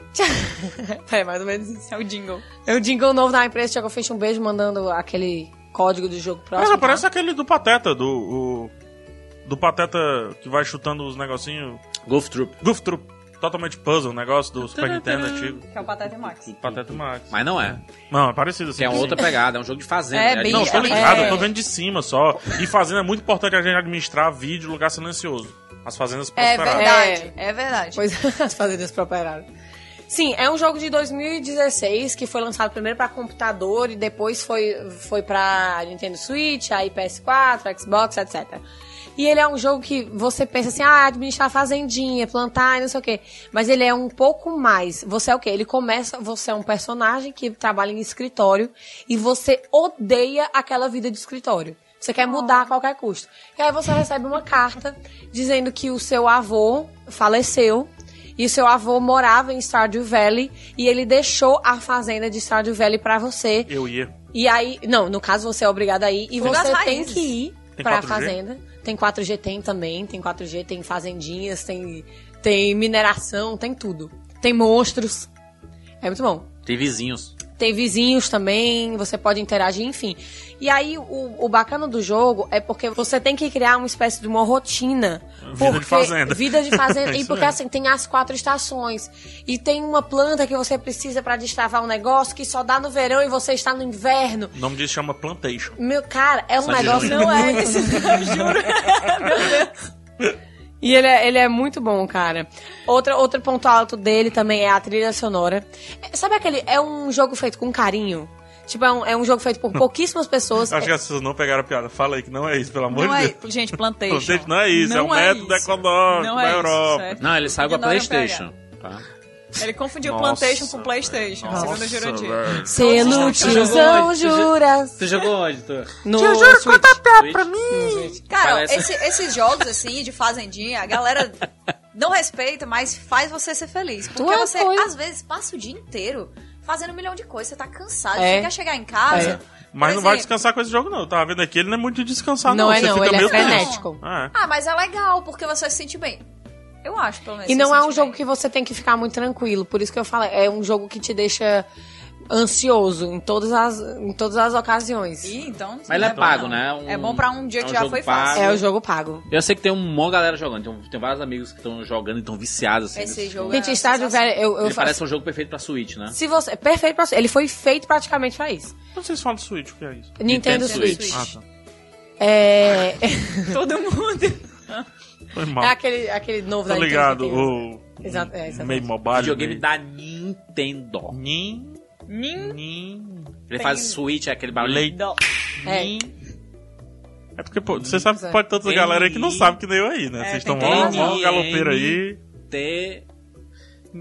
Speaker 5: é mais ou menos isso.
Speaker 6: É o jingle.
Speaker 5: É o jingle novo da empresa Chucklefish, um beijo mandando aquele código do jogo próximo.
Speaker 4: Cara,
Speaker 5: tá?
Speaker 4: parece aquele do Pateta, do. o- do Pateta que vai chutando os negocinhos.
Speaker 3: Golf Troop.
Speaker 4: Goof Troop. Totalmente puzzle, o negócio do Super Nintendo antigo.
Speaker 6: Que é o Pateta e Max.
Speaker 4: Pateta Max.
Speaker 3: Mas não é.
Speaker 4: Não, é parecido assim.
Speaker 3: Tem uma
Speaker 4: sim.
Speaker 3: outra pegada. É um jogo de fazenda.
Speaker 6: É,
Speaker 3: né?
Speaker 6: bem-
Speaker 4: Não, eu tô ligado,
Speaker 5: É.
Speaker 4: eu tô vendo de cima só. E fazenda é muito importante a gente administrar vídeo, lugar silencioso. As fazendas
Speaker 6: É
Speaker 4: prosperaram.
Speaker 6: verdade, é, verdade.
Speaker 5: Pois as fazendas prosperaram. Sim, é um jogo de 2016 que foi lançado primeiro pra computador e depois foi, foi para Nintendo Switch, aí PS4, Xbox, etc. E ele é um jogo que você pensa assim, ah, administrar fazendinha, plantar e não sei o quê. Mas ele é um pouco mais. Você é o quê? Ele começa, você é um personagem que trabalha em escritório e você odeia aquela vida de escritório. Você quer mudar a qualquer custo. E aí você recebe uma carta dizendo que o seu avô faleceu e seu avô morava em Stardew Valley e ele deixou a fazenda de Stardew Valley pra você.
Speaker 4: Eu ia.
Speaker 5: E aí, não, no caso você é obrigado a ir e
Speaker 6: Fuga
Speaker 5: você
Speaker 6: as
Speaker 5: tem
Speaker 6: raízes.
Speaker 5: que ir
Speaker 4: Tem
Speaker 5: pra
Speaker 4: 4G?
Speaker 5: fazenda. Tem 4G tem também, tem 4G, tem fazendinhas, tem tem mineração, tem tudo. Tem monstros. É muito bom.
Speaker 3: Tem vizinhos.
Speaker 5: Tem vizinhos também, você pode interagir, enfim. E aí, o, o bacana do jogo é porque você tem que criar uma espécie de uma rotina.
Speaker 4: Vida de fazenda. É
Speaker 5: Vida de fazenda. e
Speaker 4: Isso
Speaker 5: porque,
Speaker 4: mesmo.
Speaker 5: assim, tem as quatro estações. E tem uma planta que você precisa pra destravar um negócio que só dá no verão e você está no inverno.
Speaker 4: O nome disso chama Plantation.
Speaker 5: Meu, cara, é um
Speaker 3: Só de
Speaker 5: negócio...
Speaker 3: junho.
Speaker 5: Não é esse, eu juro. Meu Deus. E ele é, ele é muito bom, cara. Outra, outro ponto alto dele também é a trilha sonora. É, Sabe aquele. É um jogo feito com carinho? Tipo, é um, é um jogo feito por pouquíssimas pessoas.
Speaker 4: Acho que as pessoas não pegaram a piada. Fala aí que não é isso, pelo amor
Speaker 6: Não
Speaker 4: de
Speaker 6: é,
Speaker 4: Deus.
Speaker 6: gente, Plantation.
Speaker 4: Plantation não é isso, é um método
Speaker 6: isso.
Speaker 4: econômico
Speaker 6: Não
Speaker 4: da
Speaker 6: é isso,
Speaker 4: Europa.
Speaker 6: certo?
Speaker 3: Não, ele saiu com a
Speaker 6: Ignora
Speaker 3: PlayStation. Tá?
Speaker 6: PH. Ele confundiu
Speaker 3: Nossa,
Speaker 6: Plantation com
Speaker 3: velho.
Speaker 6: PlayStation,
Speaker 3: Nossa,
Speaker 6: segundo o Jurandir.
Speaker 3: velho.
Speaker 5: Selo
Speaker 6: Vocês
Speaker 3: estão
Speaker 5: tiozão
Speaker 3: jogando onde?
Speaker 5: jura.
Speaker 3: Tu jogou onde, tu?
Speaker 5: No Switch.
Speaker 3: Switch?
Speaker 6: Cara,
Speaker 3: Parece-
Speaker 6: esse- esses jogos assim de fazendinha, a galera não respeita, mas faz você ser feliz. Porque
Speaker 5: é
Speaker 6: você,
Speaker 5: doido.
Speaker 6: às vezes, passa o dia inteiro fazendo um milhão de coisas, você tá cansado,
Speaker 5: É.
Speaker 6: você quer chegar em casa.
Speaker 4: É. Mas
Speaker 6: Por
Speaker 4: não vai
Speaker 6: exemplo,
Speaker 4: descansar com esse jogo, não. Eu tava vendo aqui, ele não é muito de descansar,
Speaker 5: Não
Speaker 4: não.
Speaker 5: é
Speaker 4: Você
Speaker 5: não,
Speaker 4: fica
Speaker 5: ele é
Speaker 4: meio tenso.
Speaker 5: frenético.
Speaker 4: Ah,
Speaker 6: Ah, mas é legal, porque você se sente bem. Eu acho, pelo menos.
Speaker 5: E
Speaker 6: eu
Speaker 5: não é
Speaker 6: senti
Speaker 5: um jogo
Speaker 6: bem.
Speaker 5: que você tem que ficar muito tranquilo. Por isso que eu falo, é um jogo que te deixa ansioso em todas as, em todas as ocasiões.
Speaker 6: Ih, então,
Speaker 3: Mas ele é
Speaker 6: não bom,
Speaker 3: pago,
Speaker 6: não.
Speaker 3: né? Um-
Speaker 6: é bom pra um dia
Speaker 3: é
Speaker 6: que
Speaker 3: um
Speaker 6: já
Speaker 3: jogo
Speaker 6: foi
Speaker 3: pago.
Speaker 6: fácil.
Speaker 5: É o jogo pago.
Speaker 3: Eu sei que tem uma mó galera jogando. Tem, tem vários amigos que estão jogando e estão viciados. Assim,
Speaker 6: Esse
Speaker 3: nesse
Speaker 6: jogo
Speaker 5: Gente,
Speaker 6: é
Speaker 5: estádio
Speaker 6: sensacional.
Speaker 5: velho, eu, eu
Speaker 3: Ele
Speaker 5: faço-
Speaker 3: parece um jogo perfeito pra Switch, né?
Speaker 5: Se você. é Perfeito pra você. Ele foi feito praticamente pra isso.
Speaker 4: não sei se fala de Switch, o que é isso?
Speaker 5: Nintendo,
Speaker 3: Nintendo
Speaker 5: Switch.
Speaker 3: Switch.
Speaker 4: Ah, tá.
Speaker 5: É.
Speaker 6: Todo mundo.
Speaker 4: Foi mal.
Speaker 5: é aquele, aquele novo
Speaker 4: Tô
Speaker 5: da
Speaker 4: ligado,
Speaker 5: Nintendo. que tem né?
Speaker 4: o...
Speaker 5: Exato, é, exatamente.
Speaker 4: meio mobile.
Speaker 3: Videogame
Speaker 4: meio-
Speaker 3: da Nintendo.
Speaker 4: Nin...
Speaker 6: Nin-
Speaker 4: Nin...
Speaker 3: Ele faz Switch, é aquele barulho.
Speaker 4: Lei-
Speaker 5: É.
Speaker 4: Nin... É porque, pô, você sabe que
Speaker 5: Exato.
Speaker 4: pode ter tanta galera aí que não
Speaker 3: Entendi.
Speaker 4: sabe que nem eu aí, né?
Speaker 6: É,
Speaker 4: Vocês
Speaker 6: tem
Speaker 4: estão mó,
Speaker 3: que
Speaker 4: mó
Speaker 3: entender.
Speaker 4: galopeiro aí.
Speaker 3: T.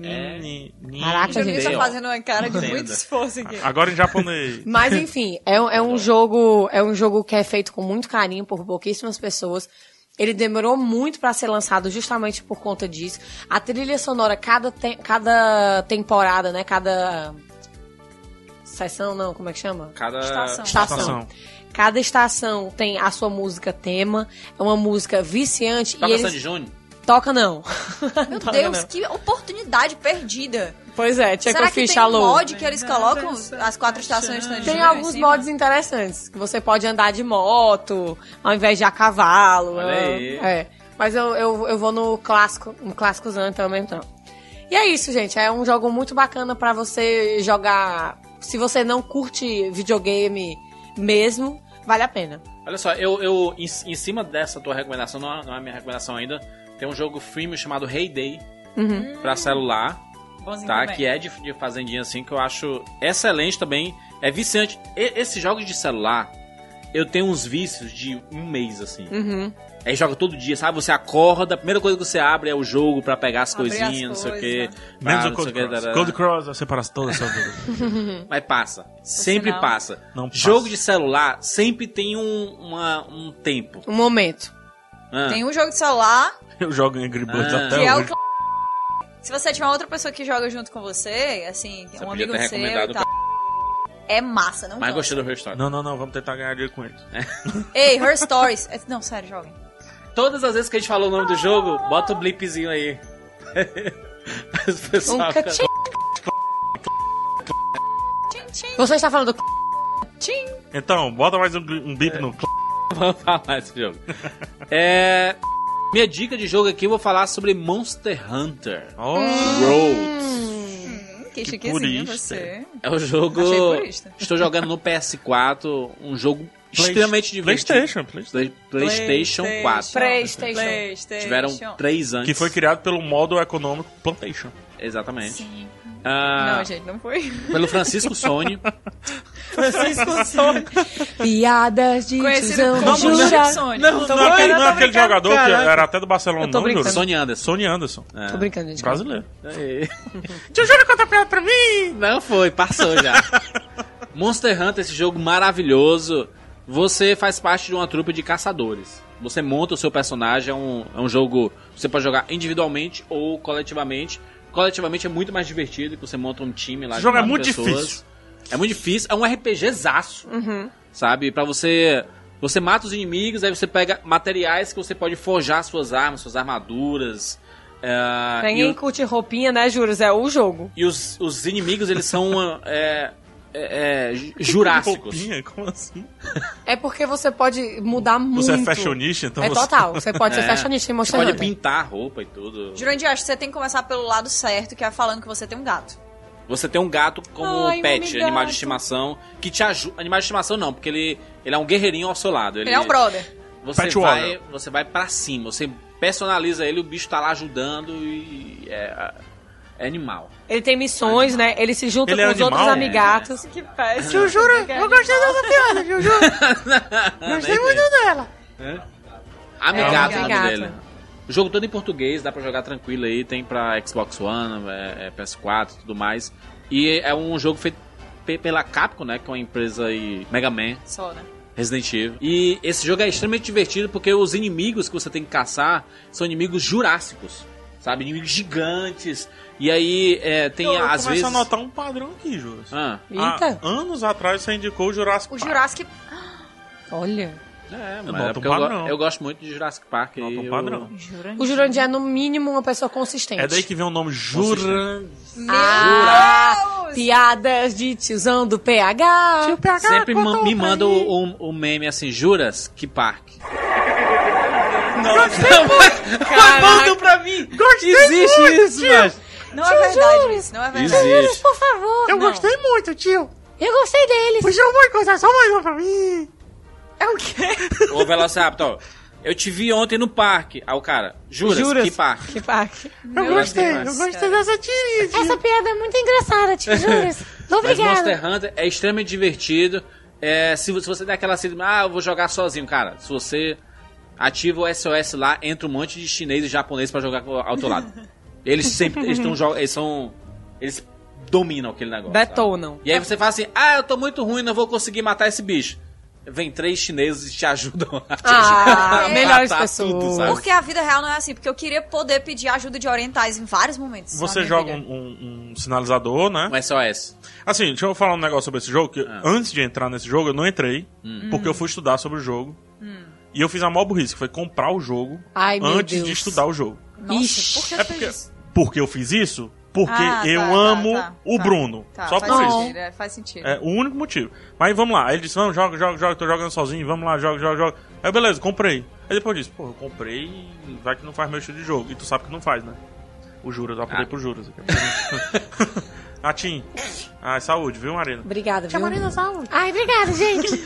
Speaker 3: É.
Speaker 4: Nin, nin.
Speaker 5: Caraca,
Speaker 6: O Jurandir tá
Speaker 3: Entendeu?
Speaker 6: fazendo uma cara de muito
Speaker 3: Entenda.
Speaker 6: esforço aqui.
Speaker 4: Agora em japonês.
Speaker 5: Mas enfim, é, um- é um jogo é um jogo que é feito com muito carinho por pouquíssimas pessoas. Ele demorou muito pra ser lançado justamente por conta disso. A trilha sonora cada te- cada temporada, né, cada sessão não, como é que chama?
Speaker 3: Cada.
Speaker 6: Estação.
Speaker 5: Estação.
Speaker 4: Estação.
Speaker 5: Cada estação tem a sua música tema, é uma música viciante
Speaker 3: Toca
Speaker 5: e
Speaker 3: Sandy
Speaker 5: eles
Speaker 3: Júnior?
Speaker 5: toca não.
Speaker 6: Meu
Speaker 3: né,
Speaker 5: Toca
Speaker 6: Deus,
Speaker 5: não.
Speaker 6: que oportunidade perdida.
Speaker 5: Pois é, tinha
Speaker 6: Será que tem
Speaker 5: ficha
Speaker 6: um
Speaker 5: louca.
Speaker 6: mod que eles colocam as quatro estações de Sandy
Speaker 5: Tem
Speaker 6: Júnior em
Speaker 5: alguns
Speaker 6: cima?
Speaker 5: mods interessantes, que você pode andar de moto, ao invés de a cavalo.
Speaker 3: Olha aí.
Speaker 5: É. Mas eu, eu, eu vou no clássico, no clássicozão então mesmo não. E é isso, gente. É um jogo muito bacana pra você jogar. Se você não curte videogame mesmo, vale a pena.
Speaker 3: Olha só, eu, eu em, em cima dessa tua recomendação, não é, não é minha recomendação ainda, tem um jogo freemium chamado Hey Day pra celular,
Speaker 6: Bonzinho
Speaker 3: tá?
Speaker 6: também.
Speaker 3: Que é de, de fazendinha assim, que eu acho excelente também. É viciante. E- esses jogos de celular, eu tenho uns vícios de um mês assim.
Speaker 5: Uhum.
Speaker 3: Aí joga todo dia, sabe? Você acorda, a primeira coisa que você abre é o jogo pra pegar as
Speaker 6: Abrir as
Speaker 3: coisinhas, não sei o quê.
Speaker 6: coisas, né?
Speaker 3: pá,
Speaker 4: Menos
Speaker 3: não
Speaker 4: Ah, o
Speaker 3: sei
Speaker 4: Cold
Speaker 3: quê,
Speaker 4: Cross.
Speaker 3: tarará.
Speaker 4: Cold Cross, você para toda a sua vida.
Speaker 3: Mas passa. Sempre
Speaker 6: sinal.
Speaker 3: passa.
Speaker 4: Não passa.
Speaker 3: Jogo de celular sempre tem um, uma- um tempo.
Speaker 5: Um momento.
Speaker 3: Ah.
Speaker 6: Tem um jogo de celular
Speaker 4: Eu jogo em Angry Birds
Speaker 3: Ah.
Speaker 4: até
Speaker 6: que é o
Speaker 4: hoje.
Speaker 6: cl... Se você tiver outra pessoa que joga junto com você, assim, um
Speaker 3: podia
Speaker 6: amigo
Speaker 3: ter
Speaker 6: seu
Speaker 3: recomendado
Speaker 6: e tal. É massa, não
Speaker 3: Mas
Speaker 6: joga.
Speaker 3: gostei do Her Story.
Speaker 4: Não, não, não, vamos tentar ganhar dinheiro com ele.
Speaker 6: Ei, Her Stories. É- Não, sério, joguem.
Speaker 3: Todas as vezes que a gente falou o nome do jogo, bota o blipzinho aí. As
Speaker 5: Um
Speaker 3: pessoal fica-
Speaker 5: catim. Você está falando do
Speaker 4: Então, bota mais um, gri- um bip no. cl-
Speaker 3: Vamos falar desse jogo. É, Minha dica de jogo aqui, eu vou falar sobre Monster Hunter.
Speaker 4: Oh,
Speaker 3: É. Roads.
Speaker 6: Hum, que chiquezinho
Speaker 4: purista.
Speaker 6: você.
Speaker 3: É o jogo.
Speaker 6: Achei purista.
Speaker 3: Estou jogando no PS4, um jogo
Speaker 4: Play-
Speaker 3: extremamente divertido.
Speaker 4: PlayStation, PlayStation.
Speaker 3: Play- PlayStation 4.
Speaker 5: PlayStation.
Speaker 6: PlayStation.
Speaker 3: Tiveram três anos.
Speaker 4: Que foi criado pelo modo econômico Plantation.
Speaker 3: Exatamente.
Speaker 6: Sim.
Speaker 3: Ah,
Speaker 6: Não, gente, não foi.
Speaker 3: pelo Francisco Sony.
Speaker 5: Francisco Sony. Piadas de
Speaker 6: Conhecido
Speaker 5: tiozão,
Speaker 6: como
Speaker 5: jura.
Speaker 6: Sony.
Speaker 5: Então
Speaker 4: não,
Speaker 3: brincando, eu
Speaker 4: não é
Speaker 3: tô
Speaker 4: aquele
Speaker 3: brincando,
Speaker 4: jogador que
Speaker 3: caraca.
Speaker 4: era até do Barcelona,
Speaker 5: Eu tô
Speaker 4: não,
Speaker 5: brincando.
Speaker 4: Júlio?
Speaker 3: Sony Anderson.
Speaker 4: Sony Anderson.
Speaker 3: Ah.
Speaker 5: Tô brincando, gente.
Speaker 4: Brasileiro.
Speaker 3: Aí.
Speaker 4: Te juro que outra piada pra mim!
Speaker 3: Não foi, passou já. Monster Hunter, esse jogo maravilhoso. Você faz parte de uma trupe de caçadores. Você monta o seu personagem, é um, é um jogo que você pode jogar individualmente ou coletivamente. Coletivamente é muito mais divertido, que você monta um time lá
Speaker 4: Esse
Speaker 3: de
Speaker 4: jogo é
Speaker 3: quatro
Speaker 4: muito
Speaker 3: pessoas.
Speaker 4: difícil.
Speaker 3: É muito difícil, é um RPGzaço. Sabe? Pra você. Você mata os inimigos, aí você pega materiais que você pode forjar suas armas, suas armaduras. é,
Speaker 5: Pra
Speaker 3: e
Speaker 5: Ninguém
Speaker 3: o-
Speaker 5: curte roupinha, né, Juros? É o jogo.
Speaker 3: e os, os inimigos, eles são é, é, é, ju- jurássicos.
Speaker 4: Roupinha? Como assim?
Speaker 5: É porque você pode mudar muito.
Speaker 4: Você é fashionista, então
Speaker 5: é
Speaker 4: você...
Speaker 5: total. Você pode ser
Speaker 3: É.
Speaker 5: fashionista em
Speaker 3: Você
Speaker 5: Monster
Speaker 3: pode
Speaker 5: Hunter.
Speaker 3: pintar a roupa e tudo.
Speaker 6: Jurandir, acho que você tem que começar pelo lado certo, que é falando que você tem um gato.
Speaker 3: Você tem um gato como
Speaker 6: Ai,
Speaker 3: pet,
Speaker 6: homem
Speaker 3: animal
Speaker 6: gato.
Speaker 3: de estimação, que te ajuda. Animal de estimação não, porque ele, ele é um guerreirinho ao seu lado. Ele,
Speaker 6: Ele é um brother.
Speaker 3: Você
Speaker 4: Pet
Speaker 3: vai,
Speaker 4: warrior.
Speaker 3: você vai pra cima, você personaliza ele, o bicho tá lá ajudando e é, é animal.
Speaker 5: Ele tem missões, né? Ele se junta
Speaker 4: Ele
Speaker 5: com
Speaker 4: é
Speaker 5: os outros
Speaker 4: animal?
Speaker 5: amigatos.
Speaker 11: Que péssimo. Juju, eu gostei dessa piada, Juju. Gostei muito dela.
Speaker 3: Amigato,
Speaker 5: É,
Speaker 3: é, o nome
Speaker 5: Amigato.
Speaker 3: dele. O jogo todo em português, dá pra jogar tranquilo aí, tem pra Xbox One, é, é PS4 e tudo mais. E é um jogo feito pe- pela Capcom, né, que é uma empresa aí, Mega Man,
Speaker 6: Só, né?
Speaker 3: Resident Evil. E esse jogo é extremamente divertido porque os inimigos que você tem que caçar são inimigos jurássicos, sabe? Inimigos gigantes. E aí é, tem,
Speaker 4: Eu, eu
Speaker 3: às
Speaker 4: começo
Speaker 3: vezes...
Speaker 4: a notar um padrão aqui, Júlio.
Speaker 3: Ah,
Speaker 5: Eita.
Speaker 4: Há anos atrás você indicou o Jurassic
Speaker 6: O
Speaker 4: Park.
Speaker 6: Jurassic.
Speaker 4: Ah.
Speaker 5: Olha.
Speaker 3: é, mas
Speaker 4: noto
Speaker 3: é porque
Speaker 4: um
Speaker 3: eu, go-
Speaker 4: padrão.
Speaker 3: eu gosto muito de Jurassic Park.
Speaker 4: Nota
Speaker 3: e
Speaker 4: um
Speaker 3: eu-
Speaker 4: padrão.
Speaker 6: Jurandir.
Speaker 5: O Jurandir é, no mínimo, uma pessoa consistente.
Speaker 4: É daí que vem o nome Jura.
Speaker 5: Ah, piadas de tiozão do PH.
Speaker 3: Sempre ma- me manda o um, um meme assim, juras que parque.
Speaker 5: Caraca.
Speaker 3: pra mim! Existe isso, mas
Speaker 6: Não é verdade isso, não é verdade.
Speaker 3: Existe.
Speaker 11: Por favor. Eu gostei muito, tio.
Speaker 5: Eu gostei deles.
Speaker 11: O João vai contar só mais uma pra mim.
Speaker 3: Ô, Velociraptor, eu te vi ontem no parque. Ah, o cara, juras,
Speaker 5: Juras.
Speaker 3: que parque?
Speaker 5: Que parque.
Speaker 11: Eu gostei, eu
Speaker 6: Deus,
Speaker 11: gostei
Speaker 6: cara.
Speaker 11: dessa tirinha, tio.
Speaker 9: Essa piada é muito engraçada, tio Július.
Speaker 3: Mas
Speaker 9: Obrigada.
Speaker 3: Monster Hunter é extremamente divertido. É, se, vo- se você der aquela síndrome, ah, eu vou jogar sozinho, cara. Se você ativa o SOS lá, entra um monte de chinês e japonês pra jogar co- ao teu lado. Eles sempre, eles estão eles são, eles dominam aquele negócio. sabe?
Speaker 5: Detonam.
Speaker 3: E aí você fala assim, ah, eu tô muito ruim, não vou conseguir matar esse bicho. Vem três chineses e te ajudam a te
Speaker 5: Ah,
Speaker 3: ajudar a
Speaker 5: melhores
Speaker 3: matar
Speaker 5: pessoas.
Speaker 3: sabe?
Speaker 6: Porque a vida real não é assim, porque eu queria poder pedir ajuda de orientais em vários momentos.
Speaker 4: Você
Speaker 6: na minha
Speaker 4: joga um,
Speaker 6: vida.
Speaker 4: um- um sinalizador, né?
Speaker 3: Um SOS.
Speaker 4: Assim, deixa eu falar um negócio sobre esse jogo, que antes de entrar nesse jogo eu não entrei, porque eu fui estudar sobre o jogo.
Speaker 6: Hum.
Speaker 4: E eu fiz a maior burrice, que foi comprar o jogo
Speaker 5: Ai, meu
Speaker 4: antes
Speaker 5: Deus.
Speaker 4: de estudar o jogo.
Speaker 6: Nossa,
Speaker 5: Ixi.
Speaker 6: por que
Speaker 4: É
Speaker 6: fez
Speaker 4: porque,
Speaker 6: isso?
Speaker 4: porque eu fiz isso? Porque
Speaker 6: Ah, tá,
Speaker 4: eu
Speaker 6: tá,
Speaker 4: amo
Speaker 6: tá,
Speaker 4: o
Speaker 6: tá.
Speaker 4: Bruno.
Speaker 6: Tá,
Speaker 4: Só
Speaker 6: faz
Speaker 4: por isso.
Speaker 6: sentido, é, faz sentido.
Speaker 4: É o único motivo. Mas vamos lá. Aí ele disse: Não, joga, joga, joga, tô jogando sozinho, vamos lá, joga, joga, joga. Aí beleza, comprei. Aí depois eu disse: Pô, eu comprei e vai que não faz meu estilo de jogo. E tu sabe que não faz, né? O Juras, eu
Speaker 3: Ah.
Speaker 4: apontei pro Juras. A Tim. Ah, saúde, viu, Marina?
Speaker 5: Obrigada, viu?
Speaker 9: Ai, obrigada, gente.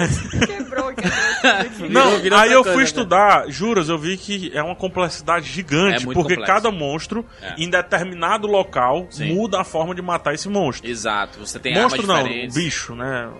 Speaker 6: Quebrou, quebrou.
Speaker 4: Não,
Speaker 3: virou outra
Speaker 4: aí eu
Speaker 3: coisa,
Speaker 4: fui
Speaker 3: né?
Speaker 4: estudar, juras, eu vi que é uma complexidade gigante,
Speaker 3: É muito
Speaker 4: porque
Speaker 3: complexo. É.
Speaker 4: cada monstro, em determinado local, muda a forma de matar esse monstro.
Speaker 3: Exato, você tem armas
Speaker 4: monstro não,
Speaker 3: diferentes.
Speaker 4: bicho, né?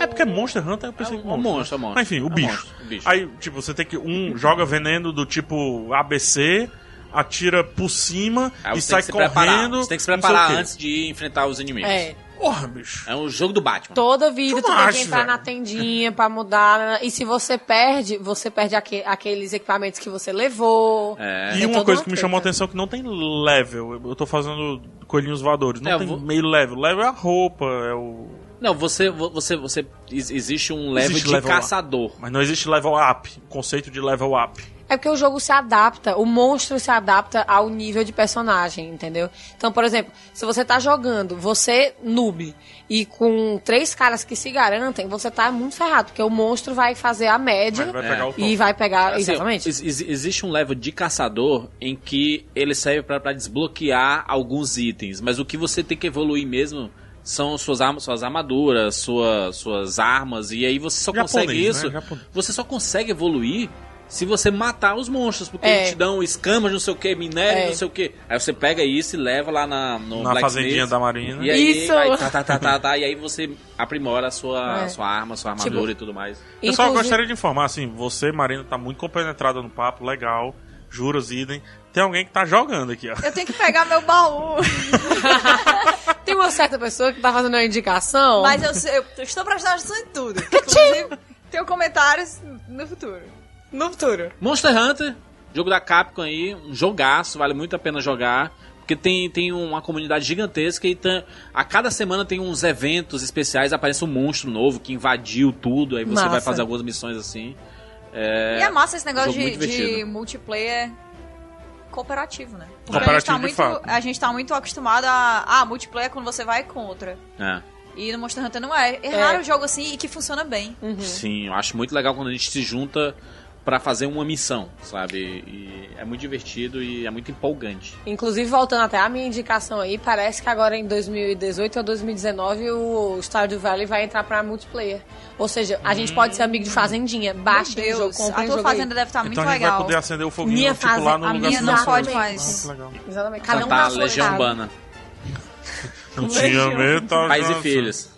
Speaker 4: É porque Monster Hunter eu pensei
Speaker 3: É um-
Speaker 4: que
Speaker 3: é um monstro, é um monstro.
Speaker 4: Enfim,
Speaker 3: É
Speaker 4: o
Speaker 3: um
Speaker 4: bicho.
Speaker 3: monstro, o bicho.
Speaker 4: Aí, tipo, você tem que. Um joga veneno do tipo ABC, atira por cima
Speaker 3: Aí você tem
Speaker 4: e sai
Speaker 3: que se preparar.
Speaker 4: correndo.
Speaker 3: Você tem que se
Speaker 4: não sei o
Speaker 3: preparar
Speaker 4: quê.
Speaker 3: antes de enfrentar os inimigos.
Speaker 5: É.
Speaker 4: Porra, bicho.
Speaker 3: É um jogo do Batman.
Speaker 5: Toda vida tu tem
Speaker 4: Tomate,
Speaker 5: que entrar
Speaker 4: velho.
Speaker 5: na tendinha pra mudar. né? E se você perde, você perde aque- aqueles equipamentos que você levou.
Speaker 3: É.
Speaker 4: E
Speaker 5: Tem
Speaker 4: uma
Speaker 5: toda
Speaker 4: coisa
Speaker 5: uma
Speaker 4: que me chamou a
Speaker 5: treta.
Speaker 4: atenção é que não tem level. Eu- Eu tô fazendo coelhinhos voadores. Não
Speaker 3: É, eu
Speaker 4: tem
Speaker 3: vou-
Speaker 4: meio level. Level é a roupa, é o.
Speaker 3: Não, você, vo- você, você ex- existe um level
Speaker 4: Existe
Speaker 3: de
Speaker 4: level lá.
Speaker 3: caçador.
Speaker 4: Mas não existe level up. O conceito de level up.
Speaker 5: É porque o jogo se adapta, o monstro se adapta ao nível de personagem, entendeu? Então, por exemplo, se você tá jogando, você noob, e com três caras que se garantem, você tá muito ferrado, porque o monstro vai fazer a média
Speaker 4: Mas
Speaker 3: É.
Speaker 4: vai pegar o É top.
Speaker 5: e vai pegar.
Speaker 3: Assim,
Speaker 5: Ah, exatamente.
Speaker 3: ex- ex- existe um level de caçador em que ele serve pra pra desbloquear alguns itens, mas o que você tem que evoluir mesmo são suas armas, suas armaduras, sua, suas armas e aí você só
Speaker 4: Japonês,
Speaker 3: consegue
Speaker 4: né?
Speaker 3: isso.
Speaker 4: Japonês.
Speaker 3: Você só consegue evoluir se você matar os monstros, porque
Speaker 5: É.
Speaker 3: eles te dão escamas, não sei o que, minério,
Speaker 5: É.
Speaker 3: não sei o que. Aí você pega isso e leva lá na no
Speaker 4: na
Speaker 3: Blacksmith.
Speaker 4: fazendinha da marina.
Speaker 3: E aí,
Speaker 5: Isso!
Speaker 3: vai, tá, tá, tá, tá, tá, e aí você aprimora a sua,
Speaker 5: É.
Speaker 3: sua arma, sua armadura e tudo mais.
Speaker 4: Pessoal, eu
Speaker 5: Inclusive-
Speaker 4: gostaria de informar, assim, você, Marina, tá muito compenetrada no papo, legal. Juros, idem. Tem alguém que tá jogando aqui, ó.
Speaker 6: Eu tenho que pegar meu baú.
Speaker 4: é
Speaker 5: Tem uma certa pessoa que tá fazendo uma indicação.
Speaker 6: Mas eu, sei- eu estou prestando atenção em tudo. Inclusive, tenho comentários no futuro.
Speaker 5: no futuro.
Speaker 3: Monster Hunter, jogo da Capcom aí, um jogaço, vale muito a pena jogar. Porque tem, tem um, uma comunidade gigantesca e tá- a cada semana tem uns eventos especiais, aparece um monstro novo que invadiu tudo, aí você
Speaker 5: Massa.
Speaker 3: vai fazer algumas missões assim. É,
Speaker 6: E é massa esse negócio
Speaker 3: jogo
Speaker 6: de,
Speaker 3: muito divertido.
Speaker 6: de multiplayer cooperativo, né? Porque a
Speaker 4: Cooperativo
Speaker 6: gente tá
Speaker 4: de
Speaker 6: muito,
Speaker 4: fato.
Speaker 6: a gente tá muito acostumado a. Ah, multiplayer é quando você vai contra.
Speaker 3: é.
Speaker 6: E no Monster
Speaker 5: Uhum.
Speaker 6: Hunter não é. É raro o jogo assim e que funciona bem.
Speaker 3: Sim, eu acho muito legal quando a gente se junta pra fazer uma missão, sabe? E é muito divertido e é muito empolgante.
Speaker 5: Inclusive, voltando até a minha indicação aí, parece que agora em 2018 ou 2019 o Stardew Valley vai entrar pra multiplayer. Ou seja, a gente pode ser amigo de Fazendinha. Baixa o jogo,
Speaker 6: Deus,
Speaker 5: compra
Speaker 6: a
Speaker 5: o
Speaker 6: tua
Speaker 5: jogo aí.
Speaker 6: fazenda deve estar muito
Speaker 4: Então a gente vai
Speaker 6: legal.
Speaker 4: poder acender o foguinho
Speaker 5: Minha
Speaker 4: tipo,
Speaker 5: faz-
Speaker 4: lá no
Speaker 5: a
Speaker 4: lugar
Speaker 6: minha
Speaker 4: que
Speaker 6: não
Speaker 4: você
Speaker 6: pode
Speaker 4: foi.
Speaker 6: mais.
Speaker 4: Ah, que legal.
Speaker 5: Exatamente. Cada um
Speaker 3: Cantar
Speaker 5: na sua
Speaker 3: Legião
Speaker 5: casa.
Speaker 3: Urbana,
Speaker 4: Não tinha tá, meta.
Speaker 3: Pais e
Speaker 4: Johnson.
Speaker 3: Filhos.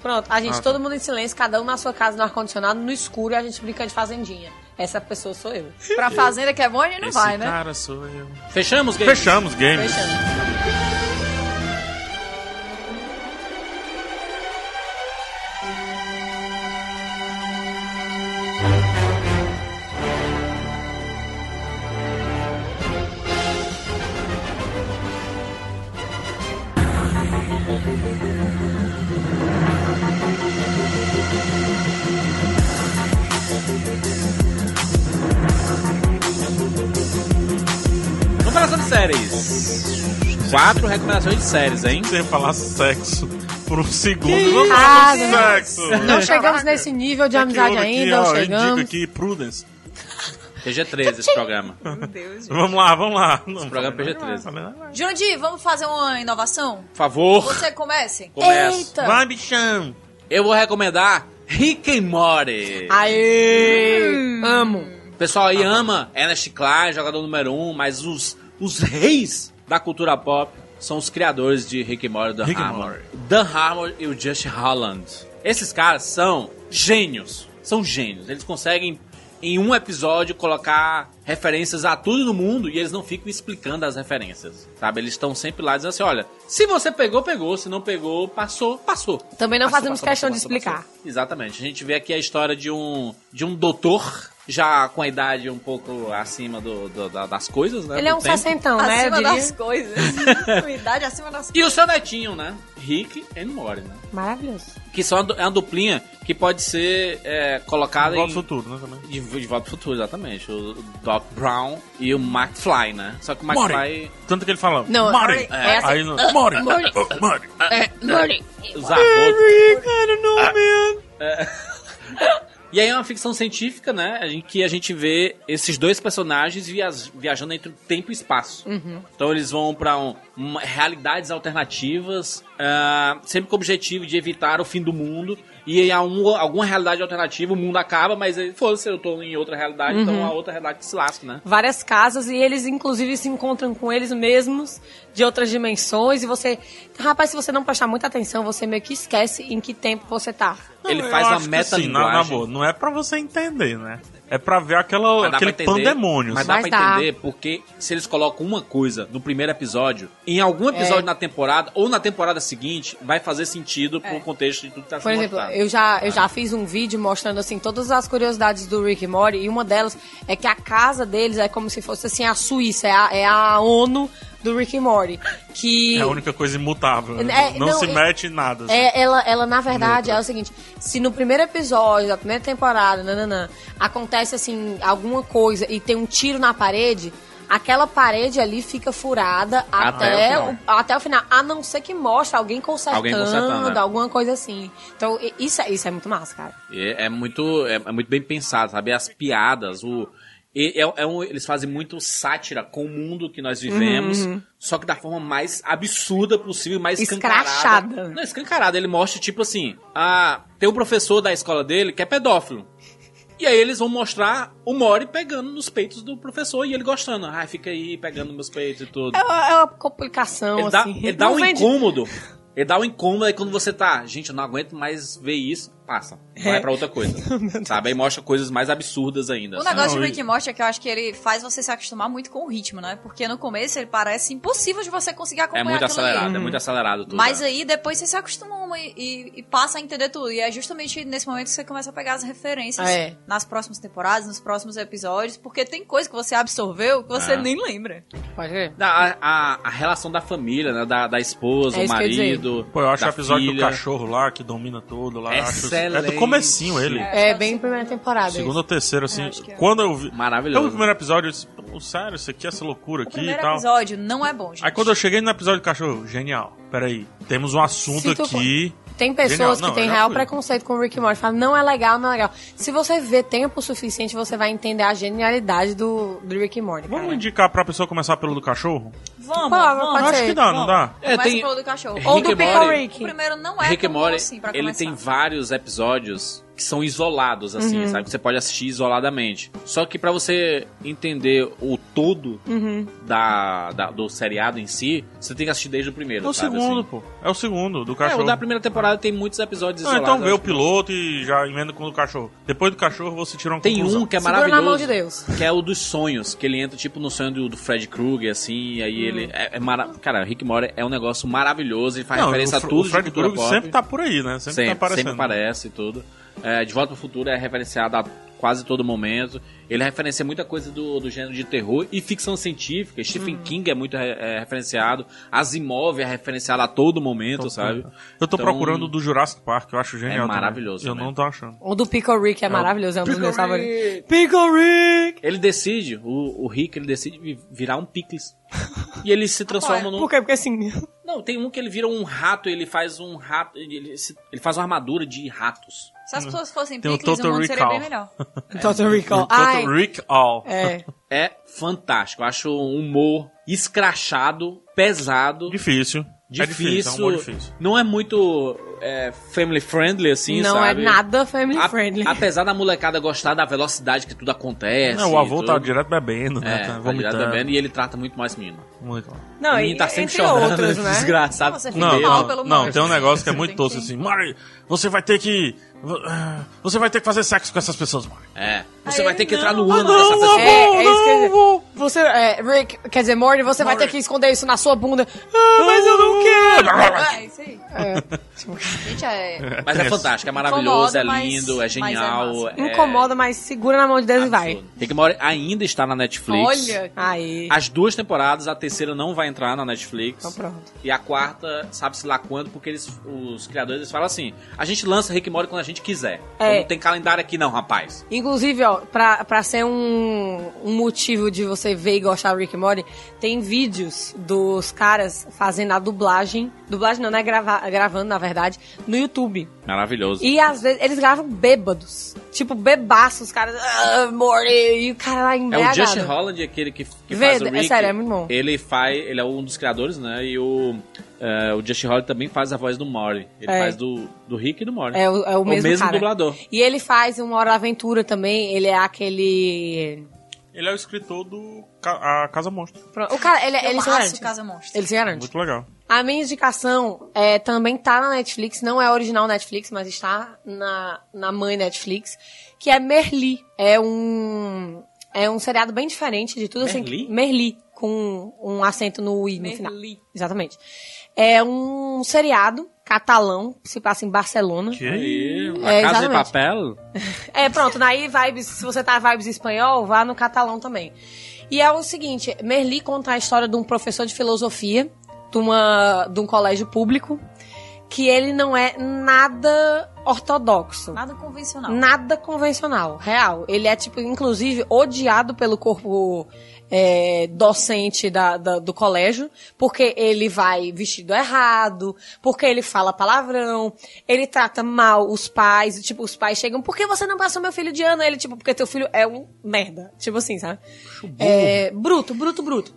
Speaker 5: Pronto, a gente, todo mundo em silêncio, cada um na sua casa, no ar-condicionado, no escuro, e a gente brinca de Fazendinha. Essa pessoa sou eu.
Speaker 6: Pra fazenda que é bom, a gente não
Speaker 4: Esse
Speaker 6: vai, né?
Speaker 4: cara sou eu.
Speaker 3: Fechamos, games?
Speaker 4: Fechamos games.
Speaker 5: Fechando.
Speaker 3: Recomendação de séries. Quatro recomendações de séries, hein?
Speaker 4: Sem falar sexo por um segundo. Vamos
Speaker 5: Ah,
Speaker 4: falar do
Speaker 5: não.
Speaker 4: sexo.
Speaker 5: Não chegamos nesse nível de
Speaker 4: Olha É que
Speaker 5: amizade
Speaker 4: ouro aqui,
Speaker 5: ainda,
Speaker 4: ó,
Speaker 5: não
Speaker 4: eu
Speaker 5: chegamos.
Speaker 4: indico aqui, Prudence.
Speaker 3: PG-13 esse programa.
Speaker 6: Meu Deus.
Speaker 4: Vamos lá, vamos lá. Não,
Speaker 3: programa é
Speaker 4: falei nada,
Speaker 3: PG-13.
Speaker 4: falei nada.
Speaker 6: Jurandir, vamos fazer uma inovação?
Speaker 3: Por favor,
Speaker 6: Você comece?
Speaker 3: começa.
Speaker 5: Eita!
Speaker 4: Vai, bichão.
Speaker 3: Eu vou recomendar Rick and Morty.
Speaker 5: Aê! Hum. Amo.
Speaker 3: O pessoal
Speaker 4: Tá
Speaker 3: aí ama Ernest Klein, jogador número um, mas os, os reis da cultura pop são os criadores de Rick and Morty, Dan
Speaker 4: Rick and
Speaker 3: Harmon.
Speaker 4: Morty.
Speaker 3: Dan Harmon e o Just Holland. Esses caras são gênios. São gênios. Eles conseguem, em um episódio, colocar referências a tudo no mundo e eles não ficam explicando as referências, sabe? Eles estão sempre lá dizendo assim, olha, se você pegou, pegou. Se não pegou, passou, passou.
Speaker 5: Também não
Speaker 3: Passou,
Speaker 5: fazemos
Speaker 3: passou,
Speaker 5: questão de
Speaker 3: passou,
Speaker 5: explicar.
Speaker 3: passou. Exatamente. A gente vê aqui a história de um, de um doutor, já com a idade um pouco acima do, do- da- das coisas, né?
Speaker 5: Ele é
Speaker 3: do
Speaker 5: um
Speaker 3: tempo.
Speaker 5: sessentão, né? Eu
Speaker 6: acima
Speaker 5: diria.
Speaker 6: das coisas. Com idade acima das
Speaker 3: E o
Speaker 6: coisas.
Speaker 3: seu netinho, né? Rick and Morty, né?
Speaker 5: Maravilhoso.
Speaker 3: Que são a du- é uma duplinha que pode ser é, colocada
Speaker 4: Volta ao
Speaker 3: em...
Speaker 4: futuro, né? Também.
Speaker 3: De, de volta pro futuro, exatamente. O Doc Brown e o McFly, né? Só que o McFly...
Speaker 4: Tanto que ele fala.
Speaker 5: Não,
Speaker 4: Mori.
Speaker 5: é- é assim,
Speaker 4: Aí não. Mori. Mori.
Speaker 3: Os avôs... E aí é uma ficção científica, né? Em que a gente vê esses dois personagens viaj- viajando entre o tempo e espaço. Então eles vão pra um- uma- realidades alternativas, ah, sempre com o objetivo de evitar o fim do mundo. E em algum- alguma realidade alternativa, o mundo acaba, mas aí, foda-se, eu tô em outra realidade, então a outra realidade que se lasca, né?
Speaker 5: Várias casas e eles, inclusive, se encontram com eles mesmos de outras dimensões. E você. Rapaz, se você não prestar muita atenção, você meio que esquece em que tempo você tá.
Speaker 3: Ele
Speaker 4: Eu
Speaker 3: faz uma
Speaker 4: acho que assim, na, na
Speaker 3: metalinguagem.
Speaker 4: boa, não é pra você entender, né? É pra ver aquela,
Speaker 3: Mas dá
Speaker 4: aquele
Speaker 3: pra entender-
Speaker 4: pandemônio.
Speaker 3: Mas
Speaker 5: Mas
Speaker 3: dá
Speaker 4: sabe?
Speaker 3: pra
Speaker 5: dá.
Speaker 3: entender porque se eles colocam uma coisa no primeiro episódio, em algum episódio
Speaker 5: É.
Speaker 3: na temporada ou na temporada seguinte, vai fazer sentido pro contexto de tudo que tá
Speaker 5: É. Por
Speaker 3: sendo
Speaker 5: exemplo,
Speaker 3: mostrado.
Speaker 5: eu já, eu já fiz um vídeo mostrando assim todas as curiosidades do Rick e Morty e uma delas é que a casa deles é como se fosse assim a Suíça, é a, é a ONU do Rick e Morty, que
Speaker 4: É a única coisa imutável. né?
Speaker 5: É,
Speaker 4: não,
Speaker 5: não,
Speaker 4: se
Speaker 5: e-
Speaker 4: mete em nada. assim.
Speaker 5: é, ela, ela, na verdade, é o seguinte: se no primeiro episódio, da primeira temporada, nananã, acontece assim, alguma coisa e tem um tiro na parede, aquela parede ali fica furada
Speaker 3: Até
Speaker 5: até,
Speaker 3: o
Speaker 5: o, até o final. A não ser que mostre alguém consertando,
Speaker 3: consertando, né?
Speaker 5: alguma coisa assim. Então, e- isso, é- isso é muito massa, cara.
Speaker 3: É, é muito, é, é muito bem pensado, sabe? As piadas, o. e- é- é um- eles fazem muito sátira com o mundo que nós vivemos, só que da forma mais absurda possível, mais escancarada.
Speaker 5: Escrachada.
Speaker 3: Não, escancarada. Ele mostra, tipo assim, a, tem um professor da escola dele que é pedófilo. E aí eles vão mostrar o Mori pegando nos peitos do professor e ele gostando. Ai, fica aí pegando meus peitos e tudo.
Speaker 5: É uma, é uma complicação,
Speaker 3: Ele dá,
Speaker 5: assim.
Speaker 3: ele dá
Speaker 5: Não
Speaker 3: um
Speaker 5: vende-
Speaker 3: incômodo. Ele dá um incômodo aí quando você tá, gente, eu não aguento mais ver isso, passa.
Speaker 5: É.
Speaker 3: Vai pra outra coisa. sabe? Aí mostra coisas mais absurdas ainda.
Speaker 6: O
Speaker 3: sabe?
Speaker 6: negócio
Speaker 4: Não,
Speaker 6: de
Speaker 4: e-
Speaker 6: Rick and Morty é que eu acho que ele faz você se acostumar muito com o ritmo, né? Porque no começo ele parece impossível de você conseguir
Speaker 3: É
Speaker 6: acompanhar
Speaker 3: muito
Speaker 6: aquilo ali.
Speaker 5: Hum.
Speaker 3: acelerado, é muito acelerado tudo.
Speaker 6: Mas
Speaker 3: né?
Speaker 6: aí depois você se acostuma e, e- e passa a entender tudo. E é justamente nesse momento que você começa a pegar as referências
Speaker 5: Ah, é.
Speaker 6: nas próximas temporadas, nos próximos episódios, porque tem coisa que você absorveu que você
Speaker 4: Ah.
Speaker 3: É.
Speaker 6: nem lembra.
Speaker 5: Pode ver.
Speaker 3: Da- A, a- a relação da família, né? Da, da esposa,
Speaker 5: É
Speaker 3: o
Speaker 5: isso que eu ia dizer.
Speaker 3: marido.
Speaker 4: Pô, eu acho
Speaker 3: da
Speaker 4: o episódio
Speaker 3: filha.
Speaker 4: do cachorro lá, que domina tudo lá. acho- É
Speaker 3: Excelente.
Speaker 4: do comecinho ele.
Speaker 5: É,
Speaker 6: Então,
Speaker 5: bem primeira temporada.
Speaker 4: Segundo ou terceiro, assim.
Speaker 6: acho que é.
Speaker 4: Quando eu vi.
Speaker 3: Maravilhoso.
Speaker 4: Pelo primeiro episódio, eu disse, "Pô, sério, isso aqui, essa loucura
Speaker 6: O
Speaker 4: aqui e
Speaker 6: primeiro
Speaker 4: tal.
Speaker 6: episódio não é bom, gente.
Speaker 4: Aí quando eu cheguei no episódio do cachorro, genial. Peraí, temos um assunto
Speaker 5: Sinto
Speaker 4: aqui
Speaker 5: Tem pessoas
Speaker 4: Genial. Não,
Speaker 5: que têm
Speaker 4: eu já
Speaker 5: real
Speaker 4: fui.
Speaker 5: preconceito com o Rick and Morty. Falam, não é legal, não é legal. Se você vê tempo suficiente, você vai entender a genialidade do, do Rick and Morty.
Speaker 4: Vamos
Speaker 5: cara.
Speaker 4: indicar pra pessoa começar pelo do cachorro?
Speaker 5: Pode,
Speaker 6: Vamos, vamos.
Speaker 5: pode
Speaker 4: Eu acho
Speaker 5: ser.
Speaker 4: que dá, não dá?
Speaker 3: É,
Speaker 6: Começa
Speaker 3: tem-
Speaker 6: pelo do cachorro.
Speaker 3: Rick
Speaker 5: Ou do
Speaker 3: and
Speaker 5: Pickle
Speaker 3: Morty.
Speaker 5: Rick.
Speaker 6: O primeiro não é
Speaker 3: Rick and
Speaker 6: tão bom
Speaker 3: Morty,
Speaker 6: assim pra
Speaker 3: ele
Speaker 6: começar.
Speaker 3: tem vários episódios que são isolados, assim, sabe? Que você pode assistir isoladamente. Só que pra você entender o todo da, da- do seriado em si, você tem que assistir desde o primeiro,
Speaker 4: É o
Speaker 3: sabe?
Speaker 4: segundo,
Speaker 3: assim.
Speaker 4: pô. É o segundo, do
Speaker 3: É,
Speaker 4: cachorro.
Speaker 3: o da primeira temporada tem muitos episódios
Speaker 4: Não,
Speaker 3: isolados. assim.
Speaker 4: então vê o
Speaker 3: acho que-
Speaker 4: piloto e já emenda com o do cachorro. Depois do cachorro você tira uma
Speaker 3: Tem
Speaker 4: conclusão.
Speaker 3: um que é
Speaker 5: Segura
Speaker 3: maravilhoso.
Speaker 5: na mão de Deus.
Speaker 3: Que é o dos sonhos, que ele entra tipo no sonho do, do Fred Krueger, assim, e aí ele. É, é mara... Cara, Rick Mora é um negócio maravilhoso, ele faz referência
Speaker 4: o, Fre-
Speaker 3: a tudo
Speaker 4: o Fred
Speaker 3: de cultura
Speaker 4: Krueger
Speaker 3: pop.
Speaker 4: sempre tá por aí, né? Sempre, tá
Speaker 3: Sempre,
Speaker 4: aparecendo.
Speaker 3: sempre aparece e tudo. É, de Volta pro Futuro é referenciado a quase todo momento. Ele referencia muita coisa do, do gênero de terror e ficção científica.
Speaker 4: Uhum.
Speaker 3: Stephen King é muito re- é, referenciado. Asimov é referenciado a todo momento, sabe?
Speaker 4: Eu tô
Speaker 3: Então, é
Speaker 4: procurando o do Jurassic Park, eu acho genial. também.
Speaker 3: maravilhoso né?
Speaker 4: Eu
Speaker 3: também.
Speaker 4: não tô achando.
Speaker 5: O do Pickle Rick é maravilhoso, é um dos meus favoritos.
Speaker 4: Pickle Rick!
Speaker 3: Ele decide, o, o Rick, ele decide vi- virar um picles. e ele
Speaker 4: Ah,
Speaker 3: se
Speaker 4: é?
Speaker 3: transforma num...
Speaker 5: Por quê? Porque assim...
Speaker 3: Não, tem um que ele vira um rato, ele faz um rato... Ele, se- ele faz uma armadura de ratos.
Speaker 6: Se as pessoas fossem
Speaker 3: um
Speaker 4: Tem o
Speaker 6: picles, o
Speaker 4: Total
Speaker 6: mundo seria bem
Speaker 4: Recall.
Speaker 6: melhor.
Speaker 5: Total Recall. Ai,
Speaker 4: Total Rick All.
Speaker 5: é.
Speaker 3: É fantástico. Eu acho um humor escrachado, pesado...
Speaker 4: Difícil.
Speaker 3: difícil,
Speaker 4: É difícil, é um humor difícil.
Speaker 3: Não é muito é, family friendly, assim,
Speaker 5: não
Speaker 3: sabe?
Speaker 5: é nada family
Speaker 3: A-
Speaker 5: friendly.
Speaker 3: Apesar da molecada gostar da velocidade que tudo acontece.
Speaker 4: Não, o avô
Speaker 3: e
Speaker 4: tá
Speaker 3: É, tudo.
Speaker 4: direto bebendo, né?
Speaker 3: É, tá
Speaker 4: tá
Speaker 3: ligado
Speaker 4: vomitando.
Speaker 3: também, e ele trata muito mais menino.
Speaker 4: Muito.
Speaker 5: Não,
Speaker 3: o menino tá
Speaker 5: e-
Speaker 3: sempre
Speaker 5: entre
Speaker 3: chorando,
Speaker 5: outros, né?
Speaker 3: desgraçado.
Speaker 6: Você fica
Speaker 4: Não,
Speaker 6: mal
Speaker 4: não,
Speaker 6: pelo
Speaker 4: não,
Speaker 6: Morty.
Speaker 4: tem um negócio que é
Speaker 6: Você
Speaker 4: muito
Speaker 6: tem
Speaker 4: tosco
Speaker 6: que-
Speaker 4: assim. Mari, você vai ter que. ah, Você vai ter que fazer sexo com essas pessoas, Mari.
Speaker 3: É. Você
Speaker 6: Aí
Speaker 3: vai
Speaker 6: ele,
Speaker 3: ter que
Speaker 6: não,
Speaker 3: entrar no
Speaker 4: ah,
Speaker 3: ano
Speaker 4: não,
Speaker 3: dessa pessoa.
Speaker 5: É, é isso que eu- Você, é, Rick, quer dizer, Morty, você vai ter que esconder isso na sua bunda. Ah, mas eu não quero!
Speaker 6: É, isso aí. Gente, é...
Speaker 3: Mas é
Speaker 4: Tenso.
Speaker 3: fantástico, é maravilhoso,
Speaker 6: Incomoda,
Speaker 3: é
Speaker 6: mas-
Speaker 3: lindo, é
Speaker 6: mas é
Speaker 3: genial.
Speaker 6: massa.
Speaker 3: é
Speaker 5: Incomoda, mas segura na mão de Deus e vai.
Speaker 3: absurdo. Rick and Morty ainda está na Netflix.
Speaker 6: Olha,
Speaker 5: Aí.
Speaker 3: As duas temporadas, a terceira não vai entrar na Netflix.
Speaker 5: Então pronto.
Speaker 3: E a quarta, sabe-se lá quando, porque eles, os criadores eles falam assim: a gente lança Rick and Morty quando a gente quiser.
Speaker 5: É.
Speaker 3: Então não tem calendário aqui, não, rapaz.
Speaker 5: Inclusive, ó, pra, pra ser um, um motivo de você ver e gostar do Rick and Morty, tem vídeos dos caras fazendo a dublagem. Dublagem não, né? Grava, gravando, na verdade, no YouTube.
Speaker 3: Maravilhoso.
Speaker 5: E às vezes eles gravam bêbados. Tipo, bebaços, os caras. Ah, Morty! E o cara lá
Speaker 3: É o Justin
Speaker 5: embriagado.
Speaker 3: Holland, aquele que, que faz
Speaker 5: Veda-
Speaker 3: o
Speaker 5: é
Speaker 3: Rick.
Speaker 5: sério, é muito bom.
Speaker 3: Ele, faz, ele é um dos criadores, né? E o, é, o Justin Holland também faz a voz do Morty. Ele
Speaker 5: É.
Speaker 3: faz do, do Rick e do Morty.
Speaker 5: É o, é o mesmo, cara.
Speaker 3: dublador.
Speaker 5: E ele faz uma hora da aventura também. Ele é aquele.
Speaker 4: Ele é o escritor do Ca- A Casa Monstro.
Speaker 5: Pronto, O cara, ele,
Speaker 6: eu
Speaker 5: ele se
Speaker 6: acho
Speaker 5: garante.
Speaker 6: Casa Monstro.
Speaker 5: Ele se garante.
Speaker 4: Muito legal.
Speaker 5: A minha indicação é, também tá na Netflix, não é original Netflix, mas está na, na mãe Netflix, que é Merli. É um é um seriado bem diferente de tudo assim.
Speaker 3: Merli?
Speaker 5: Merli com um acento no i no final.
Speaker 6: Merli.
Speaker 5: Exatamente. É um seriado catalão, se passa em Barcelona.
Speaker 3: E a
Speaker 5: É,
Speaker 3: Casa de
Speaker 5: exatamente.
Speaker 3: Papel.
Speaker 5: É, pronto, daí vibes, se você tá vibes espanhol, vá no catalão também. E é o seguinte, Merli conta a história de um professor de filosofia de, uma, de um colégio público que ele não é nada ortodoxo.
Speaker 6: Nada convencional.
Speaker 5: Nada convencional, real. Ele é, tipo, inclusive, odiado pelo corpo é, docente da- da- do colégio, porque ele vai vestido errado, porque ele fala palavrão, ele trata mal os pais, tipo, os pais chegam, por que você não passou meu filho de ano? Ele, tipo, porque teu filho é um merda. Tipo assim, sabe? É, bruto, bruto, bruto.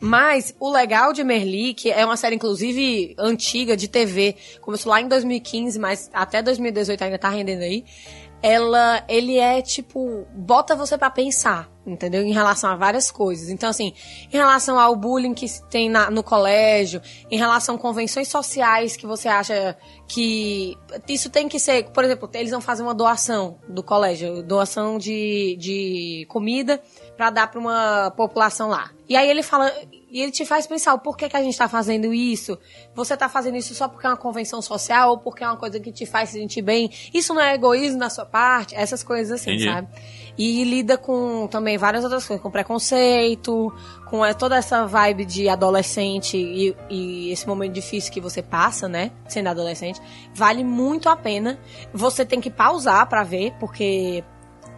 Speaker 5: Mas o legal de Merli, que é uma série, inclusive, antiga de TV, começou lá em 2015, mas até 2018 ainda tá rendendo aí. Ela, ele é tipo, bota você pra pensar, entendeu? Em relação a várias coisas. Então, assim, em relação ao bullying que se tem na- no colégio, em relação a convenções sociais que você acha que isso tem que ser, por exemplo, eles vão fazer uma doação do colégio, doação de, de comida pra dar pra uma população lá. E aí ele fala, e ele te faz pensar o porquê que a gente tá fazendo isso. Você tá fazendo isso só porque é uma convenção social ou porque é uma coisa que te faz se sentir bem. Isso não é egoísmo da sua parte, essas coisas assim,
Speaker 3: Entendi.
Speaker 5: sabe? E lida com também várias outras coisas, com preconceito, com eh, toda essa vibe de adolescente e, e esse momento difícil que você passa, né? Sendo adolescente. Vale muito a pena. Você tem que pausar pra ver, porque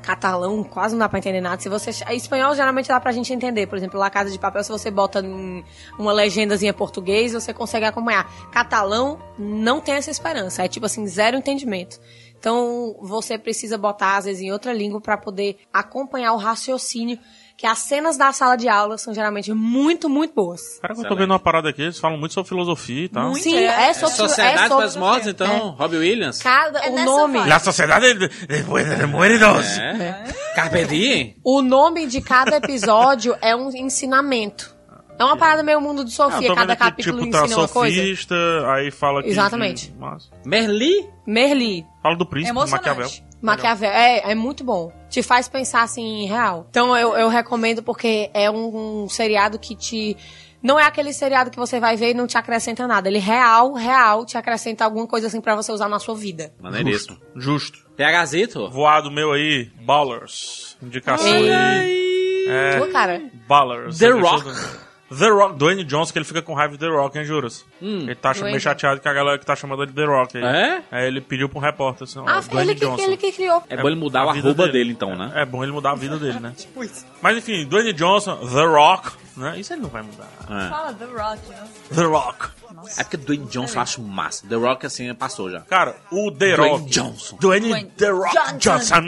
Speaker 5: catalão, quase não dá pra entender nada. Se você. Espanhol geralmente dá pra gente entender. Por exemplo, La Casa de Papel, se você bota num- uma legendazinha em português, você consegue acompanhar. Catalão não tem essa esperança. É tipo assim, zero entendimento. Então, você precisa botar, às vezes, em outra língua pra poder acompanhar o raciocínio. Que as cenas da sala de aula são geralmente muito, muito boas.
Speaker 4: Cara, que eu tô vendo uma parada aqui, eles falam muito sobre filosofia e tal.
Speaker 6: Muito.
Speaker 5: Sim,
Speaker 6: é-
Speaker 5: é,
Speaker 6: é
Speaker 5: sobre
Speaker 3: Sociedade
Speaker 5: é
Speaker 3: para
Speaker 5: sobre-
Speaker 3: os Mortos, então,
Speaker 5: É.
Speaker 3: Robbie Williams.
Speaker 5: Cada,
Speaker 6: É
Speaker 5: o
Speaker 6: nessa
Speaker 5: nome.
Speaker 6: vibe.
Speaker 4: La sociedade de, de, de muertos.
Speaker 3: É. Carpe diem.
Speaker 5: O nome de cada episódio é um ensinamento. É uma parada meio mundo de
Speaker 4: Ah, eu
Speaker 5: Sofia,
Speaker 4: tô vendo
Speaker 5: cada
Speaker 4: aqui,
Speaker 5: capítulo
Speaker 4: tipo, tá
Speaker 5: ensina uma coisa.
Speaker 4: sofista, aí fala que...
Speaker 5: Exatamente.
Speaker 4: que- Nossa.
Speaker 3: Merli?
Speaker 5: Merli,
Speaker 4: Fala do príncipe, do
Speaker 6: Emocionante.
Speaker 4: Maquiavel.
Speaker 5: Maquiavel, é, é muito bom. Te faz pensar assim, em real. Então eu, eu recomendo porque é um, um seriado que te. Não é aquele seriado que você vai ver e não te acrescenta nada. Ele real, real, te acrescenta alguma coisa assim pra você usar na sua vida.
Speaker 3: Maneiríssimo.
Speaker 4: Justo.
Speaker 3: PHzito?
Speaker 4: Voado meu aí, Ballers. Indicação
Speaker 5: Olha
Speaker 4: aí. É,
Speaker 5: Tua cara.
Speaker 4: Ballers.
Speaker 3: The
Speaker 4: Você deixou
Speaker 3: Rock.
Speaker 4: do- The Rock, Dwayne Johnson, que ele fica com raiva de The Rock, hein, juras? ele tá ch- meio
Speaker 5: Hum, Dwayne.
Speaker 4: chateado com a galera que tá chamando ele de The Rock. Aí.
Speaker 3: É?
Speaker 4: Aí ele pediu pra um repórter, assim, ó,
Speaker 5: Ah,
Speaker 4: Dwayne
Speaker 5: ele que,
Speaker 4: Johnson.
Speaker 5: ele que criou.
Speaker 3: É bom ele mudar o
Speaker 4: a vida
Speaker 3: arroba dele. então, né?
Speaker 4: É, é bom ele mudar a vida dele, né? Mas enfim, Dwayne Johnson, The Rock, né? Isso ele não vai mudar.
Speaker 3: Ah. Hum.
Speaker 6: Fala The Rock, né?
Speaker 4: The Rock.
Speaker 3: É porque Dwayne Johnson eu acho massa. The Rock, assim, passou já.
Speaker 4: Cara, o The
Speaker 3: Dwayne
Speaker 4: Rock.
Speaker 3: Johnson.
Speaker 4: Dwayne,
Speaker 6: Dwayne
Speaker 4: The Rock Johnson.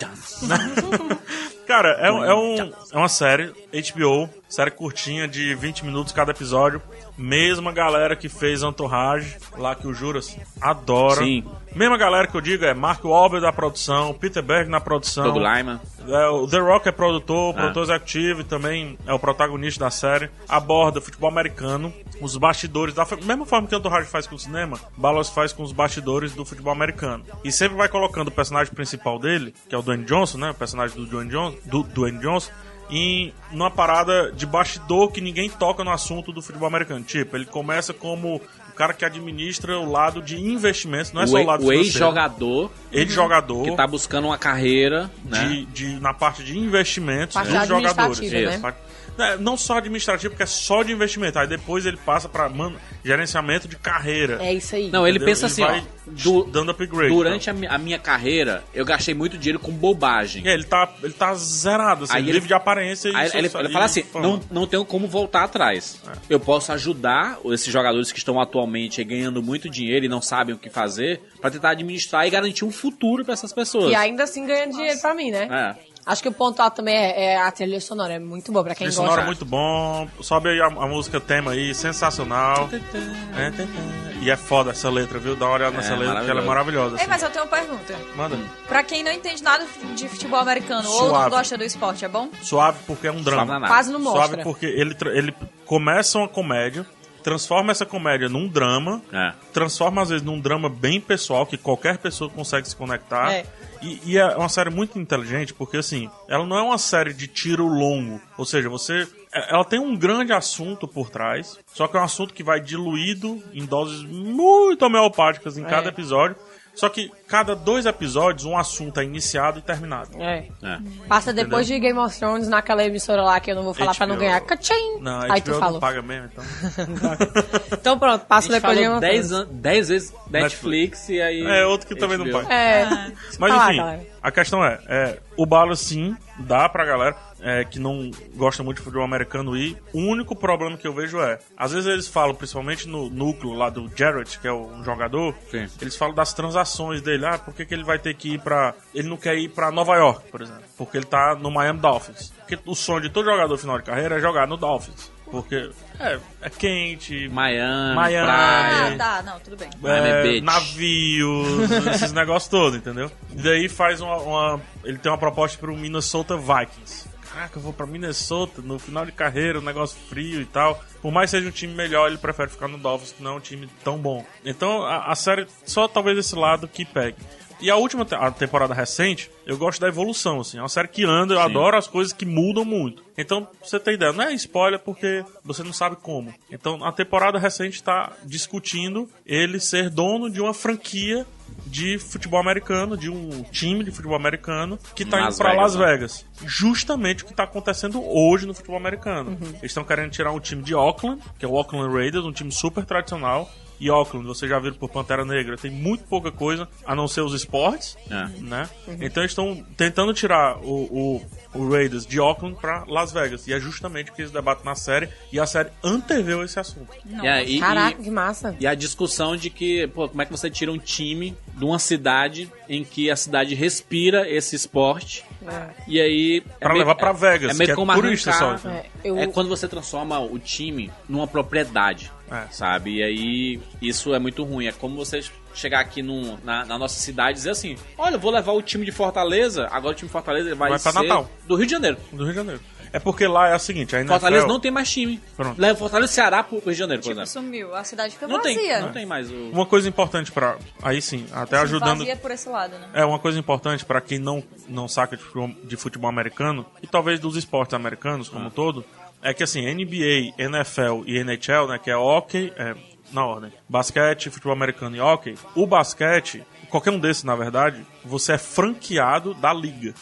Speaker 6: Johnson.
Speaker 4: Cara, é, um- é um, é uma série, HBO, série curtinha de 20 minutos cada episódio. Mesma galera que fez Entourage, lá que o Juras adora.
Speaker 3: Sim.
Speaker 4: Mesma galera que eu digo é Mark Wahlberg da produção, Peter Berg na produção.
Speaker 3: Doug Lyman.
Speaker 4: É, o The Rock é produtor,
Speaker 3: Ah.
Speaker 4: produtor executivo e também é o protagonista da série. Aborda futebol americano, os bastidores, da fa- mesma forma que o Entourage faz com o cinema, Ballas faz com os bastidores do futebol americano. E sempre vai colocando o personagem principal dele, que é o Dwayne Johnson, né? O personagem do Dwayne Johnson, do Dwayne Johnson em numa parada de bastidor que ninguém toca no assunto do futebol americano. Tipo, ele começa como o cara que administra o lado de investimentos, não é só o
Speaker 3: o
Speaker 4: lado
Speaker 3: o
Speaker 4: financeiro.
Speaker 3: ex-jogador
Speaker 4: Ex-jogador
Speaker 3: que tá buscando uma carreira, né?
Speaker 4: de, de- na parte de investimentos
Speaker 5: Parte
Speaker 4: dos
Speaker 5: administrativa,
Speaker 4: jogadores.
Speaker 5: né?
Speaker 4: Parte- né, Não só administrativo, porque é só de investimento. Aí depois ele passa pra man- gerenciamento de carreira.
Speaker 5: É isso aí.
Speaker 3: Não, ele
Speaker 4: entendeu?
Speaker 3: pensa assim, ó.
Speaker 4: vai
Speaker 3: du-
Speaker 4: dando upgrade. né?
Speaker 3: durante a, mi- a minha carreira, eu gastei muito dinheiro com bobagem.
Speaker 4: É, ele tá, ele tá zerado, assim,
Speaker 3: Aí
Speaker 4: livre
Speaker 3: ele-
Speaker 4: de aparência e
Speaker 3: Aí
Speaker 4: sucesso-
Speaker 3: ele, ele fala
Speaker 4: e É.
Speaker 3: assim:
Speaker 4: fama.
Speaker 3: não, não tenho como voltar atrás. Eu posso ajudar esses jogadores que estão atualmente aí ganhando muito dinheiro e não sabem o que fazer pra tentar administrar e garantir um futuro pra essas pessoas.
Speaker 5: E ainda assim ganha dinheiro pra mim, né?
Speaker 3: É.
Speaker 5: Acho que o ponto alto também é, é a trilha sonora. É muito boa pra quem
Speaker 4: Trilha
Speaker 5: gosta.
Speaker 4: sonora é muito bom. Sobe aí a, a música tema aí, sensacional. né? E é foda essa letra, viu? Dá uma olhada nessa letra, porque ela é maravilhosa.
Speaker 6: Ei,
Speaker 4: assim.
Speaker 6: mas eu tenho uma pergunta.
Speaker 4: Manda.
Speaker 6: Pra quem não entende nada de futebol americano ou
Speaker 4: Suave.
Speaker 6: não gosta do esporte, é bom?
Speaker 4: Suave porque é um drama.
Speaker 3: Suave na nada.
Speaker 5: Quase não mostra.
Speaker 4: Sabe, porque ele, tra- ele começa uma comédia, transforma essa comédia num drama,
Speaker 3: É.
Speaker 4: transforma às vezes num drama bem pessoal, que qualquer pessoa consegue se conectar.
Speaker 5: É.
Speaker 4: E, e é uma série muito inteligente, porque assim, ela não é uma série de tiro longo. Ou seja, você. é- Ela tem um grande assunto por trás, só que é um assunto que vai diluído em doses muito homeopáticas em
Speaker 5: É.
Speaker 4: cada episódio. Só que cada dois episódios, um assunto é iniciado e terminado.
Speaker 5: É.
Speaker 3: É.
Speaker 5: Passa depois de Game of Thrones naquela emissora lá que eu não vou falar pra não
Speaker 4: HBO.
Speaker 5: ganhar. Cachim!
Speaker 4: Não, a
Speaker 5: Aí tu
Speaker 4: HBO não
Speaker 5: falou.
Speaker 4: paga mesmo, então.
Speaker 5: Então pronto,
Speaker 3: A
Speaker 5: passa
Speaker 3: gente
Speaker 5: depois de
Speaker 3: falou
Speaker 5: Game
Speaker 3: 10
Speaker 5: of
Speaker 3: an- 10 vezes Netflix e aí.
Speaker 4: É, outro que também não
Speaker 3: HBO.
Speaker 4: paga.
Speaker 5: É.
Speaker 4: Mas
Speaker 5: Fala,
Speaker 4: enfim,
Speaker 5: galera.
Speaker 4: a questão é, é, o bala sim dá pra galera é, que não gosta muito de futebol americano ir. O único problema que eu vejo é, às vezes eles falam, principalmente no núcleo lá do Jarrett, que é um jogador,
Speaker 3: Sim.
Speaker 4: eles falam das transações dele. Ah, por que, que ele vai ter que ir pra. Ele não quer ir pra Nova York, por exemplo, porque ele tá no Miami Dolphins. Porque o sonho de todo jogador final de carreira é jogar no Dolphins. Porque é, é quente,
Speaker 3: Miami,
Speaker 4: Miami.
Speaker 3: praia.
Speaker 6: Ah, tá, não, tudo bem.
Speaker 3: Miami
Speaker 4: é,
Speaker 3: Beach.
Speaker 4: navios, esses negócios todos, entendeu? E daí faz uma, uma- Ele tem uma proposta pro Minnesota Vikings. Caraca, eu vou pra Minnesota no final de carreira, um negócio frio e tal. Por mais que seja um time melhor, ele prefere ficar no Dolphins, que não é um time tão bom. Então a, a série, só talvez esse lado que pegue. E a última te- a temporada recente, eu gosto da evolução, assim. É uma série que anda, eu adoro as coisas que mudam muito. Então, pra você ter ideia, não é spoiler porque você não sabe como. Então, a temporada recente tá discutindo ele ser dono de uma franquia de futebol americano, de um time de futebol americano que tá
Speaker 3: Las
Speaker 4: indo pra
Speaker 3: Vegas,
Speaker 4: Las
Speaker 3: né?
Speaker 4: Vegas. Justamente o que tá acontecendo hoje no futebol americano. Eles estão querendo tirar um time de Oakland, que é o Oakland Raiders, um time super tradicional, e Auckland, vocês já viram por Pantera Negra, tem muito pouca coisa, a não ser os esportes,
Speaker 3: É.
Speaker 4: né? Então eles estão tentando tirar o, o, o Raiders de Auckland pra Las Vegas. E é justamente o que eles debatem na série, e a série anteveu esse assunto.
Speaker 3: E, aí,
Speaker 5: Caraca,
Speaker 3: e,
Speaker 5: que massa.
Speaker 3: e a discussão de que, pô, como é que você tira um time de uma cidade em que a cidade respira esse esporte e aí...
Speaker 4: Pra levar pra Vegas,
Speaker 3: é meio
Speaker 4: que é
Speaker 3: como
Speaker 4: turista
Speaker 3: arrancar-
Speaker 4: só.
Speaker 5: É, eu-
Speaker 3: É quando você transforma o time numa propriedade,
Speaker 4: É.
Speaker 3: sabe? E aí isso é muito ruim. É como você chegar aqui num- na, na nossa cidade e dizer assim, olha, eu vou levar o time de Fortaleza, agora o time de Fortaleza vai,
Speaker 4: Vai pra
Speaker 3: ser
Speaker 4: Natal.
Speaker 3: do Rio de Janeiro.
Speaker 4: Do Rio de Janeiro. É porque lá é a seguinte, a NFL,
Speaker 3: Fortaleza não tem mais time.
Speaker 4: Pronto.
Speaker 3: Leva Fortaleza e Ceará pro Rio de Janeiro, por
Speaker 6: Tipo,
Speaker 3: exemplo.
Speaker 6: sumiu. A cidade fica
Speaker 3: Não
Speaker 6: vazia.
Speaker 3: tem, Tá não tem mais o...
Speaker 4: Uma coisa importante pra. Aí sim, até
Speaker 6: Assim,
Speaker 4: ajudando.
Speaker 6: Vazia por esse lado, né?
Speaker 4: É uma coisa importante pra quem não, não saca de futebol, de futebol americano e talvez dos esportes americanos como um todo, é que assim, NBA, NFL e NHL, né, que é hockey, é, na ordem, basquete, futebol americano e hockey, o basquete, qualquer um desses na verdade, você é franqueado da liga.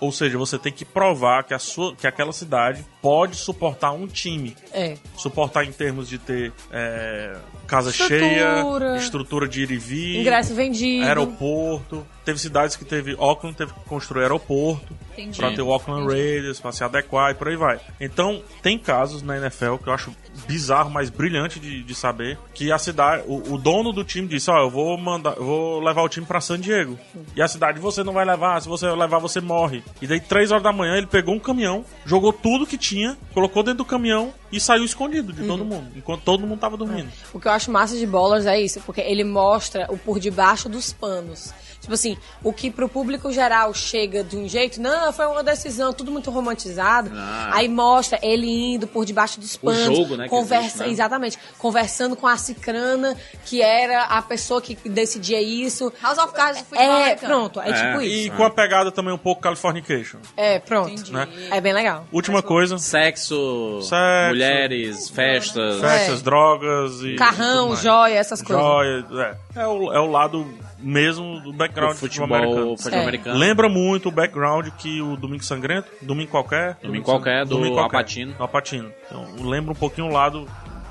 Speaker 4: Ou seja, você tem que provar que, a sua, que aquela cidade pode suportar um time
Speaker 5: É.
Speaker 4: suportar em termos de ter é, casa
Speaker 5: Estrutura.
Speaker 4: cheia, estrutura de ir e vir,
Speaker 5: Ingresso vendido.
Speaker 4: aeroporto. Teve cidades que teve. Auckland teve que construir aeroporto
Speaker 6: Entendi.
Speaker 4: pra ter o Auckland Raiders, pra se adequar e por aí vai. Então, tem casos na NFL que eu acho bizarro, mas brilhante de, de saber, que a cidade, o, o dono do time disse, ó, eu vou mandar, eu vou levar o time pra San Diego. E a cidade, você não vai levar, se você levar, você morre. E daí, três horas da manhã, ele pegou um caminhão, jogou tudo que tinha, colocou dentro do caminhão e saiu escondido de
Speaker 6: Uhum.
Speaker 4: todo mundo, enquanto todo mundo tava dormindo.
Speaker 5: O que eu acho massa de Ballers é isso, porque ele mostra o por debaixo dos panos. Tipo assim, o que pro público geral chega de um jeito, não, foi uma decisão, tudo muito romantizado.
Speaker 3: Ah.
Speaker 5: Aí mostra ele indo por debaixo dos panos.
Speaker 3: jogo, né, que
Speaker 5: Conversa,
Speaker 3: existe, né?
Speaker 5: exatamente. Conversando com a Cicrana, que era a pessoa que decidia isso.
Speaker 6: House of Cards do futebol
Speaker 5: É,
Speaker 6: americano.
Speaker 5: pronto, é, tipo
Speaker 4: E
Speaker 5: isso.
Speaker 4: com a pegada também um pouco Californication,
Speaker 5: É, pronto.
Speaker 4: né?
Speaker 5: É bem legal.
Speaker 4: Última coisa,
Speaker 3: Sexo,
Speaker 4: Sexo.
Speaker 3: mulheres, festas.
Speaker 4: festas, drogas e tudo
Speaker 5: Carrão,
Speaker 4: mais.
Speaker 5: joia, essas coisas.
Speaker 4: Joia, é. É o, é o lado mesmo do
Speaker 3: O
Speaker 4: background do
Speaker 3: futebol,
Speaker 4: futebol
Speaker 3: americano.
Speaker 4: americano.
Speaker 3: Futebol
Speaker 5: É.
Speaker 3: americano.
Speaker 4: Lembra muito o background que o Domingo Sangrento, Domingo Qualquer...
Speaker 3: Domingo Qualquer,
Speaker 4: Sang-
Speaker 3: do Alpatino.
Speaker 4: do Alpatino. Então, lembra um pouquinho o lado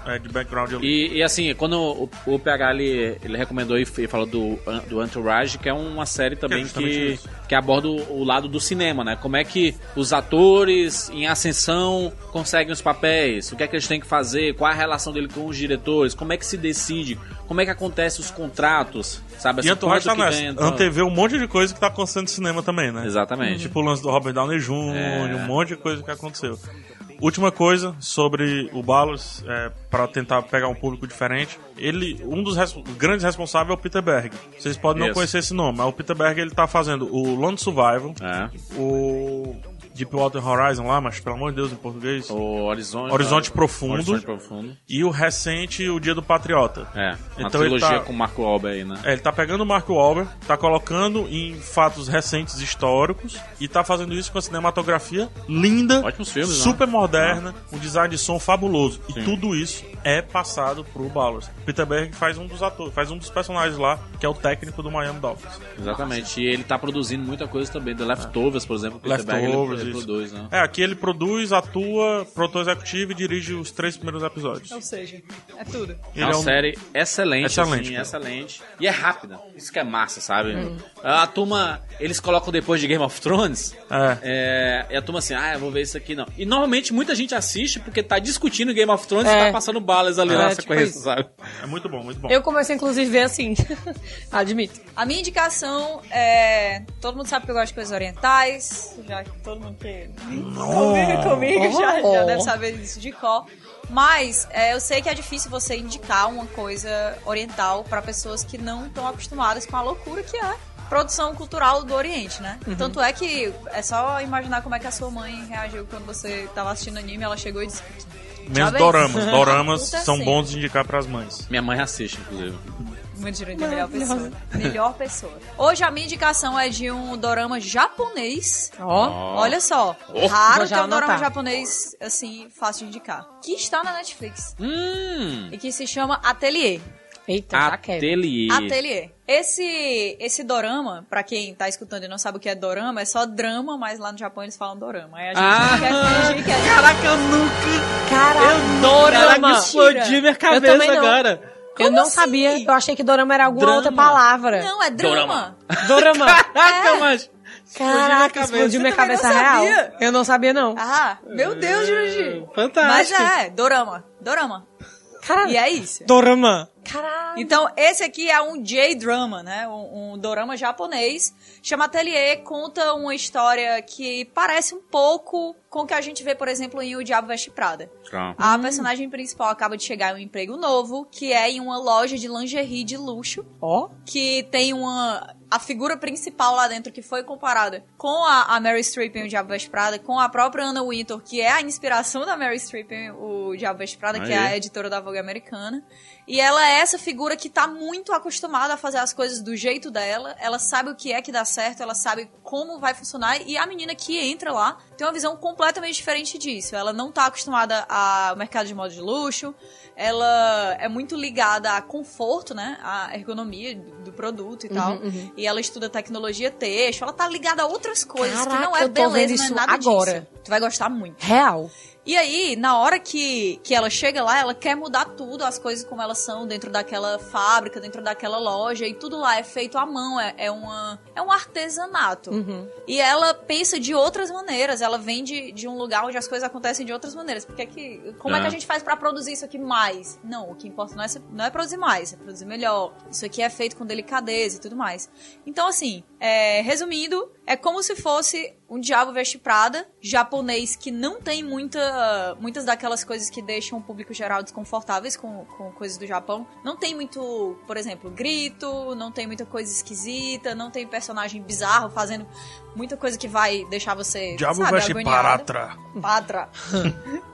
Speaker 4: é, de background ali.
Speaker 3: E, e assim, quando o, o PH ele, ele recomendou e, f- e falou do, An- do Entourage, que é uma série também
Speaker 4: Que é justamente
Speaker 3: que,
Speaker 4: isso.
Speaker 3: que aborda o, o lado do cinema, né? Como é que os atores em ascensão conseguem os papéis, o que é que eles têm que fazer, qual é a relação dele com os diretores, como é que se decide, como é que acontece os contratos, sabe?
Speaker 4: E
Speaker 3: Assim,
Speaker 4: Antorraj tá
Speaker 3: quanto que
Speaker 4: nessa.
Speaker 3: ganha, tal.
Speaker 4: Antevê um monte de coisa que tá acontecendo no cinema também, né?
Speaker 3: Exatamente. É.
Speaker 4: Tipo o lance do Robert Downey Jr., um monte de coisa que aconteceu. Última coisa sobre o Ballas, é, para tentar pegar um público diferente. Ele, um dos res- grandes responsáveis é o Peter Berg. Vocês podem não
Speaker 3: Isso.
Speaker 4: conhecer esse nome, mas o Peter Berg ele tá fazendo o Lone Survival,
Speaker 3: É.
Speaker 4: o Deepwater Horizon lá, mas pelo amor de Deus em português,
Speaker 3: O Horizonte,
Speaker 4: Horizonte Profundo.
Speaker 3: Horizonte Profundo.
Speaker 4: e o recente O Dia do Patriota.
Speaker 3: É, uma
Speaker 4: Então ele
Speaker 3: trilogia
Speaker 4: tá-
Speaker 3: com o Marco Alba aí, né?
Speaker 4: É, ele tá pegando o Mark Wahlberg, tá colocando em fatos recentes históricos e tá fazendo isso com a cinematografia linda,
Speaker 3: Ótimos filmes, né?
Speaker 4: super moderna, um design de som fabuloso. E tudo isso é passado pro Ballers. Peter Berg faz um dos atores, faz um dos personagens lá, que é o técnico do Miami Dolphins.
Speaker 3: Exatamente. E ele tá produzindo muita coisa também. The Leftovers, por exemplo, que o Peter Berg, ele,
Speaker 4: Leftovers,
Speaker 3: ele
Speaker 4: isso.
Speaker 3: produz, né?
Speaker 4: É, aqui ele produz, atua, produtor executivo e dirige os três primeiros episódios.
Speaker 6: Ou seja, é tudo.
Speaker 3: É
Speaker 4: Ele
Speaker 3: uma
Speaker 4: um-
Speaker 3: série excelente,
Speaker 4: Excelente,
Speaker 3: assim,
Speaker 4: cara.
Speaker 3: excelente. E é rápida. Isso que é massa, sabe? A turma, eles colocam depois de Game of Thrones.
Speaker 4: É.
Speaker 3: É, e a turma assim, ah, eu vou ver isso aqui não. E normalmente muita gente assiste porque tá discutindo Game of Thrones e
Speaker 5: É.
Speaker 3: tá passando balas ali
Speaker 5: É,
Speaker 3: na
Speaker 5: tipo
Speaker 3: sequência,
Speaker 5: isso.
Speaker 3: sabe?
Speaker 4: É muito bom, muito bom.
Speaker 5: Eu comecei, inclusive, a ver assim. Admito.
Speaker 6: A minha indicação é. Todo mundo sabe que eu gosto de coisas orientais. Já que todo mundo que convive comigo já, já deve saber disso de cor. Mas é, eu sei que é difícil você indicar uma coisa oriental pra pessoas que não estão acostumadas com a loucura que é produção cultural do Oriente, né? Tanto é que é só imaginar como é que a sua mãe reagiu quando você tava assistindo anime, ela chegou e disse.
Speaker 4: Menos
Speaker 6: Talvez.
Speaker 4: doramas. Doramas
Speaker 6: Puta
Speaker 4: são
Speaker 6: sim.
Speaker 4: bons de indicar pras mães.
Speaker 3: Minha mãe assiste, inclusive.
Speaker 6: Muito direito, é melhor pessoa. Melhor pessoa. Hoje a minha indicação é de um dorama japonês.
Speaker 5: Ó.
Speaker 6: Olha só,
Speaker 5: Vou
Speaker 6: raro
Speaker 5: já
Speaker 6: ter um dorama
Speaker 5: anotar.
Speaker 6: japonês assim, fácil de indicar. Que está na Netflix
Speaker 3: Hum!
Speaker 6: e que se chama Atelier.
Speaker 5: Eita, Então já quero.
Speaker 3: Ateliê.
Speaker 6: Atelier. Esse, esse dorama, pra quem tá escutando e não sabe o que é dorama, é só drama, mas lá no Japão eles falam dorama. Aí a gente
Speaker 3: Ah.
Speaker 6: quer fingir que é
Speaker 3: Caraca, eu nunca...
Speaker 5: Caraca,
Speaker 3: Caraca,
Speaker 5: dorama!
Speaker 3: explodiu minha
Speaker 5: Eu também
Speaker 3: cabeça
Speaker 5: não.
Speaker 3: agora.
Speaker 5: eu não
Speaker 6: assim?
Speaker 5: sabia, eu achei que dorama era alguma
Speaker 8: Drama.
Speaker 5: outra palavra.
Speaker 6: Não, é drama.
Speaker 5: Dorama. É.
Speaker 8: Caraca, mas.
Speaker 5: Caraca,
Speaker 8: Explodiu
Speaker 5: explodiu minha
Speaker 6: cabeça.
Speaker 5: cabeça
Speaker 6: Você também não
Speaker 5: real.
Speaker 6: sabia?
Speaker 5: Eu não sabia, não.
Speaker 6: Ah, meu Deus, Jurandir. Mas
Speaker 8: Fantástico.
Speaker 6: é, dorama. Dorama.
Speaker 5: Caralho.
Speaker 6: E é isso.
Speaker 5: Dorama. Caralho.
Speaker 6: Então, esse aqui é um J-drama, né? Um, um dorama japonês. Chama Atelier, conta uma história que parece um pouco com o que a gente vê, por exemplo, em O Diabo Veste Prada. A personagem principal acaba de chegar em um emprego novo, que é em uma loja de lingerie de luxo,
Speaker 5: Ó.
Speaker 6: que tem uma... A figura principal lá dentro que foi comparada com a, a Mary Streep em O Diabo Veste Prada, com a própria Anna Wintour, que é a inspiração da Mary Streep em O Diabo Veste Prada, que é a editora da Vogue americana. E ela é essa figura que tá muito acostumada a fazer as coisas do jeito dela. Ela sabe o que é que dá certo, ela sabe como vai funcionar. E a menina que entra lá tem uma visão completamente diferente disso. Ela não tá acostumada ao mercado de moda de luxo. Ela é muito ligada a conforto, né? A ergonomia do produto
Speaker 5: Uhum,
Speaker 6: e tal. E ela estuda tecnologia texto. Ela tá ligada a outras coisas que não
Speaker 5: Caraca,
Speaker 6: é
Speaker 5: eu tô
Speaker 6: beleza,
Speaker 5: vendo isso
Speaker 6: não é nada
Speaker 5: agora.
Speaker 6: disso. Tu vai gostar muito.
Speaker 5: Real.
Speaker 6: E aí, na hora que, que ela chega lá, ela quer mudar tudo, as coisas como elas são dentro daquela fábrica, dentro daquela loja, e tudo lá é feito à mão, é, é, uma, é um artesanato. E ela pensa de outras maneiras, ela vem de, de um lugar onde as coisas acontecem de outras maneiras. Porque é que, como é que a gente faz pra produzir isso aqui mais? Não, o que importa não é, ser- não é produzir mais, é produzir melhor. Isso aqui é feito com delicadeza e tudo mais. Então, assim, é, resumindo, é como se fosse um diabo veste prada, japonês que não tem muita, muitas daquelas coisas que deixam o público geral desconfortáveis com, com coisas do Japão. Não tem muito, por exemplo, grito, não tem muita coisa esquisita, não tem personagem bizarro fazendo muita coisa que vai deixar você,
Speaker 4: Diabo
Speaker 6: sabe,
Speaker 4: veste
Speaker 6: agoniado.
Speaker 4: paratra.
Speaker 6: Patra.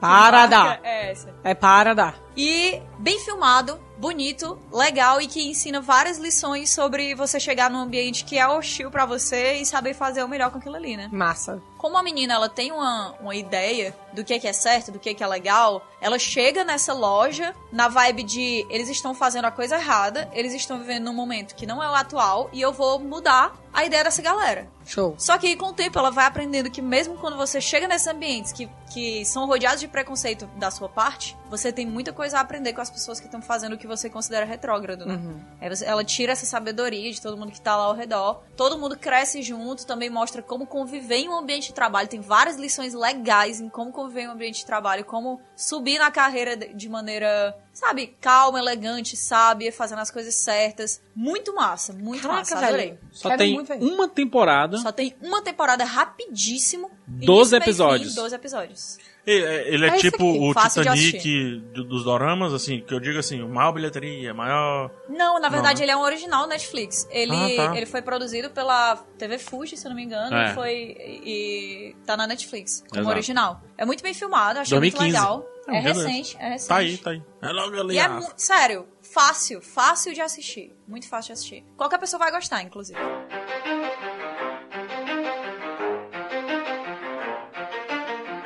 Speaker 5: Para
Speaker 6: Patra
Speaker 5: dar.
Speaker 6: É essa.
Speaker 5: É para dar.
Speaker 6: E bem filmado, bonito, legal e que ensina várias lições sobre você chegar num ambiente que é hostil pra você e saber fazer o melhor com aquilo ali, né?
Speaker 5: Massa.
Speaker 6: como a menina ela tem uma, uma ideia do que é, que é certo, do que é, que é legal, ela chega nessa loja na vibe de eles estão fazendo a coisa errada, eles estão vivendo num momento que não é o atual e eu vou mudar a ideia dessa galera.
Speaker 5: Show.
Speaker 6: Só que aí, com o tempo ela vai aprendendo que mesmo quando você chega nesses ambientes que, que são rodeados de preconceito da sua parte, você tem muita coisa a aprender com as pessoas que estão fazendo o que você considera retrógrado, né?
Speaker 5: Uhum.
Speaker 6: Aí você- ela tira essa sabedoria de todo mundo que tá lá ao redor. Todo mundo cresce junto, também mostra como conviver em um ambiente de trabalho. Tem várias lições legais em como conviver em um ambiente de trabalho, como subir na carreira de de maneira, sabe, calma, elegante, sábia, fazendo as coisas certas. Muito massa, muito massa,
Speaker 5: Caraca,
Speaker 6: adorei.
Speaker 5: velho.
Speaker 3: Só
Speaker 5: Quero
Speaker 3: tem
Speaker 5: muito ver.
Speaker 3: uma temporada.
Speaker 6: Só tem uma temporada rapidíssimo. início,
Speaker 3: 12
Speaker 6: meio e fim,
Speaker 3: episódios.
Speaker 6: 12 episódios.
Speaker 4: Ele, ele é,
Speaker 5: É isso
Speaker 4: tipo
Speaker 5: aqui,
Speaker 4: o
Speaker 6: fácil de
Speaker 4: Titanic do- dos doramas, assim, que eu digo assim, maior bilheteria, maior...
Speaker 6: Não, na verdade
Speaker 4: Não, né?
Speaker 6: ele é um original Netflix. Ele,
Speaker 4: Ah, tá.
Speaker 6: ele foi produzido pela TV Fuji, se eu não me engano,
Speaker 3: É.
Speaker 6: e foi e tá na Netflix como
Speaker 3: Exato.
Speaker 6: original. É muito bem filmado, achei
Speaker 3: 2015.
Speaker 6: muito legal.
Speaker 4: É,
Speaker 6: É,
Speaker 4: beleza.
Speaker 6: recente, é recente.
Speaker 4: Tá aí, tá aí. É logo ali,
Speaker 6: E é,
Speaker 4: ah,
Speaker 6: mu- sério, fácil, fácil de assistir. Muito fácil de assistir. Qualquer pessoa vai gostar, inclusive.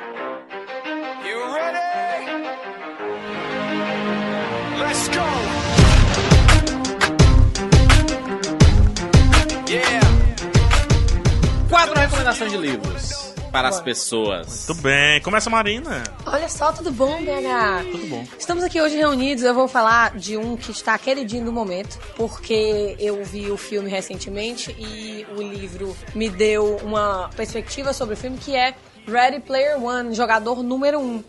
Speaker 2: You ready? Let's go. Yeah.
Speaker 3: Quatro recomendações de livros para as pessoas.
Speaker 4: Muito bem. Começa a Marina.
Speaker 5: Olha só, tudo bom, BH? Tudo bom. Estamos aqui hoje reunidos. Eu vou falar de um que está queridinho do momento, porque eu vi o filme recentemente e o livro me deu uma perspectiva sobre o filme que é Ready Player One, jogador número um.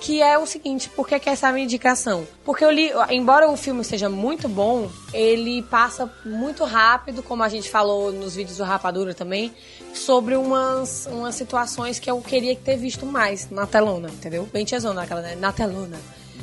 Speaker 5: Que é o seguinte, por que que essa é a minha indicação? Porque eu li, embora o filme seja muito bom, ele passa muito rápido, como a gente falou nos vídeos do Rapadura também, sobre umas, umas situações que eu queria ter visto mais na telona, entendeu? Bem tiazona aquela, né? Na telona.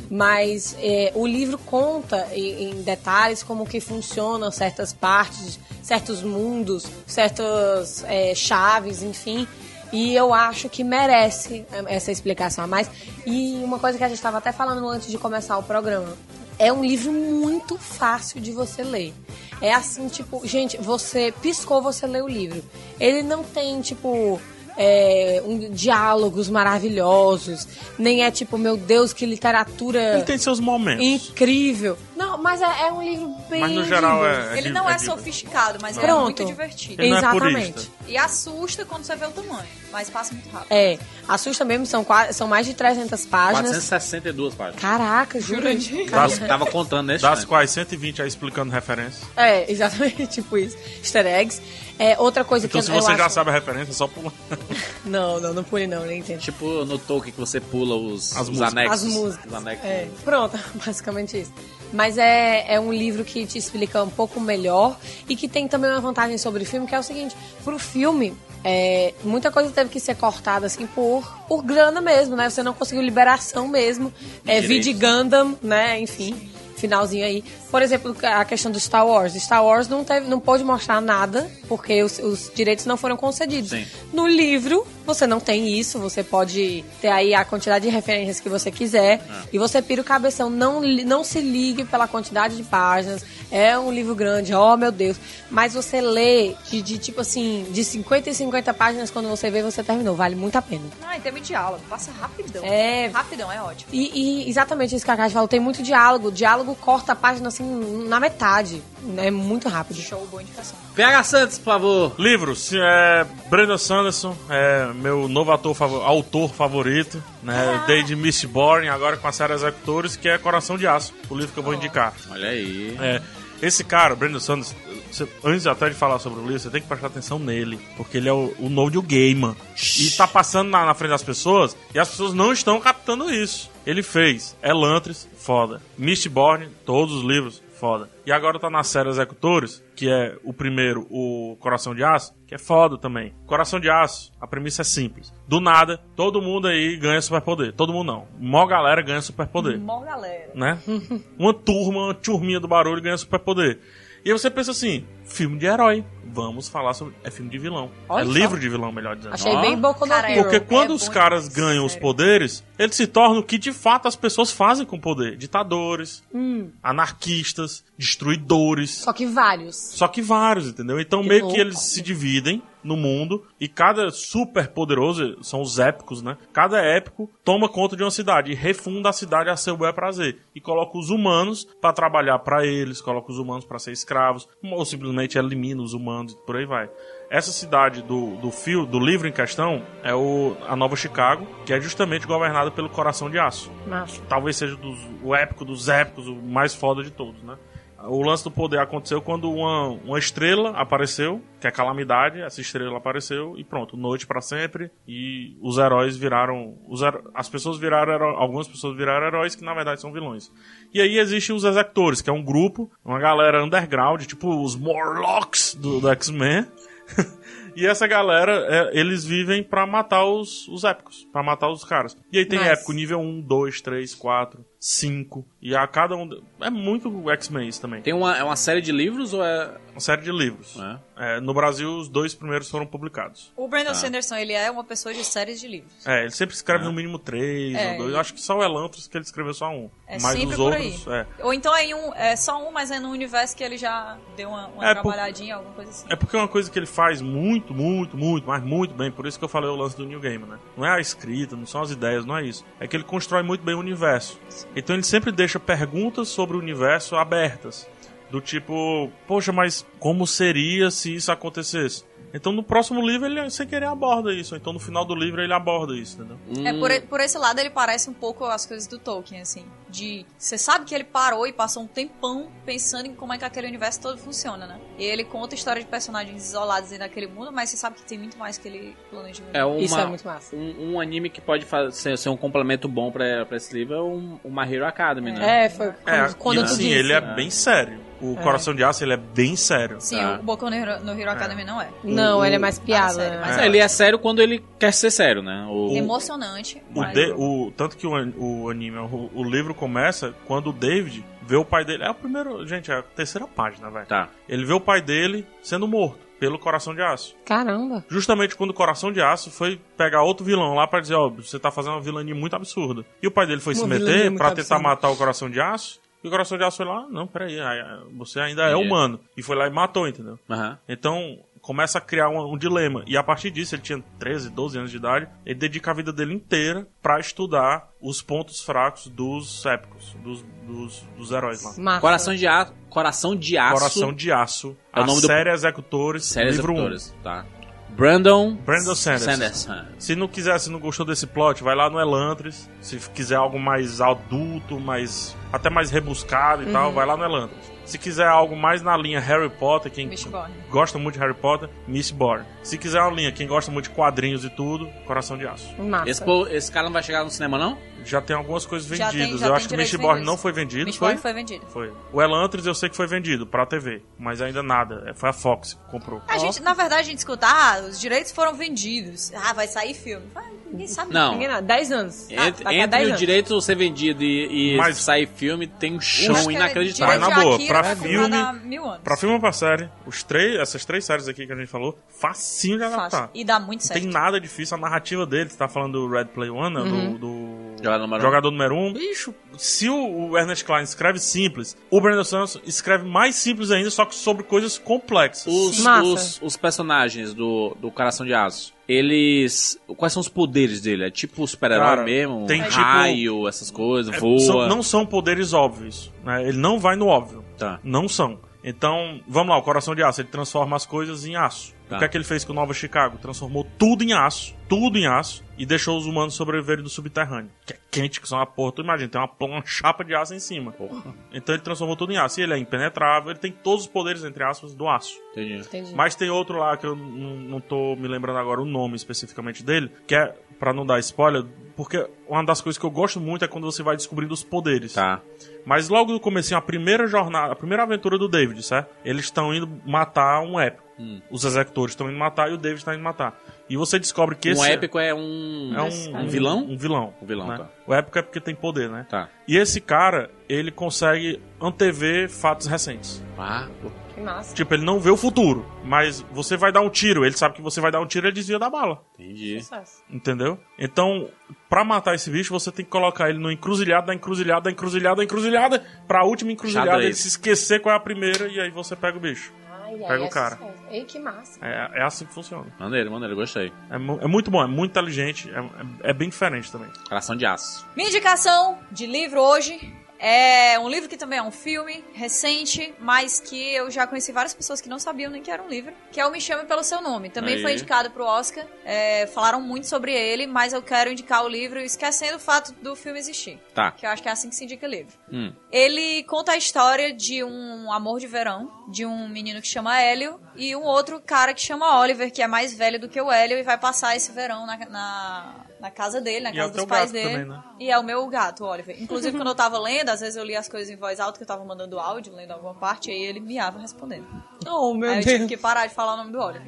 Speaker 5: Mas é, o livro conta em, em detalhes como que funcionam certas partes, certos mundos, certas é, chaves, enfim. E eu acho que merece eh, essa explicação a mais. E uma coisa que a gente estava até falando antes de começar o programa. É um livro muito fácil de você ler. É assim, tipo, gente, você piscou, você lê o livro. Ele não tem, tipo, é, um- diálogos maravilhosos, nem é tipo, meu Deus, que literatura
Speaker 4: Ele tem seus momentos.
Speaker 5: incrível. Não, mas é, é um livro bem.
Speaker 4: Mas no geral
Speaker 5: lindo.
Speaker 4: é. é
Speaker 6: Ele
Speaker 4: div-
Speaker 6: não
Speaker 4: é
Speaker 6: é
Speaker 4: div-
Speaker 6: sofisticado, mas é
Speaker 5: Pronto.
Speaker 6: muito divertido.
Speaker 4: Ele não é
Speaker 5: Exatamente.
Speaker 4: purista.
Speaker 6: E assusta quando você vê o tamanho, mas passa muito rápido.
Speaker 5: É, assusta mesmo, são, qua- são mais de 300 páginas.
Speaker 3: 462 páginas.
Speaker 5: Caraca, jura?
Speaker 3: Tava, tava contando né, nesse
Speaker 4: Das
Speaker 3: ano.
Speaker 4: quais 120 é explicando referência.
Speaker 5: É, exatamente, tipo isso. Easter eggs. É, outra coisa
Speaker 4: Então,
Speaker 5: que
Speaker 4: se
Speaker 5: eu, eu
Speaker 4: você já
Speaker 5: acho...
Speaker 4: sabe a referência, só pula.
Speaker 5: Não, não, não pule não, nem entendo.
Speaker 3: Tipo no Tolkien que você pula os,
Speaker 4: As
Speaker 3: os
Speaker 4: músicas.
Speaker 3: anexos.
Speaker 5: As músicas.
Speaker 3: Os anexos.
Speaker 5: É, pronto, basicamente isso. Mas é, é um livro que te explica um pouco melhor e que tem também uma vantagem sobre o filme, que é o seguinte, pro filme, é, muita coisa teve que ser cortada assim por, por grana mesmo, né? Você não conseguiu liberação mesmo. É, vi de Gundam, né? Enfim, finalzinho aí. Por exemplo, a questão do Star Wars. Star Wars não, teve, não pôde mostrar nada, porque os, os direitos não foram concedidos.
Speaker 3: Sim.
Speaker 5: No livro, você não tem isso, você pode ter aí a quantidade de referências que você quiser. E você pira o cabeção, não, li- não se ligue pela quantidade de páginas. É um livro grande, oh meu Deus. Mas você lê de, de tipo assim, de 50 em 50 páginas, quando você vê, você terminou. Vale muito a pena.
Speaker 6: Ah, e tem muito diálogo, passa rapidão.
Speaker 5: É.
Speaker 6: Rapidão, é ótimo.
Speaker 5: E, e exatamente isso que a Cátia falou, tem muito diálogo. Diálogo corta a página assim na metade. É muito rápido.
Speaker 6: Show, boa indicação.
Speaker 3: PH Santos, por favor.
Speaker 4: Livros, é, Brandon Sanderson é meu novo ator favor- autor favorito,
Speaker 6: Ah.
Speaker 4: né? Desde Miss Born, agora com a série Executores, que é Coração de Aço, o livro que eu vou indicar.
Speaker 3: Olha aí.
Speaker 4: É, esse cara, Brandon Sanderson, você- antes até de falar sobre o livro, você tem que prestar atenção nele, porque ele é o, o Node Gamer. E tá passando na, na frente das pessoas, e as pessoas não estão captando isso. Ele fez Elantris, foda. Mistborn, todos os livros, foda. E agora tá na série Executores, que é o primeiro, o Coração de Aço, que é foda também. Coração de Aço, a premissa é simples. Do nada, todo mundo aí ganha superpoder. Todo mundo não. Mó galera ganha superpoder
Speaker 6: Mó galera.
Speaker 4: né? uma turma, uma turminha do barulho ganha superpoder. E aí você pensa assim, filme de herói, vamos falar sobre... É filme de vilão.
Speaker 5: Olha
Speaker 4: é
Speaker 5: só.
Speaker 4: livro de vilão, melhor dizendo. Ah,
Speaker 5: Achei
Speaker 3: Ó.
Speaker 5: bem Boku no
Speaker 6: Cara,
Speaker 5: Hero.
Speaker 4: Porque quando
Speaker 6: É
Speaker 4: os
Speaker 6: bom
Speaker 4: caras
Speaker 6: demais,
Speaker 4: ganham os
Speaker 6: sério.
Speaker 4: poderes, eles se tornam o que de fato as pessoas fazem com o poder. Ditadores, anarquistas, destruidores.
Speaker 5: Só que vários.
Speaker 4: Só que vários, entendeu? Então
Speaker 5: Que
Speaker 4: meio
Speaker 5: louco.
Speaker 4: que eles se dividem no mundo e cada super poderoso, são os épicos, né? Cada épico toma conta de uma cidade e refunda a cidade a seu bel prazer e coloca os humanos pra trabalhar pra eles, coloca os humanos pra ser escravos ou simplesmente elimina os humanos e por aí vai. Essa cidade do, do fio, do livro em questão, é o, a Nova Chicago, que é justamente governada pelo Coração de Aço
Speaker 5: Massa.
Speaker 4: talvez seja dos- o épico dos épicos, o mais foda de todos, né? O lance do poder aconteceu quando uma, uma estrela apareceu, que é calamidade, essa estrela apareceu e pronto, noite pra sempre e os heróis viraram, os hero- as pessoas viraram, heró- algumas pessoas viraram heróis que na verdade são vilões. E aí existem os executores, que é um grupo, uma galera underground, tipo os Morlocks do, do X-Men. E essa galera, é, eles vivem pra matar os, os épicos, pra matar os caras. E aí tem
Speaker 5: Nice.
Speaker 4: épico nível 1, 2, 3, 4, 5. E a cada um. de- É muito X-Men isso também.
Speaker 3: Tem uma, é uma série de livros ou é. né?
Speaker 4: Uma série de livros. É, no Brasil, os dois primeiros foram publicados.
Speaker 6: O Brandon Sanderson, ele é uma pessoa de séries de livros.
Speaker 4: É, ele sempre escreve no mínimo três
Speaker 6: É.
Speaker 4: ou dois. Eu Acho que só o Elantris que ele escreveu só um.
Speaker 6: É
Speaker 4: Mas
Speaker 6: sempre
Speaker 4: os
Speaker 6: por
Speaker 4: outros.
Speaker 6: aí.
Speaker 4: É.
Speaker 6: Ou então é, em um, é só um, mas é num universo que ele já deu uma, uma
Speaker 4: É, por-
Speaker 6: trabalhadinha, alguma coisa assim.
Speaker 4: É porque é uma coisa que ele faz muito, muito, muito, mas muito bem. Por isso que eu falei o lance do New Game, né? Não é a escrita, não são as ideias, não é isso. É que ele constrói muito bem o universo. Então ele sempre deixa perguntas sobre o universo abertas. Do tipo, poxa, mas como seria se isso acontecesse? Então no próximo livro ele sem querer aborda isso. ou Então no final do livro ele aborda isso, entendeu?
Speaker 6: É, por, e- por esse lado ele parece um pouco as coisas do Tolkien, assim. De. Você sabe que ele parou e passou um tempão pensando em como é que aquele universo todo funciona, né? E ele conta a história de personagens isolados dentro daquele mundo, mas você sabe que tem muito mais que ele planeja.
Speaker 3: É uma,
Speaker 5: Isso é muito massa.
Speaker 3: um, um anime que pode fa- ser, ser um complemento bom pra, pra esse livro é um, o My Hero Academy, né?
Speaker 5: É, foi quando,
Speaker 4: É,
Speaker 5: quando
Speaker 4: e
Speaker 5: tu
Speaker 4: assim,
Speaker 5: disse. né?
Speaker 4: ele é bem sério. O Coração de Aço ele é bem sério.
Speaker 6: Sim,
Speaker 3: Tá.
Speaker 6: o Boku no Hero, no Hero Academy não é.
Speaker 5: Não, ele é mais
Speaker 6: Ah, sério,
Speaker 5: piada.
Speaker 6: mas-
Speaker 3: Mas ele é sério quando ele quer ser sério, né? O,
Speaker 6: É emocionante.
Speaker 4: O
Speaker 6: mas-
Speaker 4: de- o- tanto que o, an- o anime, o, o livro começa quando o David vê o pai dele. É o primeiro. Gente, é a terceira página, velho.
Speaker 3: Tá.
Speaker 4: Ele vê o pai dele sendo morto pelo coração de aço.
Speaker 5: Caramba.
Speaker 4: Justamente quando o coração de aço foi pegar outro vilão lá pra dizer: Ó, você tá fazendo uma vilania muito absurda. E o pai dele foi
Speaker 5: Uma
Speaker 4: se
Speaker 5: vilania
Speaker 4: meter
Speaker 5: muito
Speaker 4: pra tentar
Speaker 5: absurda.
Speaker 4: matar o coração de aço. E o coração de aço foi lá: Não, peraí, aí, você ainda é
Speaker 3: Entendi.
Speaker 4: humano. E foi lá e matou, entendeu?
Speaker 3: Aham.
Speaker 4: Então, começa a criar um, um dilema. E a partir disso, ele tinha 13, 12 anos de idade, ele dedica a vida dele inteira pra estudar os pontos fracos dos épicos, dos, dos, dos heróis lá.
Speaker 5: Massa.
Speaker 3: Coração de aço. Coração de aço.
Speaker 4: Coração de Aço,
Speaker 3: É o
Speaker 4: a
Speaker 3: nome do-
Speaker 4: série Executores,
Speaker 3: Série
Speaker 4: livro 1.
Speaker 3: Executores, tá? Brandon.
Speaker 4: Brandon Sanderson.
Speaker 3: Sanderson.
Speaker 4: Se não quiser, se não gostou desse plot, vai lá no Elantris. Se quiser algo mais adulto, mais até mais rebuscado e
Speaker 3: Uhum.
Speaker 4: tal, vai lá no Elantris. Se quiser algo mais na linha Harry Potter, quem
Speaker 6: Mistborn.
Speaker 4: gosta muito de Harry Potter, Mistborn. Se quiser uma linha, quem gosta muito de quadrinhos e tudo, Coração de Aço.
Speaker 5: Massa.
Speaker 3: Esse, po- esse cara não vai chegar no cinema, não?
Speaker 4: Já tem algumas coisas
Speaker 6: Já tem-
Speaker 4: vendidas.
Speaker 6: já
Speaker 4: eu
Speaker 6: tem
Speaker 4: acho que
Speaker 6: direitos
Speaker 4: Mistborn
Speaker 6: vendidos.
Speaker 4: não foi vendido,
Speaker 6: Mistborn
Speaker 4: foi?
Speaker 6: foi vendido.
Speaker 4: Foi. O Elantris eu sei que foi vendido pra TV, mas ainda nada. É, Foi a Fox que comprou.
Speaker 6: A gente, na verdade, a gente escuta, ah, os direitos foram vendidos. Ah, vai sair filme. Ah, ninguém sabe.
Speaker 3: Não.
Speaker 5: Ninguém nada. 10 anos. Ah,
Speaker 3: Entre,
Speaker 5: daqui a
Speaker 3: entre
Speaker 5: 10
Speaker 3: o
Speaker 5: anos.
Speaker 3: direito de ser vendido e, e
Speaker 4: Mas-
Speaker 3: sair filme, tem um
Speaker 4: é
Speaker 6: Eu acho
Speaker 3: chão
Speaker 5: é
Speaker 6: que era
Speaker 3: inacreditável.
Speaker 4: Mas
Speaker 6: direito
Speaker 4: na
Speaker 6: de
Speaker 4: boa,
Speaker 6: Akira,
Speaker 4: pra
Speaker 6: foi filmado
Speaker 4: filme-
Speaker 6: há mil anos.
Speaker 4: Pra filme ou pra série, os três, essas três séries aqui que a gente falou, facinho de
Speaker 6: Fácil.
Speaker 4: adaptar.
Speaker 6: E dá muito
Speaker 4: tá. Não
Speaker 6: certo.
Speaker 4: tem nada difícil, a narrativa dele, você tá falando do Red Play One, né,
Speaker 6: Uhum.
Speaker 4: do, do
Speaker 3: Jogador número um.
Speaker 4: jogador número 1. Um. Bicho, se o o Ernest Klein escreve simples, o Brandon Sanderson escreve mais simples ainda, só que sobre coisas complexas.
Speaker 3: Os,
Speaker 5: Massa.
Speaker 3: os, os personagens do, do Coração de Aço, eles. Quais são os poderes dele? É tipo
Speaker 4: Cara,
Speaker 3: super-herói mesmo? Um
Speaker 4: tem tipo-
Speaker 3: raio, essas coisas,
Speaker 4: É,
Speaker 3: voa.
Speaker 4: são- não são poderes óbvios, né? Ele não vai no óbvio.
Speaker 3: Tá.
Speaker 4: Não são. Então, vamos lá, o coração de aço, ele transforma as coisas em aço.
Speaker 3: Tá.
Speaker 4: O que é que ele fez com Nova Chicago? Transformou tudo em aço, tudo em aço, e deixou os humanos sobreviverem do subterrâneo. Que é quente, que são uma porra, tu imagina, tem uma, pl- uma chapa de aço em cima. Então ele transformou tudo em aço. E ele é impenetrável, ele tem todos os poderes, entre aspas, do aço.
Speaker 3: Entendi.
Speaker 5: Entendi.
Speaker 4: Mas tem outro lá que eu não não tô me lembrando agora o nome especificamente dele, que é, pra não dar spoiler, porque uma das coisas que eu gosto muito é quando você vai descobrindo os poderes.
Speaker 3: Tá.
Speaker 4: Mas logo no começo, a primeira jornada, a primeira aventura do David, certo? Eles estão indo matar um épico.
Speaker 3: Hum.
Speaker 4: Os executores estão indo matar e o David tá indo matar. E você descobre que
Speaker 3: um
Speaker 4: esse
Speaker 3: épico é um.
Speaker 4: é um,
Speaker 3: um vilão?
Speaker 4: Um vilão.
Speaker 3: Um vilão,
Speaker 4: né?
Speaker 3: tá.
Speaker 4: O épico é porque tem poder, né?
Speaker 3: Tá.
Speaker 4: E esse cara, ele consegue antever fatos recentes.
Speaker 3: Ah,
Speaker 5: Que massa.
Speaker 4: Tipo, ele não vê o futuro, mas você vai dar um tiro, ele sabe que você vai dar um tiro, ele desvia da bala,
Speaker 3: entendi.
Speaker 5: Sucesso.
Speaker 4: entendeu? Então, pra matar esse bicho, você tem que colocar ele no encruzilhada, da encruzilhada, da encruzilhada, da encruzilhada, pra última encruzilhada
Speaker 3: Xadrez.
Speaker 4: ele se esquecer qual é a primeira e aí você pega o bicho.
Speaker 5: Ai, ai,
Speaker 4: Pega o
Speaker 5: é
Speaker 4: cara.
Speaker 5: sucesso. Ei, que massa.
Speaker 4: É, é assim que funciona.
Speaker 3: Maneiro, maneiro, gostei.
Speaker 4: É, mu- é muito bom, é muito inteligente, é, é bem diferente também.
Speaker 3: Coração de aço.
Speaker 6: Minha indicação de livro hoje é um livro que também é um filme recente, mas que eu já conheci várias pessoas que não sabiam nem que era um livro, que é o Me Chame Pelo Seu Nome. Também
Speaker 3: Aí.
Speaker 6: foi indicado pro Oscar, é, falaram muito sobre ele, mas eu quero indicar o livro esquecendo o fato do filme existir,
Speaker 3: Tá.
Speaker 6: que eu acho que é assim que se indica livro.
Speaker 3: Hum.
Speaker 6: Ele conta a história de um amor de verão, de um menino que chama Hélio e um outro cara que chama Oliver, que é mais velho do que o Hélio e vai passar esse verão na, na, na casa dele, na
Speaker 4: E é
Speaker 6: casa
Speaker 4: o
Speaker 6: dos
Speaker 4: teu
Speaker 6: pais
Speaker 4: gato
Speaker 6: dele.
Speaker 4: também, né?
Speaker 6: E é o meu gato, o Oliver. Inclusive, quando eu tava lendo, às vezes eu li as coisas em voz alta, que eu tava mandando áudio, lendo alguma parte, e aí ele miava respondendo.
Speaker 5: Oh, meu
Speaker 6: aí eu tive
Speaker 5: Deus.
Speaker 6: que parar de falar o nome do Oliver.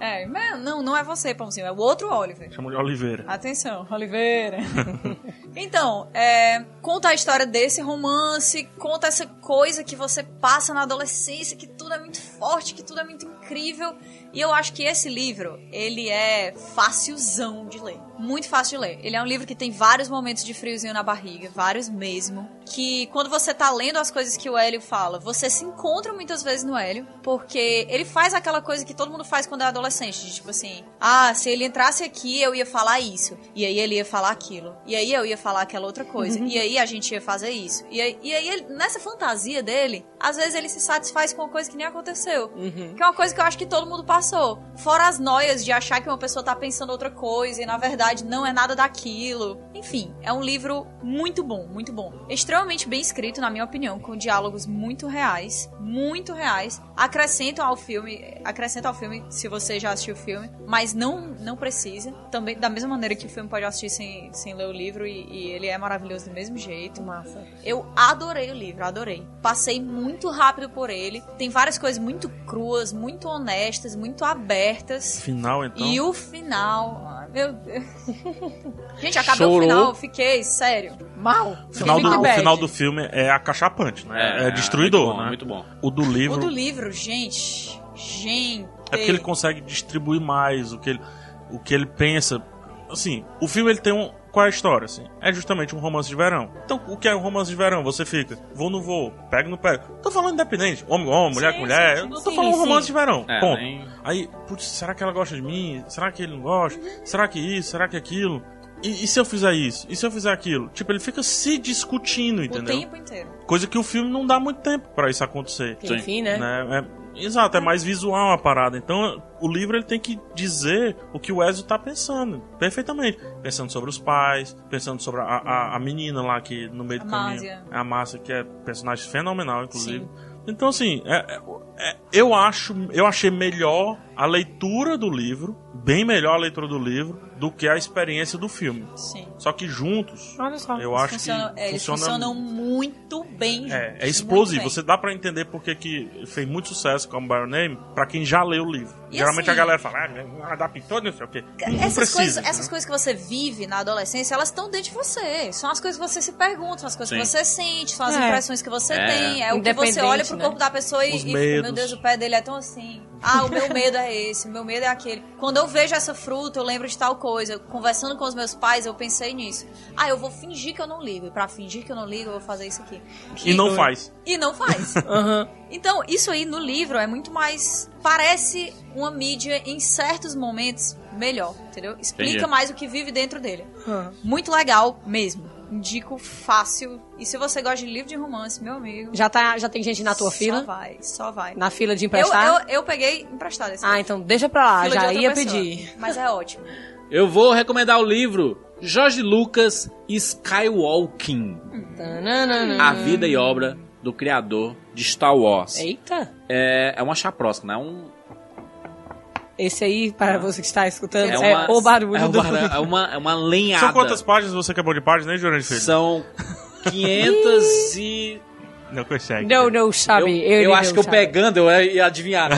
Speaker 6: é, mas não, não é você, Pãozinho, é o outro Oliver.
Speaker 4: Chama de Oliveira.
Speaker 6: Atenção, Oliveira. então, é, conta a história desse romance, conta essa coisa que você passa na adolescência, que tudo é muito forte, que tudo é muito incrível. E eu acho que esse livro, ele é facilzão de ler. Muito fácil de ler. Ele é um livro que tem vários momentos de friozinho na barriga, vários mesmo. Que quando você tá lendo as coisas que o Hélio fala, você se encontra muitas vezes no Hélio, porque ele faz aquela coisa que todo mundo faz quando é adolescente, de tipo assim, ah, se ele entrasse aqui, eu ia falar isso. E aí ele ia falar aquilo. E aí eu ia falar aquela outra coisa. E aí a gente ia fazer isso. E aí, e aí ele- nessa fantasia dele, às vezes ele se satisfaz com uma coisa que nem aconteceu. Que é uma coisa que eu acho que todo mundo passou. Fora as noias de achar que uma pessoa tá pensando outra coisa e na verdade não é nada daquilo. Enfim, é um livro muito bom, muito bom. Extremamente bem escrito, na minha opinião, com diálogos muito reais, muito reais. Acrescentam ao filme, acrescenta ao filme se você já assistiu o filme, mas não não precisa. Também da mesma maneira que o filme pode assistir sem, sem ler o livro e, e ele é maravilhoso do mesmo jeito.
Speaker 5: Massa.
Speaker 6: Eu adorei o livro, adorei. Passei muito rápido por ele. Tem várias coisas muito cruas, muito honestas, muito abertas.
Speaker 4: Final, então.
Speaker 6: E o final. ah, Meu Deus. Gente, acabou
Speaker 3: Chorou.
Speaker 6: o final, eu fiquei, sério.
Speaker 5: Mal.
Speaker 4: O final, do,
Speaker 5: Fleabag.
Speaker 4: o final do filme é acachapante, né? É, destruidor,
Speaker 3: muito bom,
Speaker 4: né?
Speaker 3: Muito bom.
Speaker 4: O do livro.
Speaker 6: O do livro, gente. Gente.
Speaker 4: É porque ele consegue distribuir mais o que ele, o que ele pensa. Assim, o filme ele tem um, Qual é a história, assim? É justamente um romance de verão. Então, o que é um romance de verão? Você fica, vou, não vou, pego, não pego. Tô falando independente, homem com homem, mulher
Speaker 6: Sim,
Speaker 4: com mulher.
Speaker 6: sim, sim.
Speaker 4: eu tô falando um
Speaker 6: Sim,
Speaker 4: romance
Speaker 6: sim.
Speaker 4: de verão.
Speaker 3: É,
Speaker 4: ponto.
Speaker 3: nem-
Speaker 4: Aí, putz, será que ela gosta de mim? Será que ele não gosta? Será que isso? Será que aquilo? E, e se eu fizer isso? E se eu fizer aquilo? Tipo, ele fica se discutindo,
Speaker 6: O
Speaker 4: entendeu?
Speaker 6: tempo inteiro.
Speaker 4: Coisa que o filme não dá muito tempo pra isso acontecer.
Speaker 5: Porque, Enfim, né?
Speaker 4: Né? É- exato, é mais visual a parada. Então, o livro ele tem que dizer o que o Ezio tá pensando, perfeitamente. Pensando sobre os pais, pensando sobre a, a, a menina lá que no meio do
Speaker 6: A
Speaker 4: caminho.
Speaker 6: Márcia.
Speaker 4: A Márcia, que é personagem fenomenal, inclusive. Então, assim, é- é- é- eu acho, eu achei melhor a leitura do livro, bem melhor a leitura do livro, do que a experiência do filme.
Speaker 6: Sim.
Speaker 4: Só que juntos,
Speaker 5: Olha só.
Speaker 4: eu acho
Speaker 6: Ah, Funciona-
Speaker 4: que
Speaker 6: é, eles funcionam muito
Speaker 4: é,
Speaker 6: bem. gente,
Speaker 4: é
Speaker 6: muito
Speaker 4: explosivo.
Speaker 6: bem.
Speaker 4: Você dá pra entender porque que fez muito sucesso com o By Your Name pra quem já leu o livro.
Speaker 6: E
Speaker 4: Geralmente
Speaker 6: assim-
Speaker 4: a galera fala, ah, adaptou, não sei o quê. Não
Speaker 6: Essas,
Speaker 4: precisa,
Speaker 6: coisas,
Speaker 4: né?
Speaker 6: essas coisas que você vive na adolescência, elas estão dentro de você. São as coisas que você se pergunta, são as coisas que
Speaker 3: Sim.
Speaker 6: você sente, são as
Speaker 5: É.
Speaker 6: impressões que você
Speaker 3: É.
Speaker 6: tem. É o que você
Speaker 5: Independente,
Speaker 6: olha pro
Speaker 5: né?
Speaker 6: corpo da pessoa e,
Speaker 4: Os
Speaker 6: e,
Speaker 4: medos.
Speaker 6: meu Deus, o pé dele é tão assim. Ah, o meu medo é esse, o meu medo é aquele. Quando eu vejo essa fruta, eu lembro de tal coisa. Conversando com os meus pais, eu pensei nisso. Ah, eu vou fingir que eu não ligo. E pra fingir que eu não ligo, eu vou fazer isso aqui.
Speaker 4: E não faz.
Speaker 6: E não faz.
Speaker 5: Aham.
Speaker 6: Então, isso aí no livro é muito mais. Parece uma mídia em certos momentos melhor, entendeu? Explica
Speaker 3: Entendi.
Speaker 6: mais o que vive dentro dele.
Speaker 5: Aham.
Speaker 6: Muito legal mesmo. Indico fácil. E se você gosta de livro de romance, meu amigo.
Speaker 5: Já, tá, já tem gente na tua
Speaker 6: só
Speaker 5: fila?
Speaker 6: vai, só vai.
Speaker 5: Na fila de
Speaker 6: Eu,
Speaker 5: emprestar?
Speaker 6: eu, eu peguei emprestado esse
Speaker 5: Ah,
Speaker 6: livro.
Speaker 5: então deixa pra lá,
Speaker 6: Fila de
Speaker 5: já
Speaker 6: outra
Speaker 5: ia
Speaker 6: pessoa.
Speaker 5: pedir.
Speaker 6: Mas é ótimo.
Speaker 3: Eu vou recomendar o livro Jorge Lucas Skywalking.
Speaker 5: Tananana.
Speaker 3: A vida e obra do criador de Star Wars.
Speaker 5: Eita!
Speaker 3: É, é uma chaprosca, né? É um,
Speaker 5: Esse aí, para você que está escutando,
Speaker 3: é
Speaker 5: é,
Speaker 3: uma,
Speaker 5: o barulho
Speaker 3: é um
Speaker 5: do.
Speaker 3: barulho, é uma, é uma lenhada.
Speaker 4: São quantas páginas você acabou de páginas, né, Jurandir Filho?
Speaker 3: São 500 e...
Speaker 4: Não consegue.
Speaker 5: Não, não, sabe.
Speaker 3: eu, eu
Speaker 5: não
Speaker 3: acho que eu
Speaker 5: sabe.
Speaker 3: pegando, eu ia adivinhar, né?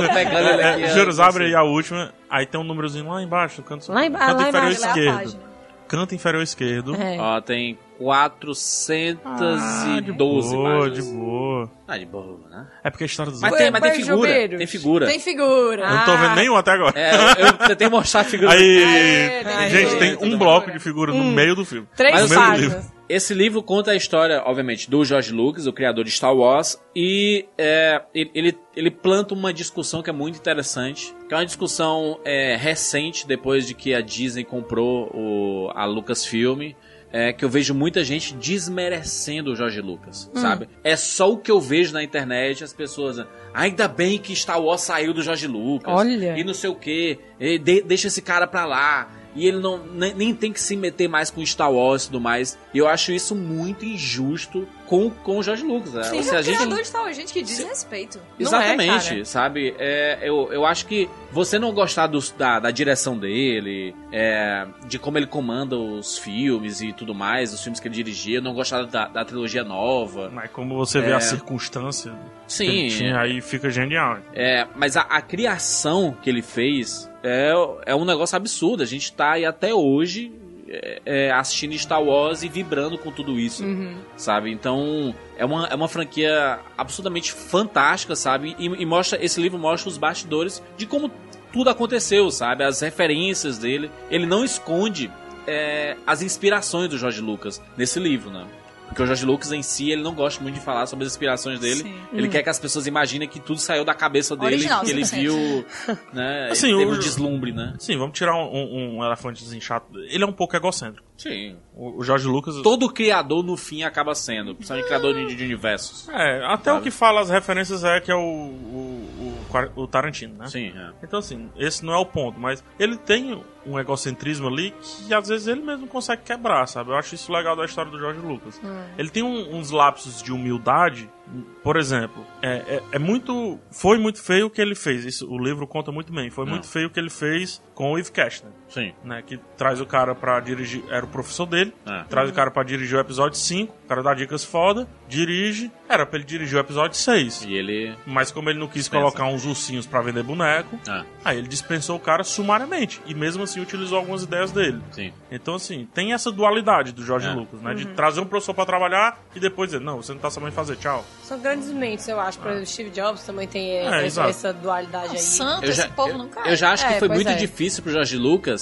Speaker 3: Eu pegando ele aqui.
Speaker 4: É, Juros, abre aí a última. Aí tem um númerozinho lá embaixo, no canto,
Speaker 5: Lá emba-
Speaker 4: canto
Speaker 5: lá
Speaker 4: inferior
Speaker 5: embaixo,
Speaker 6: Ela é a
Speaker 4: esquerdo.
Speaker 6: página.
Speaker 4: Canto inferior esquerdo.
Speaker 5: É.
Speaker 3: Ó, tem 412
Speaker 4: Boa, Ah, de
Speaker 3: páginas.
Speaker 4: boa.
Speaker 3: Ah, de boa, né?
Speaker 4: É porque a história dos
Speaker 3: Mas
Speaker 4: outros-
Speaker 3: tem, mas tem
Speaker 5: mais ou
Speaker 3: figura,
Speaker 5: menos.
Speaker 3: tem figura.
Speaker 5: Tem figura.
Speaker 4: Eu não tô
Speaker 6: Ah.
Speaker 4: vendo nenhum até agora.
Speaker 3: É, eu, eu tentei mostrar a figura.
Speaker 4: Aí,
Speaker 5: tem
Speaker 6: É,
Speaker 4: gente,
Speaker 5: figura,
Speaker 4: tem
Speaker 3: tem
Speaker 4: um bloco de figura
Speaker 6: Hum.
Speaker 4: no meio do filme.
Speaker 5: Três
Speaker 4: no meio do
Speaker 5: páginas.
Speaker 4: livro.
Speaker 3: Esse livro conta a história, obviamente, do George Lucas, o criador de Star Wars, e é, ele- ele, ele planta uma discussão que é muito interessante, que é uma discussão é, recente, depois de que a Disney comprou o, a Lucasfilm, é, que eu vejo muita gente desmerecendo o George Lucas, sabe? É só o que eu vejo na internet, as pessoas... "Ah, Ainda bem que Star Wars saiu do George Lucas.
Speaker 5: Olha.
Speaker 3: E não sei o quê. e de- deixa esse cara pra lá. E ele não nem, nem tem que se meter mais com Star Wars e tudo mais. E eu acho isso muito injusto com, com o George Lucas. né? Ou
Speaker 6: Sim, é,
Speaker 3: seja,
Speaker 6: o criador de tal gente que diz respeito.
Speaker 5: Não é,
Speaker 3: Exatamente,
Speaker 5: cara.
Speaker 3: sabe? É, eu, eu acho que você não gostar dos- da, da direção dele, é, de como ele comanda os filmes e tudo mais, os filmes que ele dirigia, não gostar da, da trilogia nova.
Speaker 4: Mas como você vê a circunstância que
Speaker 3: É. Sim,
Speaker 4: ele tinha, aí fica genial.
Speaker 3: É, mas a, a criação que ele fez é, é um negócio absurdo. A gente tá aí até hoje é, é, assistindo Star Wars e vibrando com tudo isso, sabe? Então é uma, é uma franquia absolutamente fantástica, sabe? E, e mostra esse livro mostra os bastidores de como tudo aconteceu, sabe? As referências dele. Ele não esconde é, as inspirações do Jorge Lucas nesse livro, né? Porque o Jorge Lucas em si, ele não gosta muito de falar sobre as inspirações dele.
Speaker 6: Sim.
Speaker 3: Ele
Speaker 5: Hum.
Speaker 3: quer que as pessoas imaginem que tudo saiu da cabeça dele,
Speaker 6: Original,
Speaker 3: que ele
Speaker 6: 100%.
Speaker 3: viu, né?
Speaker 4: Assim,
Speaker 3: ele teve
Speaker 4: o-
Speaker 3: um deslumbre, né?
Speaker 4: Sim, vamos tirar um, um, um elefante desinchado. Ele é um pouco egocêntrico.
Speaker 3: Sim.
Speaker 4: O, o Jorge Lucas.
Speaker 3: Todo criador, no fim, acaba sendo. Principalmente criador de, de universos.
Speaker 4: É, até o que fala as referências é que é o, o, o Quar- o Tarantino, né?
Speaker 3: Sim, é.
Speaker 4: Então, assim, esse não é o ponto, mas ele tem um egocentrismo ali que às vezes ele mesmo consegue quebrar, sabe? Eu acho isso legal da história do Jorge Lucas. Ele tem um- uns lapsos de humildade, por exemplo, é, é- é muito. Foi muito feio o que ele fez. Isso, o livro conta muito bem. Foi
Speaker 3: Não.
Speaker 4: muito feio o que ele fez com o Eve Kastner.
Speaker 3: Sim.
Speaker 4: né, que traz o cara pra dirigir, era o professor dele,
Speaker 3: É.
Speaker 4: traz o cara pra dirigir o episódio 5, o cara dá dicas foda, dirige, era pra ele dirigir o episódio 6.
Speaker 3: E ele...
Speaker 4: Mas como ele não quis
Speaker 3: Dispensa.
Speaker 4: colocar uns ursinhos pra vender boneco,
Speaker 3: Ah,
Speaker 4: aí ele dispensou o cara sumariamente e mesmo assim utilizou algumas ideias dele.
Speaker 3: sim.
Speaker 4: Então assim, tem essa dualidade do Jorge
Speaker 3: É.
Speaker 4: Lucas, né, de
Speaker 5: Uhum.
Speaker 4: trazer um professor pra trabalhar e depois dizer, não, você não tá sabendo fazer, tchau.
Speaker 5: São grandes mentes, eu acho.
Speaker 3: Ah.
Speaker 5: Por exemplo, Steve Jobs também tem eh,
Speaker 4: É,
Speaker 5: essa,
Speaker 4: exato.
Speaker 6: é
Speaker 5: essa dualidade aí.
Speaker 6: Santo,
Speaker 3: Eu já,
Speaker 6: esse povo
Speaker 3: eu,
Speaker 6: não cai.
Speaker 3: eu já acho
Speaker 5: É,
Speaker 3: que foi
Speaker 5: pois
Speaker 3: muito
Speaker 5: é.
Speaker 3: difícil pro Jorge Lucas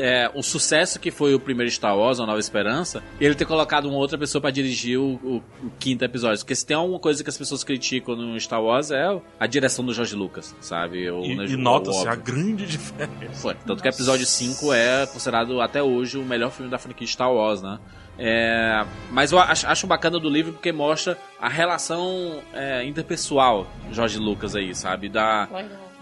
Speaker 3: é, o sucesso que foi o primeiro Star Wars, A Nova Esperança, e ele ter colocado uma outra pessoa pra dirigir o, o- o quinto episódio. Porque se tem alguma coisa que as pessoas criticam no Star Wars é a direção do George Lucas, sabe? Ou,
Speaker 4: E,
Speaker 3: né,
Speaker 4: e
Speaker 3: o
Speaker 4: nota-se
Speaker 3: óbvio.
Speaker 4: a grande diferença.
Speaker 3: Foi. Tanto que o episódio 5 é considerado até hoje o melhor filme da franquia Star Wars, né? É, mas eu acho, acho bacana do livro porque mostra a relação é, interpessoal Jorge Lucas aí, sabe? Da,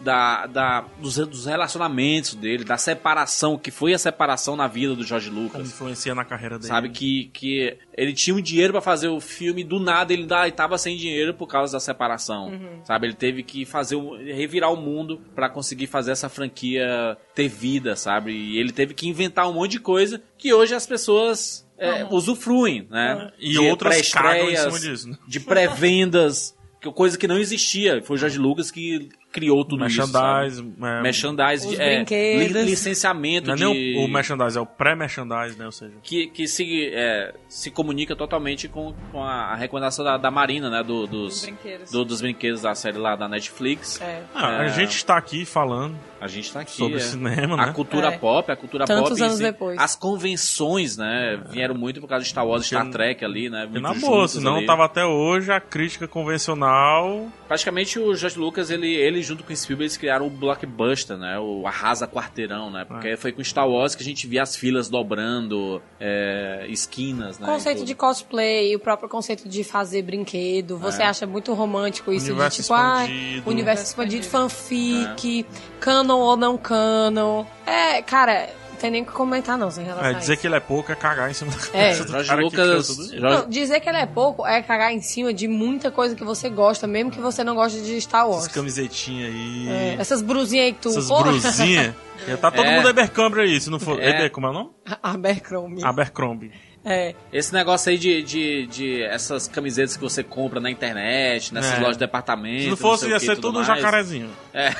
Speaker 3: da, da, dos, dos relacionamentos dele, da separação, que foi a separação na vida do Jorge
Speaker 4: Como
Speaker 3: Lucas.
Speaker 4: influencia na carreira dele.
Speaker 3: Sabe que, que ele tinha um dinheiro pra fazer o filme, do nada ele, dá, ele tava sem dinheiro por causa da separação.
Speaker 5: Uhum.
Speaker 3: Sabe, ele teve que fazer um- revirar o mundo pra conseguir fazer essa franquia ter vida, sabe? E ele teve que inventar um monte de coisa que hoje as pessoas é, usufruem, né?
Speaker 4: E
Speaker 3: De
Speaker 4: outras cagam em
Speaker 3: pré-estreias,
Speaker 4: cima disso, né?
Speaker 3: De pré-vendas, que- é coisa que não existia. Foi o Jorge Lucas que criou tudo isso. sabe?
Speaker 4: Merchandise. é,
Speaker 3: Merchandising,
Speaker 5: Os
Speaker 3: é,
Speaker 5: brinquedos.
Speaker 3: li- licenciamento
Speaker 4: não é
Speaker 3: de...
Speaker 4: nem o, o merchandise, é o pré-merchandise, né? Ou seja,
Speaker 3: que, que se, é, se comunica totalmente com, com a, a recomendação da, da Marina, né? do- dos,
Speaker 6: brinquedos.
Speaker 3: do- dos brinquedos da série lá da Netflix.
Speaker 5: É.
Speaker 4: Ah, a
Speaker 3: É.
Speaker 4: gente está aqui falando
Speaker 3: A gente tá aqui.
Speaker 4: sobre
Speaker 3: é.
Speaker 4: cinema,
Speaker 3: A
Speaker 4: né?
Speaker 3: cultura
Speaker 5: É.
Speaker 3: pop, a cultura
Speaker 5: Tantos
Speaker 3: pop.
Speaker 5: anos
Speaker 3: se-
Speaker 5: depois.
Speaker 3: As convenções, né? Vieram muito por causa de Star Wars e Star
Speaker 4: Porque-
Speaker 3: Trek ali, né?
Speaker 4: E
Speaker 3: muito
Speaker 4: na boa,
Speaker 3: juntas
Speaker 4: senão
Speaker 3: ali.
Speaker 4: tava até hoje a crítica convencional.
Speaker 3: Praticamente o George Lucas, ele, ele junto com o Spielberg, eles criaram o blockbuster, né? O arrasa quarteirão, né? Porque
Speaker 4: É.
Speaker 3: foi com Star Wars que a gente via as filas dobrando, é, esquinas, né?
Speaker 5: O
Speaker 3: e
Speaker 5: conceito
Speaker 3: tudo.
Speaker 5: de cosplay, o próprio conceito de fazer brinquedo, você
Speaker 3: É.
Speaker 5: acha muito romântico isso
Speaker 4: Universo
Speaker 5: de tipo, ah,
Speaker 4: expandido. É.
Speaker 5: universo expandido, fanfic, canon ou não canon. É, cara, não tem nem o que comentar não, sem relação
Speaker 4: É,
Speaker 5: a
Speaker 4: dizer
Speaker 5: isso.
Speaker 4: que ele é pouco é cagar em cima da
Speaker 5: É.
Speaker 4: cabeça do
Speaker 3: Jorge
Speaker 4: cara que criou
Speaker 3: Lucas.
Speaker 4: tudo isso.
Speaker 3: Jorge-
Speaker 5: Não, dizer que ele é pouco é cagar em cima de muita coisa que você gosta, mesmo que você não goste de Star Wars.
Speaker 4: Essas camisetinhas aí.
Speaker 5: É, essas brusinhas aí que tu...
Speaker 4: Essas
Speaker 5: Porra!
Speaker 4: brusinhas. Já tá todo
Speaker 3: É.
Speaker 4: mundo Abercrombie aí, se não for.
Speaker 3: É.
Speaker 4: Eber, como é o nome?
Speaker 5: Abercrombie.
Speaker 4: Ah. Abercrombie.
Speaker 5: É.
Speaker 3: Esse negócio aí de, de, de essas camisetas que você compra na internet, nessas
Speaker 4: É.
Speaker 3: lojas de departamento.
Speaker 4: Se não fosse,
Speaker 3: sei o
Speaker 4: ia
Speaker 3: quê,
Speaker 4: ser
Speaker 3: tudo
Speaker 4: tudo um
Speaker 3: mais.
Speaker 4: jacarezinho.
Speaker 3: É.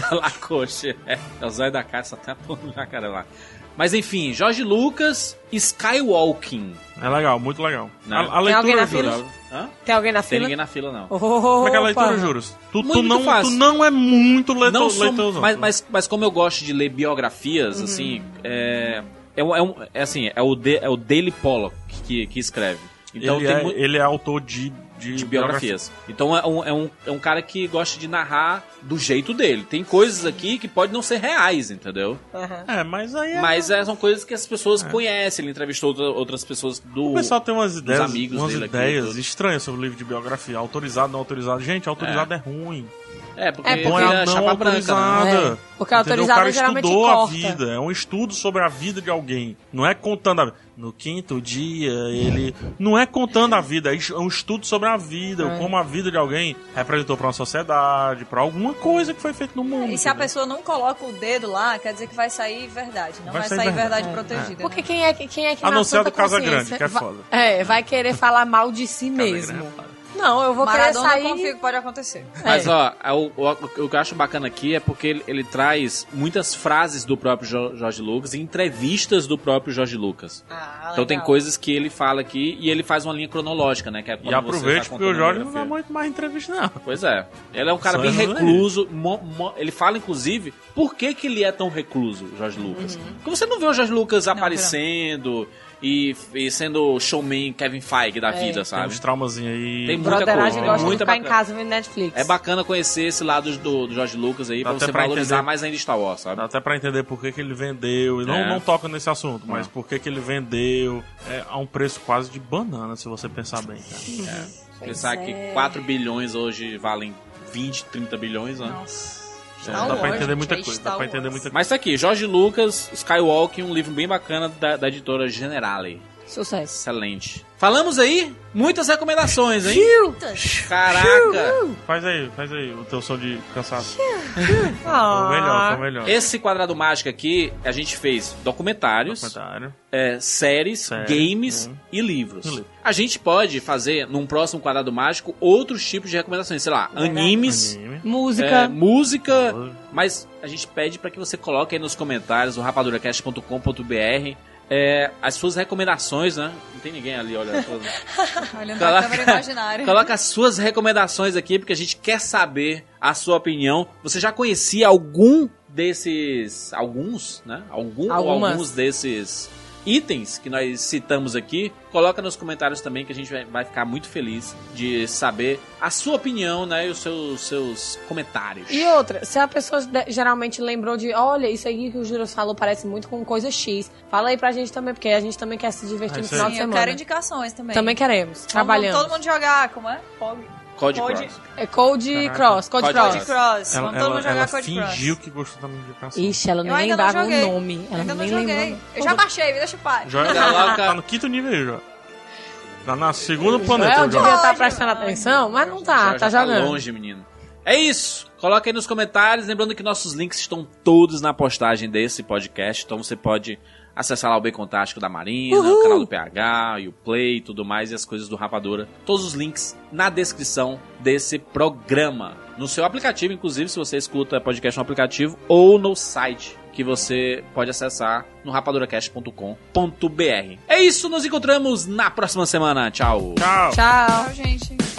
Speaker 3: da Lacoste. É, é o zóio da cara, só tem a porra do jacaré lá. Mas enfim, Jorge Lucas, Skywalking.
Speaker 4: É legal, muito legal.
Speaker 3: Né?
Speaker 4: A, a
Speaker 5: Tem alguém
Speaker 4: leitura,
Speaker 5: na
Speaker 4: Juros.
Speaker 5: fila?
Speaker 3: Hã?
Speaker 5: Tem alguém na
Speaker 3: Tem
Speaker 5: fila?
Speaker 3: ninguém na fila, não.
Speaker 5: Opa.
Speaker 4: Como é que é a leitura, Juros? Tu, tu
Speaker 3: Muito
Speaker 4: não, tu
Speaker 3: fácil.
Speaker 4: não é muito leitor,
Speaker 3: não sou,
Speaker 4: leitorzão.
Speaker 3: mas, mas, mas como eu gosto de ler biografias, assim, é, é, um- é um- é assim, é o, de, é o Daily Pollock que, que escreve. Então
Speaker 4: ele,
Speaker 3: tem
Speaker 4: é,
Speaker 3: muito.
Speaker 4: ele é autor de, de,
Speaker 3: de biografias. Então é um, é, um, é um cara que gosta de narrar do jeito dele. Tem coisas aqui que podem não ser reais, entendeu?
Speaker 5: Aham.
Speaker 4: É, mas aí é.
Speaker 3: Mas é, são coisas que as pessoas conhecem. Ele entrevistou outra- outras pessoas do.
Speaker 4: O pessoal tem umas ideias,
Speaker 3: amigos
Speaker 4: umas
Speaker 3: dele aqui,
Speaker 4: ideias
Speaker 3: tudo.
Speaker 4: estranhas sobre o livro de biografia. Autorizado, não autorizado. Gente, autorizado é, ruim.
Speaker 3: É, porque,
Speaker 5: É,
Speaker 3: ele
Speaker 5: porque-
Speaker 4: Põe
Speaker 3: é
Speaker 4: a não
Speaker 3: chapa branca, né?
Speaker 4: autorizada.
Speaker 5: É, porque a
Speaker 4: Entendeu?
Speaker 5: autorizada
Speaker 4: o cara
Speaker 5: geralmente
Speaker 4: estudou a
Speaker 5: corta.
Speaker 4: vida. É um estudo sobre a vida de alguém. Não é contando a vida. No quinto dia, ele. Não é contando a vida, é es- é um estudo sobre a vida.
Speaker 5: É.
Speaker 4: Como a vida de alguém representou pra uma sociedade, pra alguma coisa que foi feita no
Speaker 5: É,
Speaker 4: mundo.
Speaker 6: E se a
Speaker 4: entendeu?
Speaker 6: pessoa não coloca o dedo lá, quer dizer que vai sair verdade. Não
Speaker 4: Vai
Speaker 6: vai,
Speaker 4: sair
Speaker 6: sair, verdade, protegida. Né?
Speaker 5: Porque quem é, que- quem é que
Speaker 4: A
Speaker 5: na
Speaker 4: não ser a
Speaker 5: santa
Speaker 4: do Casa
Speaker 5: consciência
Speaker 4: Grande, que é
Speaker 5: vai-
Speaker 4: foda. é
Speaker 5: é, vai querer falar mal de si mesmo. Não, eu vou
Speaker 6: Maradona
Speaker 5: querer sair...
Speaker 6: eu confio que pode acontecer.
Speaker 3: Mas
Speaker 5: É.
Speaker 3: ó, o, o- o que eu acho bacana aqui é porque ele, ele traz muitas frases do próprio Jo- Jorge Lucas e entrevistas do próprio Jorge Lucas.
Speaker 6: Ah,
Speaker 3: Então tem coisas que ele fala aqui e ele faz uma linha cronológica, né? Que é quando
Speaker 4: E aproveite,
Speaker 3: você tá
Speaker 4: porque o
Speaker 3: contando a
Speaker 4: Jorge não
Speaker 3: biografia.
Speaker 4: dá muito mais entrevista, não.
Speaker 3: Pois é. Ele é um cara
Speaker 4: Só
Speaker 3: bem
Speaker 4: essas
Speaker 3: recluso. mo- mo- ele fala, inclusive, por que, que ele é tão recluso, o Jorge Lucas.
Speaker 4: Uhum.
Speaker 3: Porque você não vê o Jorge Lucas aparecendo e, e sendo showman Kevin Feige da vida,
Speaker 4: É, Tem
Speaker 3: sabe?
Speaker 4: uns traumazinhos aí.
Speaker 3: Tem muita
Speaker 5: Brotheragem
Speaker 3: coisa,
Speaker 5: gosta de
Speaker 3: muita
Speaker 5: ficar em
Speaker 3: bacana.
Speaker 5: casa vendo Netflix.
Speaker 3: É bacana conhecer esse lado do, do Jorge Lucas aí
Speaker 4: Dá
Speaker 3: pra
Speaker 4: até
Speaker 3: você
Speaker 4: pra
Speaker 3: valorizar
Speaker 4: entender.
Speaker 3: mais ainda Star Wars, sabe?
Speaker 4: Dá até pra entender por que, que ele vendeu. E não,
Speaker 3: É.
Speaker 4: não toca nesse assunto, mas por que, que ele vendeu é, a um preço quase de banana, se você pensar bem, cara.
Speaker 3: Pensar que
Speaker 4: é.
Speaker 3: 4 bilhões hoje valem 20, 30 bilhões, né?
Speaker 6: Tá
Speaker 4: Então, Tá. dá pra entender muita
Speaker 6: é
Speaker 4: coisa. Dá pra entender muita coisa.
Speaker 3: Mas tá aqui, Jorge Lucas, Skywalker, um livro bem bacana da, da editora Generale.
Speaker 5: Sucesso.
Speaker 3: Excelente. Falamos aí muitas recomendações, hein?
Speaker 6: Muitas.
Speaker 3: Caraca!
Speaker 4: Faz aí, faz aí o teu som de cansaço.
Speaker 6: É
Speaker 4: Foi o melhor,
Speaker 5: Ah,
Speaker 4: foi o melhor.
Speaker 3: Esse quadrado mágico aqui, a gente fez documentários,
Speaker 4: Comentário.
Speaker 3: é, séries,
Speaker 4: Séries,
Speaker 3: games
Speaker 4: hum.
Speaker 3: e livros.
Speaker 4: E livro.
Speaker 3: A gente pode fazer, num próximo quadrado mágico, outros tipos de recomendações. Sei lá, animes,
Speaker 4: Anime.
Speaker 3: é,
Speaker 5: música.
Speaker 3: música. Mas a gente pede para que você coloque aí nos comentários, o rapaduracast.com.br, é, as suas recomendaças, né? Não tem ninguém ali, olha. todo mundo.
Speaker 6: Olhando
Speaker 3: Coloca-
Speaker 6: a câmera imaginária.
Speaker 3: Coloca as suas recomendações aqui, porque a gente quer saber a sua opinião. Você já conhecia algum desses. Alguns, né? Algum,
Speaker 5: Algumas.
Speaker 3: alguns desses itens que nós citamos aqui, coloca nos comentários também que a gente vai, vai ficar muito feliz de saber a sua opinião, né? E os seus, seus comentários.
Speaker 5: E outra, se a pessoa de- geralmente lembrou de, olha, isso aí que o Júlio falou parece muito com coisa X, fala aí pra gente também, porque a gente também quer se divertir
Speaker 4: Ah,
Speaker 5: no
Speaker 4: isso
Speaker 5: final
Speaker 4: aí.
Speaker 5: de
Speaker 6: É Sim, eu
Speaker 5: semana.
Speaker 6: quero indicações também.
Speaker 5: Também queremos,
Speaker 6: Então, vamos
Speaker 5: trabalhando.
Speaker 6: Todo mundo jogar, como é? Pog-
Speaker 3: Code
Speaker 6: Code-
Speaker 3: Cross.
Speaker 5: É Code
Speaker 4: Caraca.
Speaker 5: Cross, Code
Speaker 3: Code
Speaker 5: Cross.
Speaker 6: Code Cross.
Speaker 4: Ela,
Speaker 6: vamos todo
Speaker 4: ela,
Speaker 6: mundo jogar
Speaker 4: ela
Speaker 6: Code Cross.
Speaker 4: fingiu que gostou da minha indicação.
Speaker 5: Ixi, ela
Speaker 6: Eu
Speaker 5: nem
Speaker 6: ainda não
Speaker 5: lembrava o
Speaker 6: joguei.
Speaker 5: nome. Ela
Speaker 6: Ainda não
Speaker 5: nem
Speaker 6: joguei.
Speaker 5: lembrava.
Speaker 6: Eu já baixei, me deixa em paz.
Speaker 4: Joel
Speaker 3: Coloca-
Speaker 4: tá, tá no quinto nível aí, Joel. Tá na segunda planeta,
Speaker 6: é
Speaker 5: Joel
Speaker 4: o Joel.
Speaker 5: devia estar
Speaker 6: Joga.
Speaker 5: prestando atenção, mas não tá,
Speaker 3: é Já-
Speaker 5: tá
Speaker 3: já
Speaker 5: jogando.
Speaker 3: longe, menino. É isso. Coloca aí nos comentários. Lembrando que nossos links estão todos na postagem desse podcast. Então você pode acessar lá o Bacon Tático da Marina, o canal do PH, e o Play e tudo mais, e as coisas do Rapadura. Todos os links na descrição desse programa. No seu aplicativo, inclusive, se você escuta podcast no aplicativo, ou no site que você pode acessar no rapaduracast.com.br. É isso, nos encontramos na próxima semana. Tchau.
Speaker 4: Tchau.
Speaker 5: Tchau.
Speaker 6: Tchau, gente.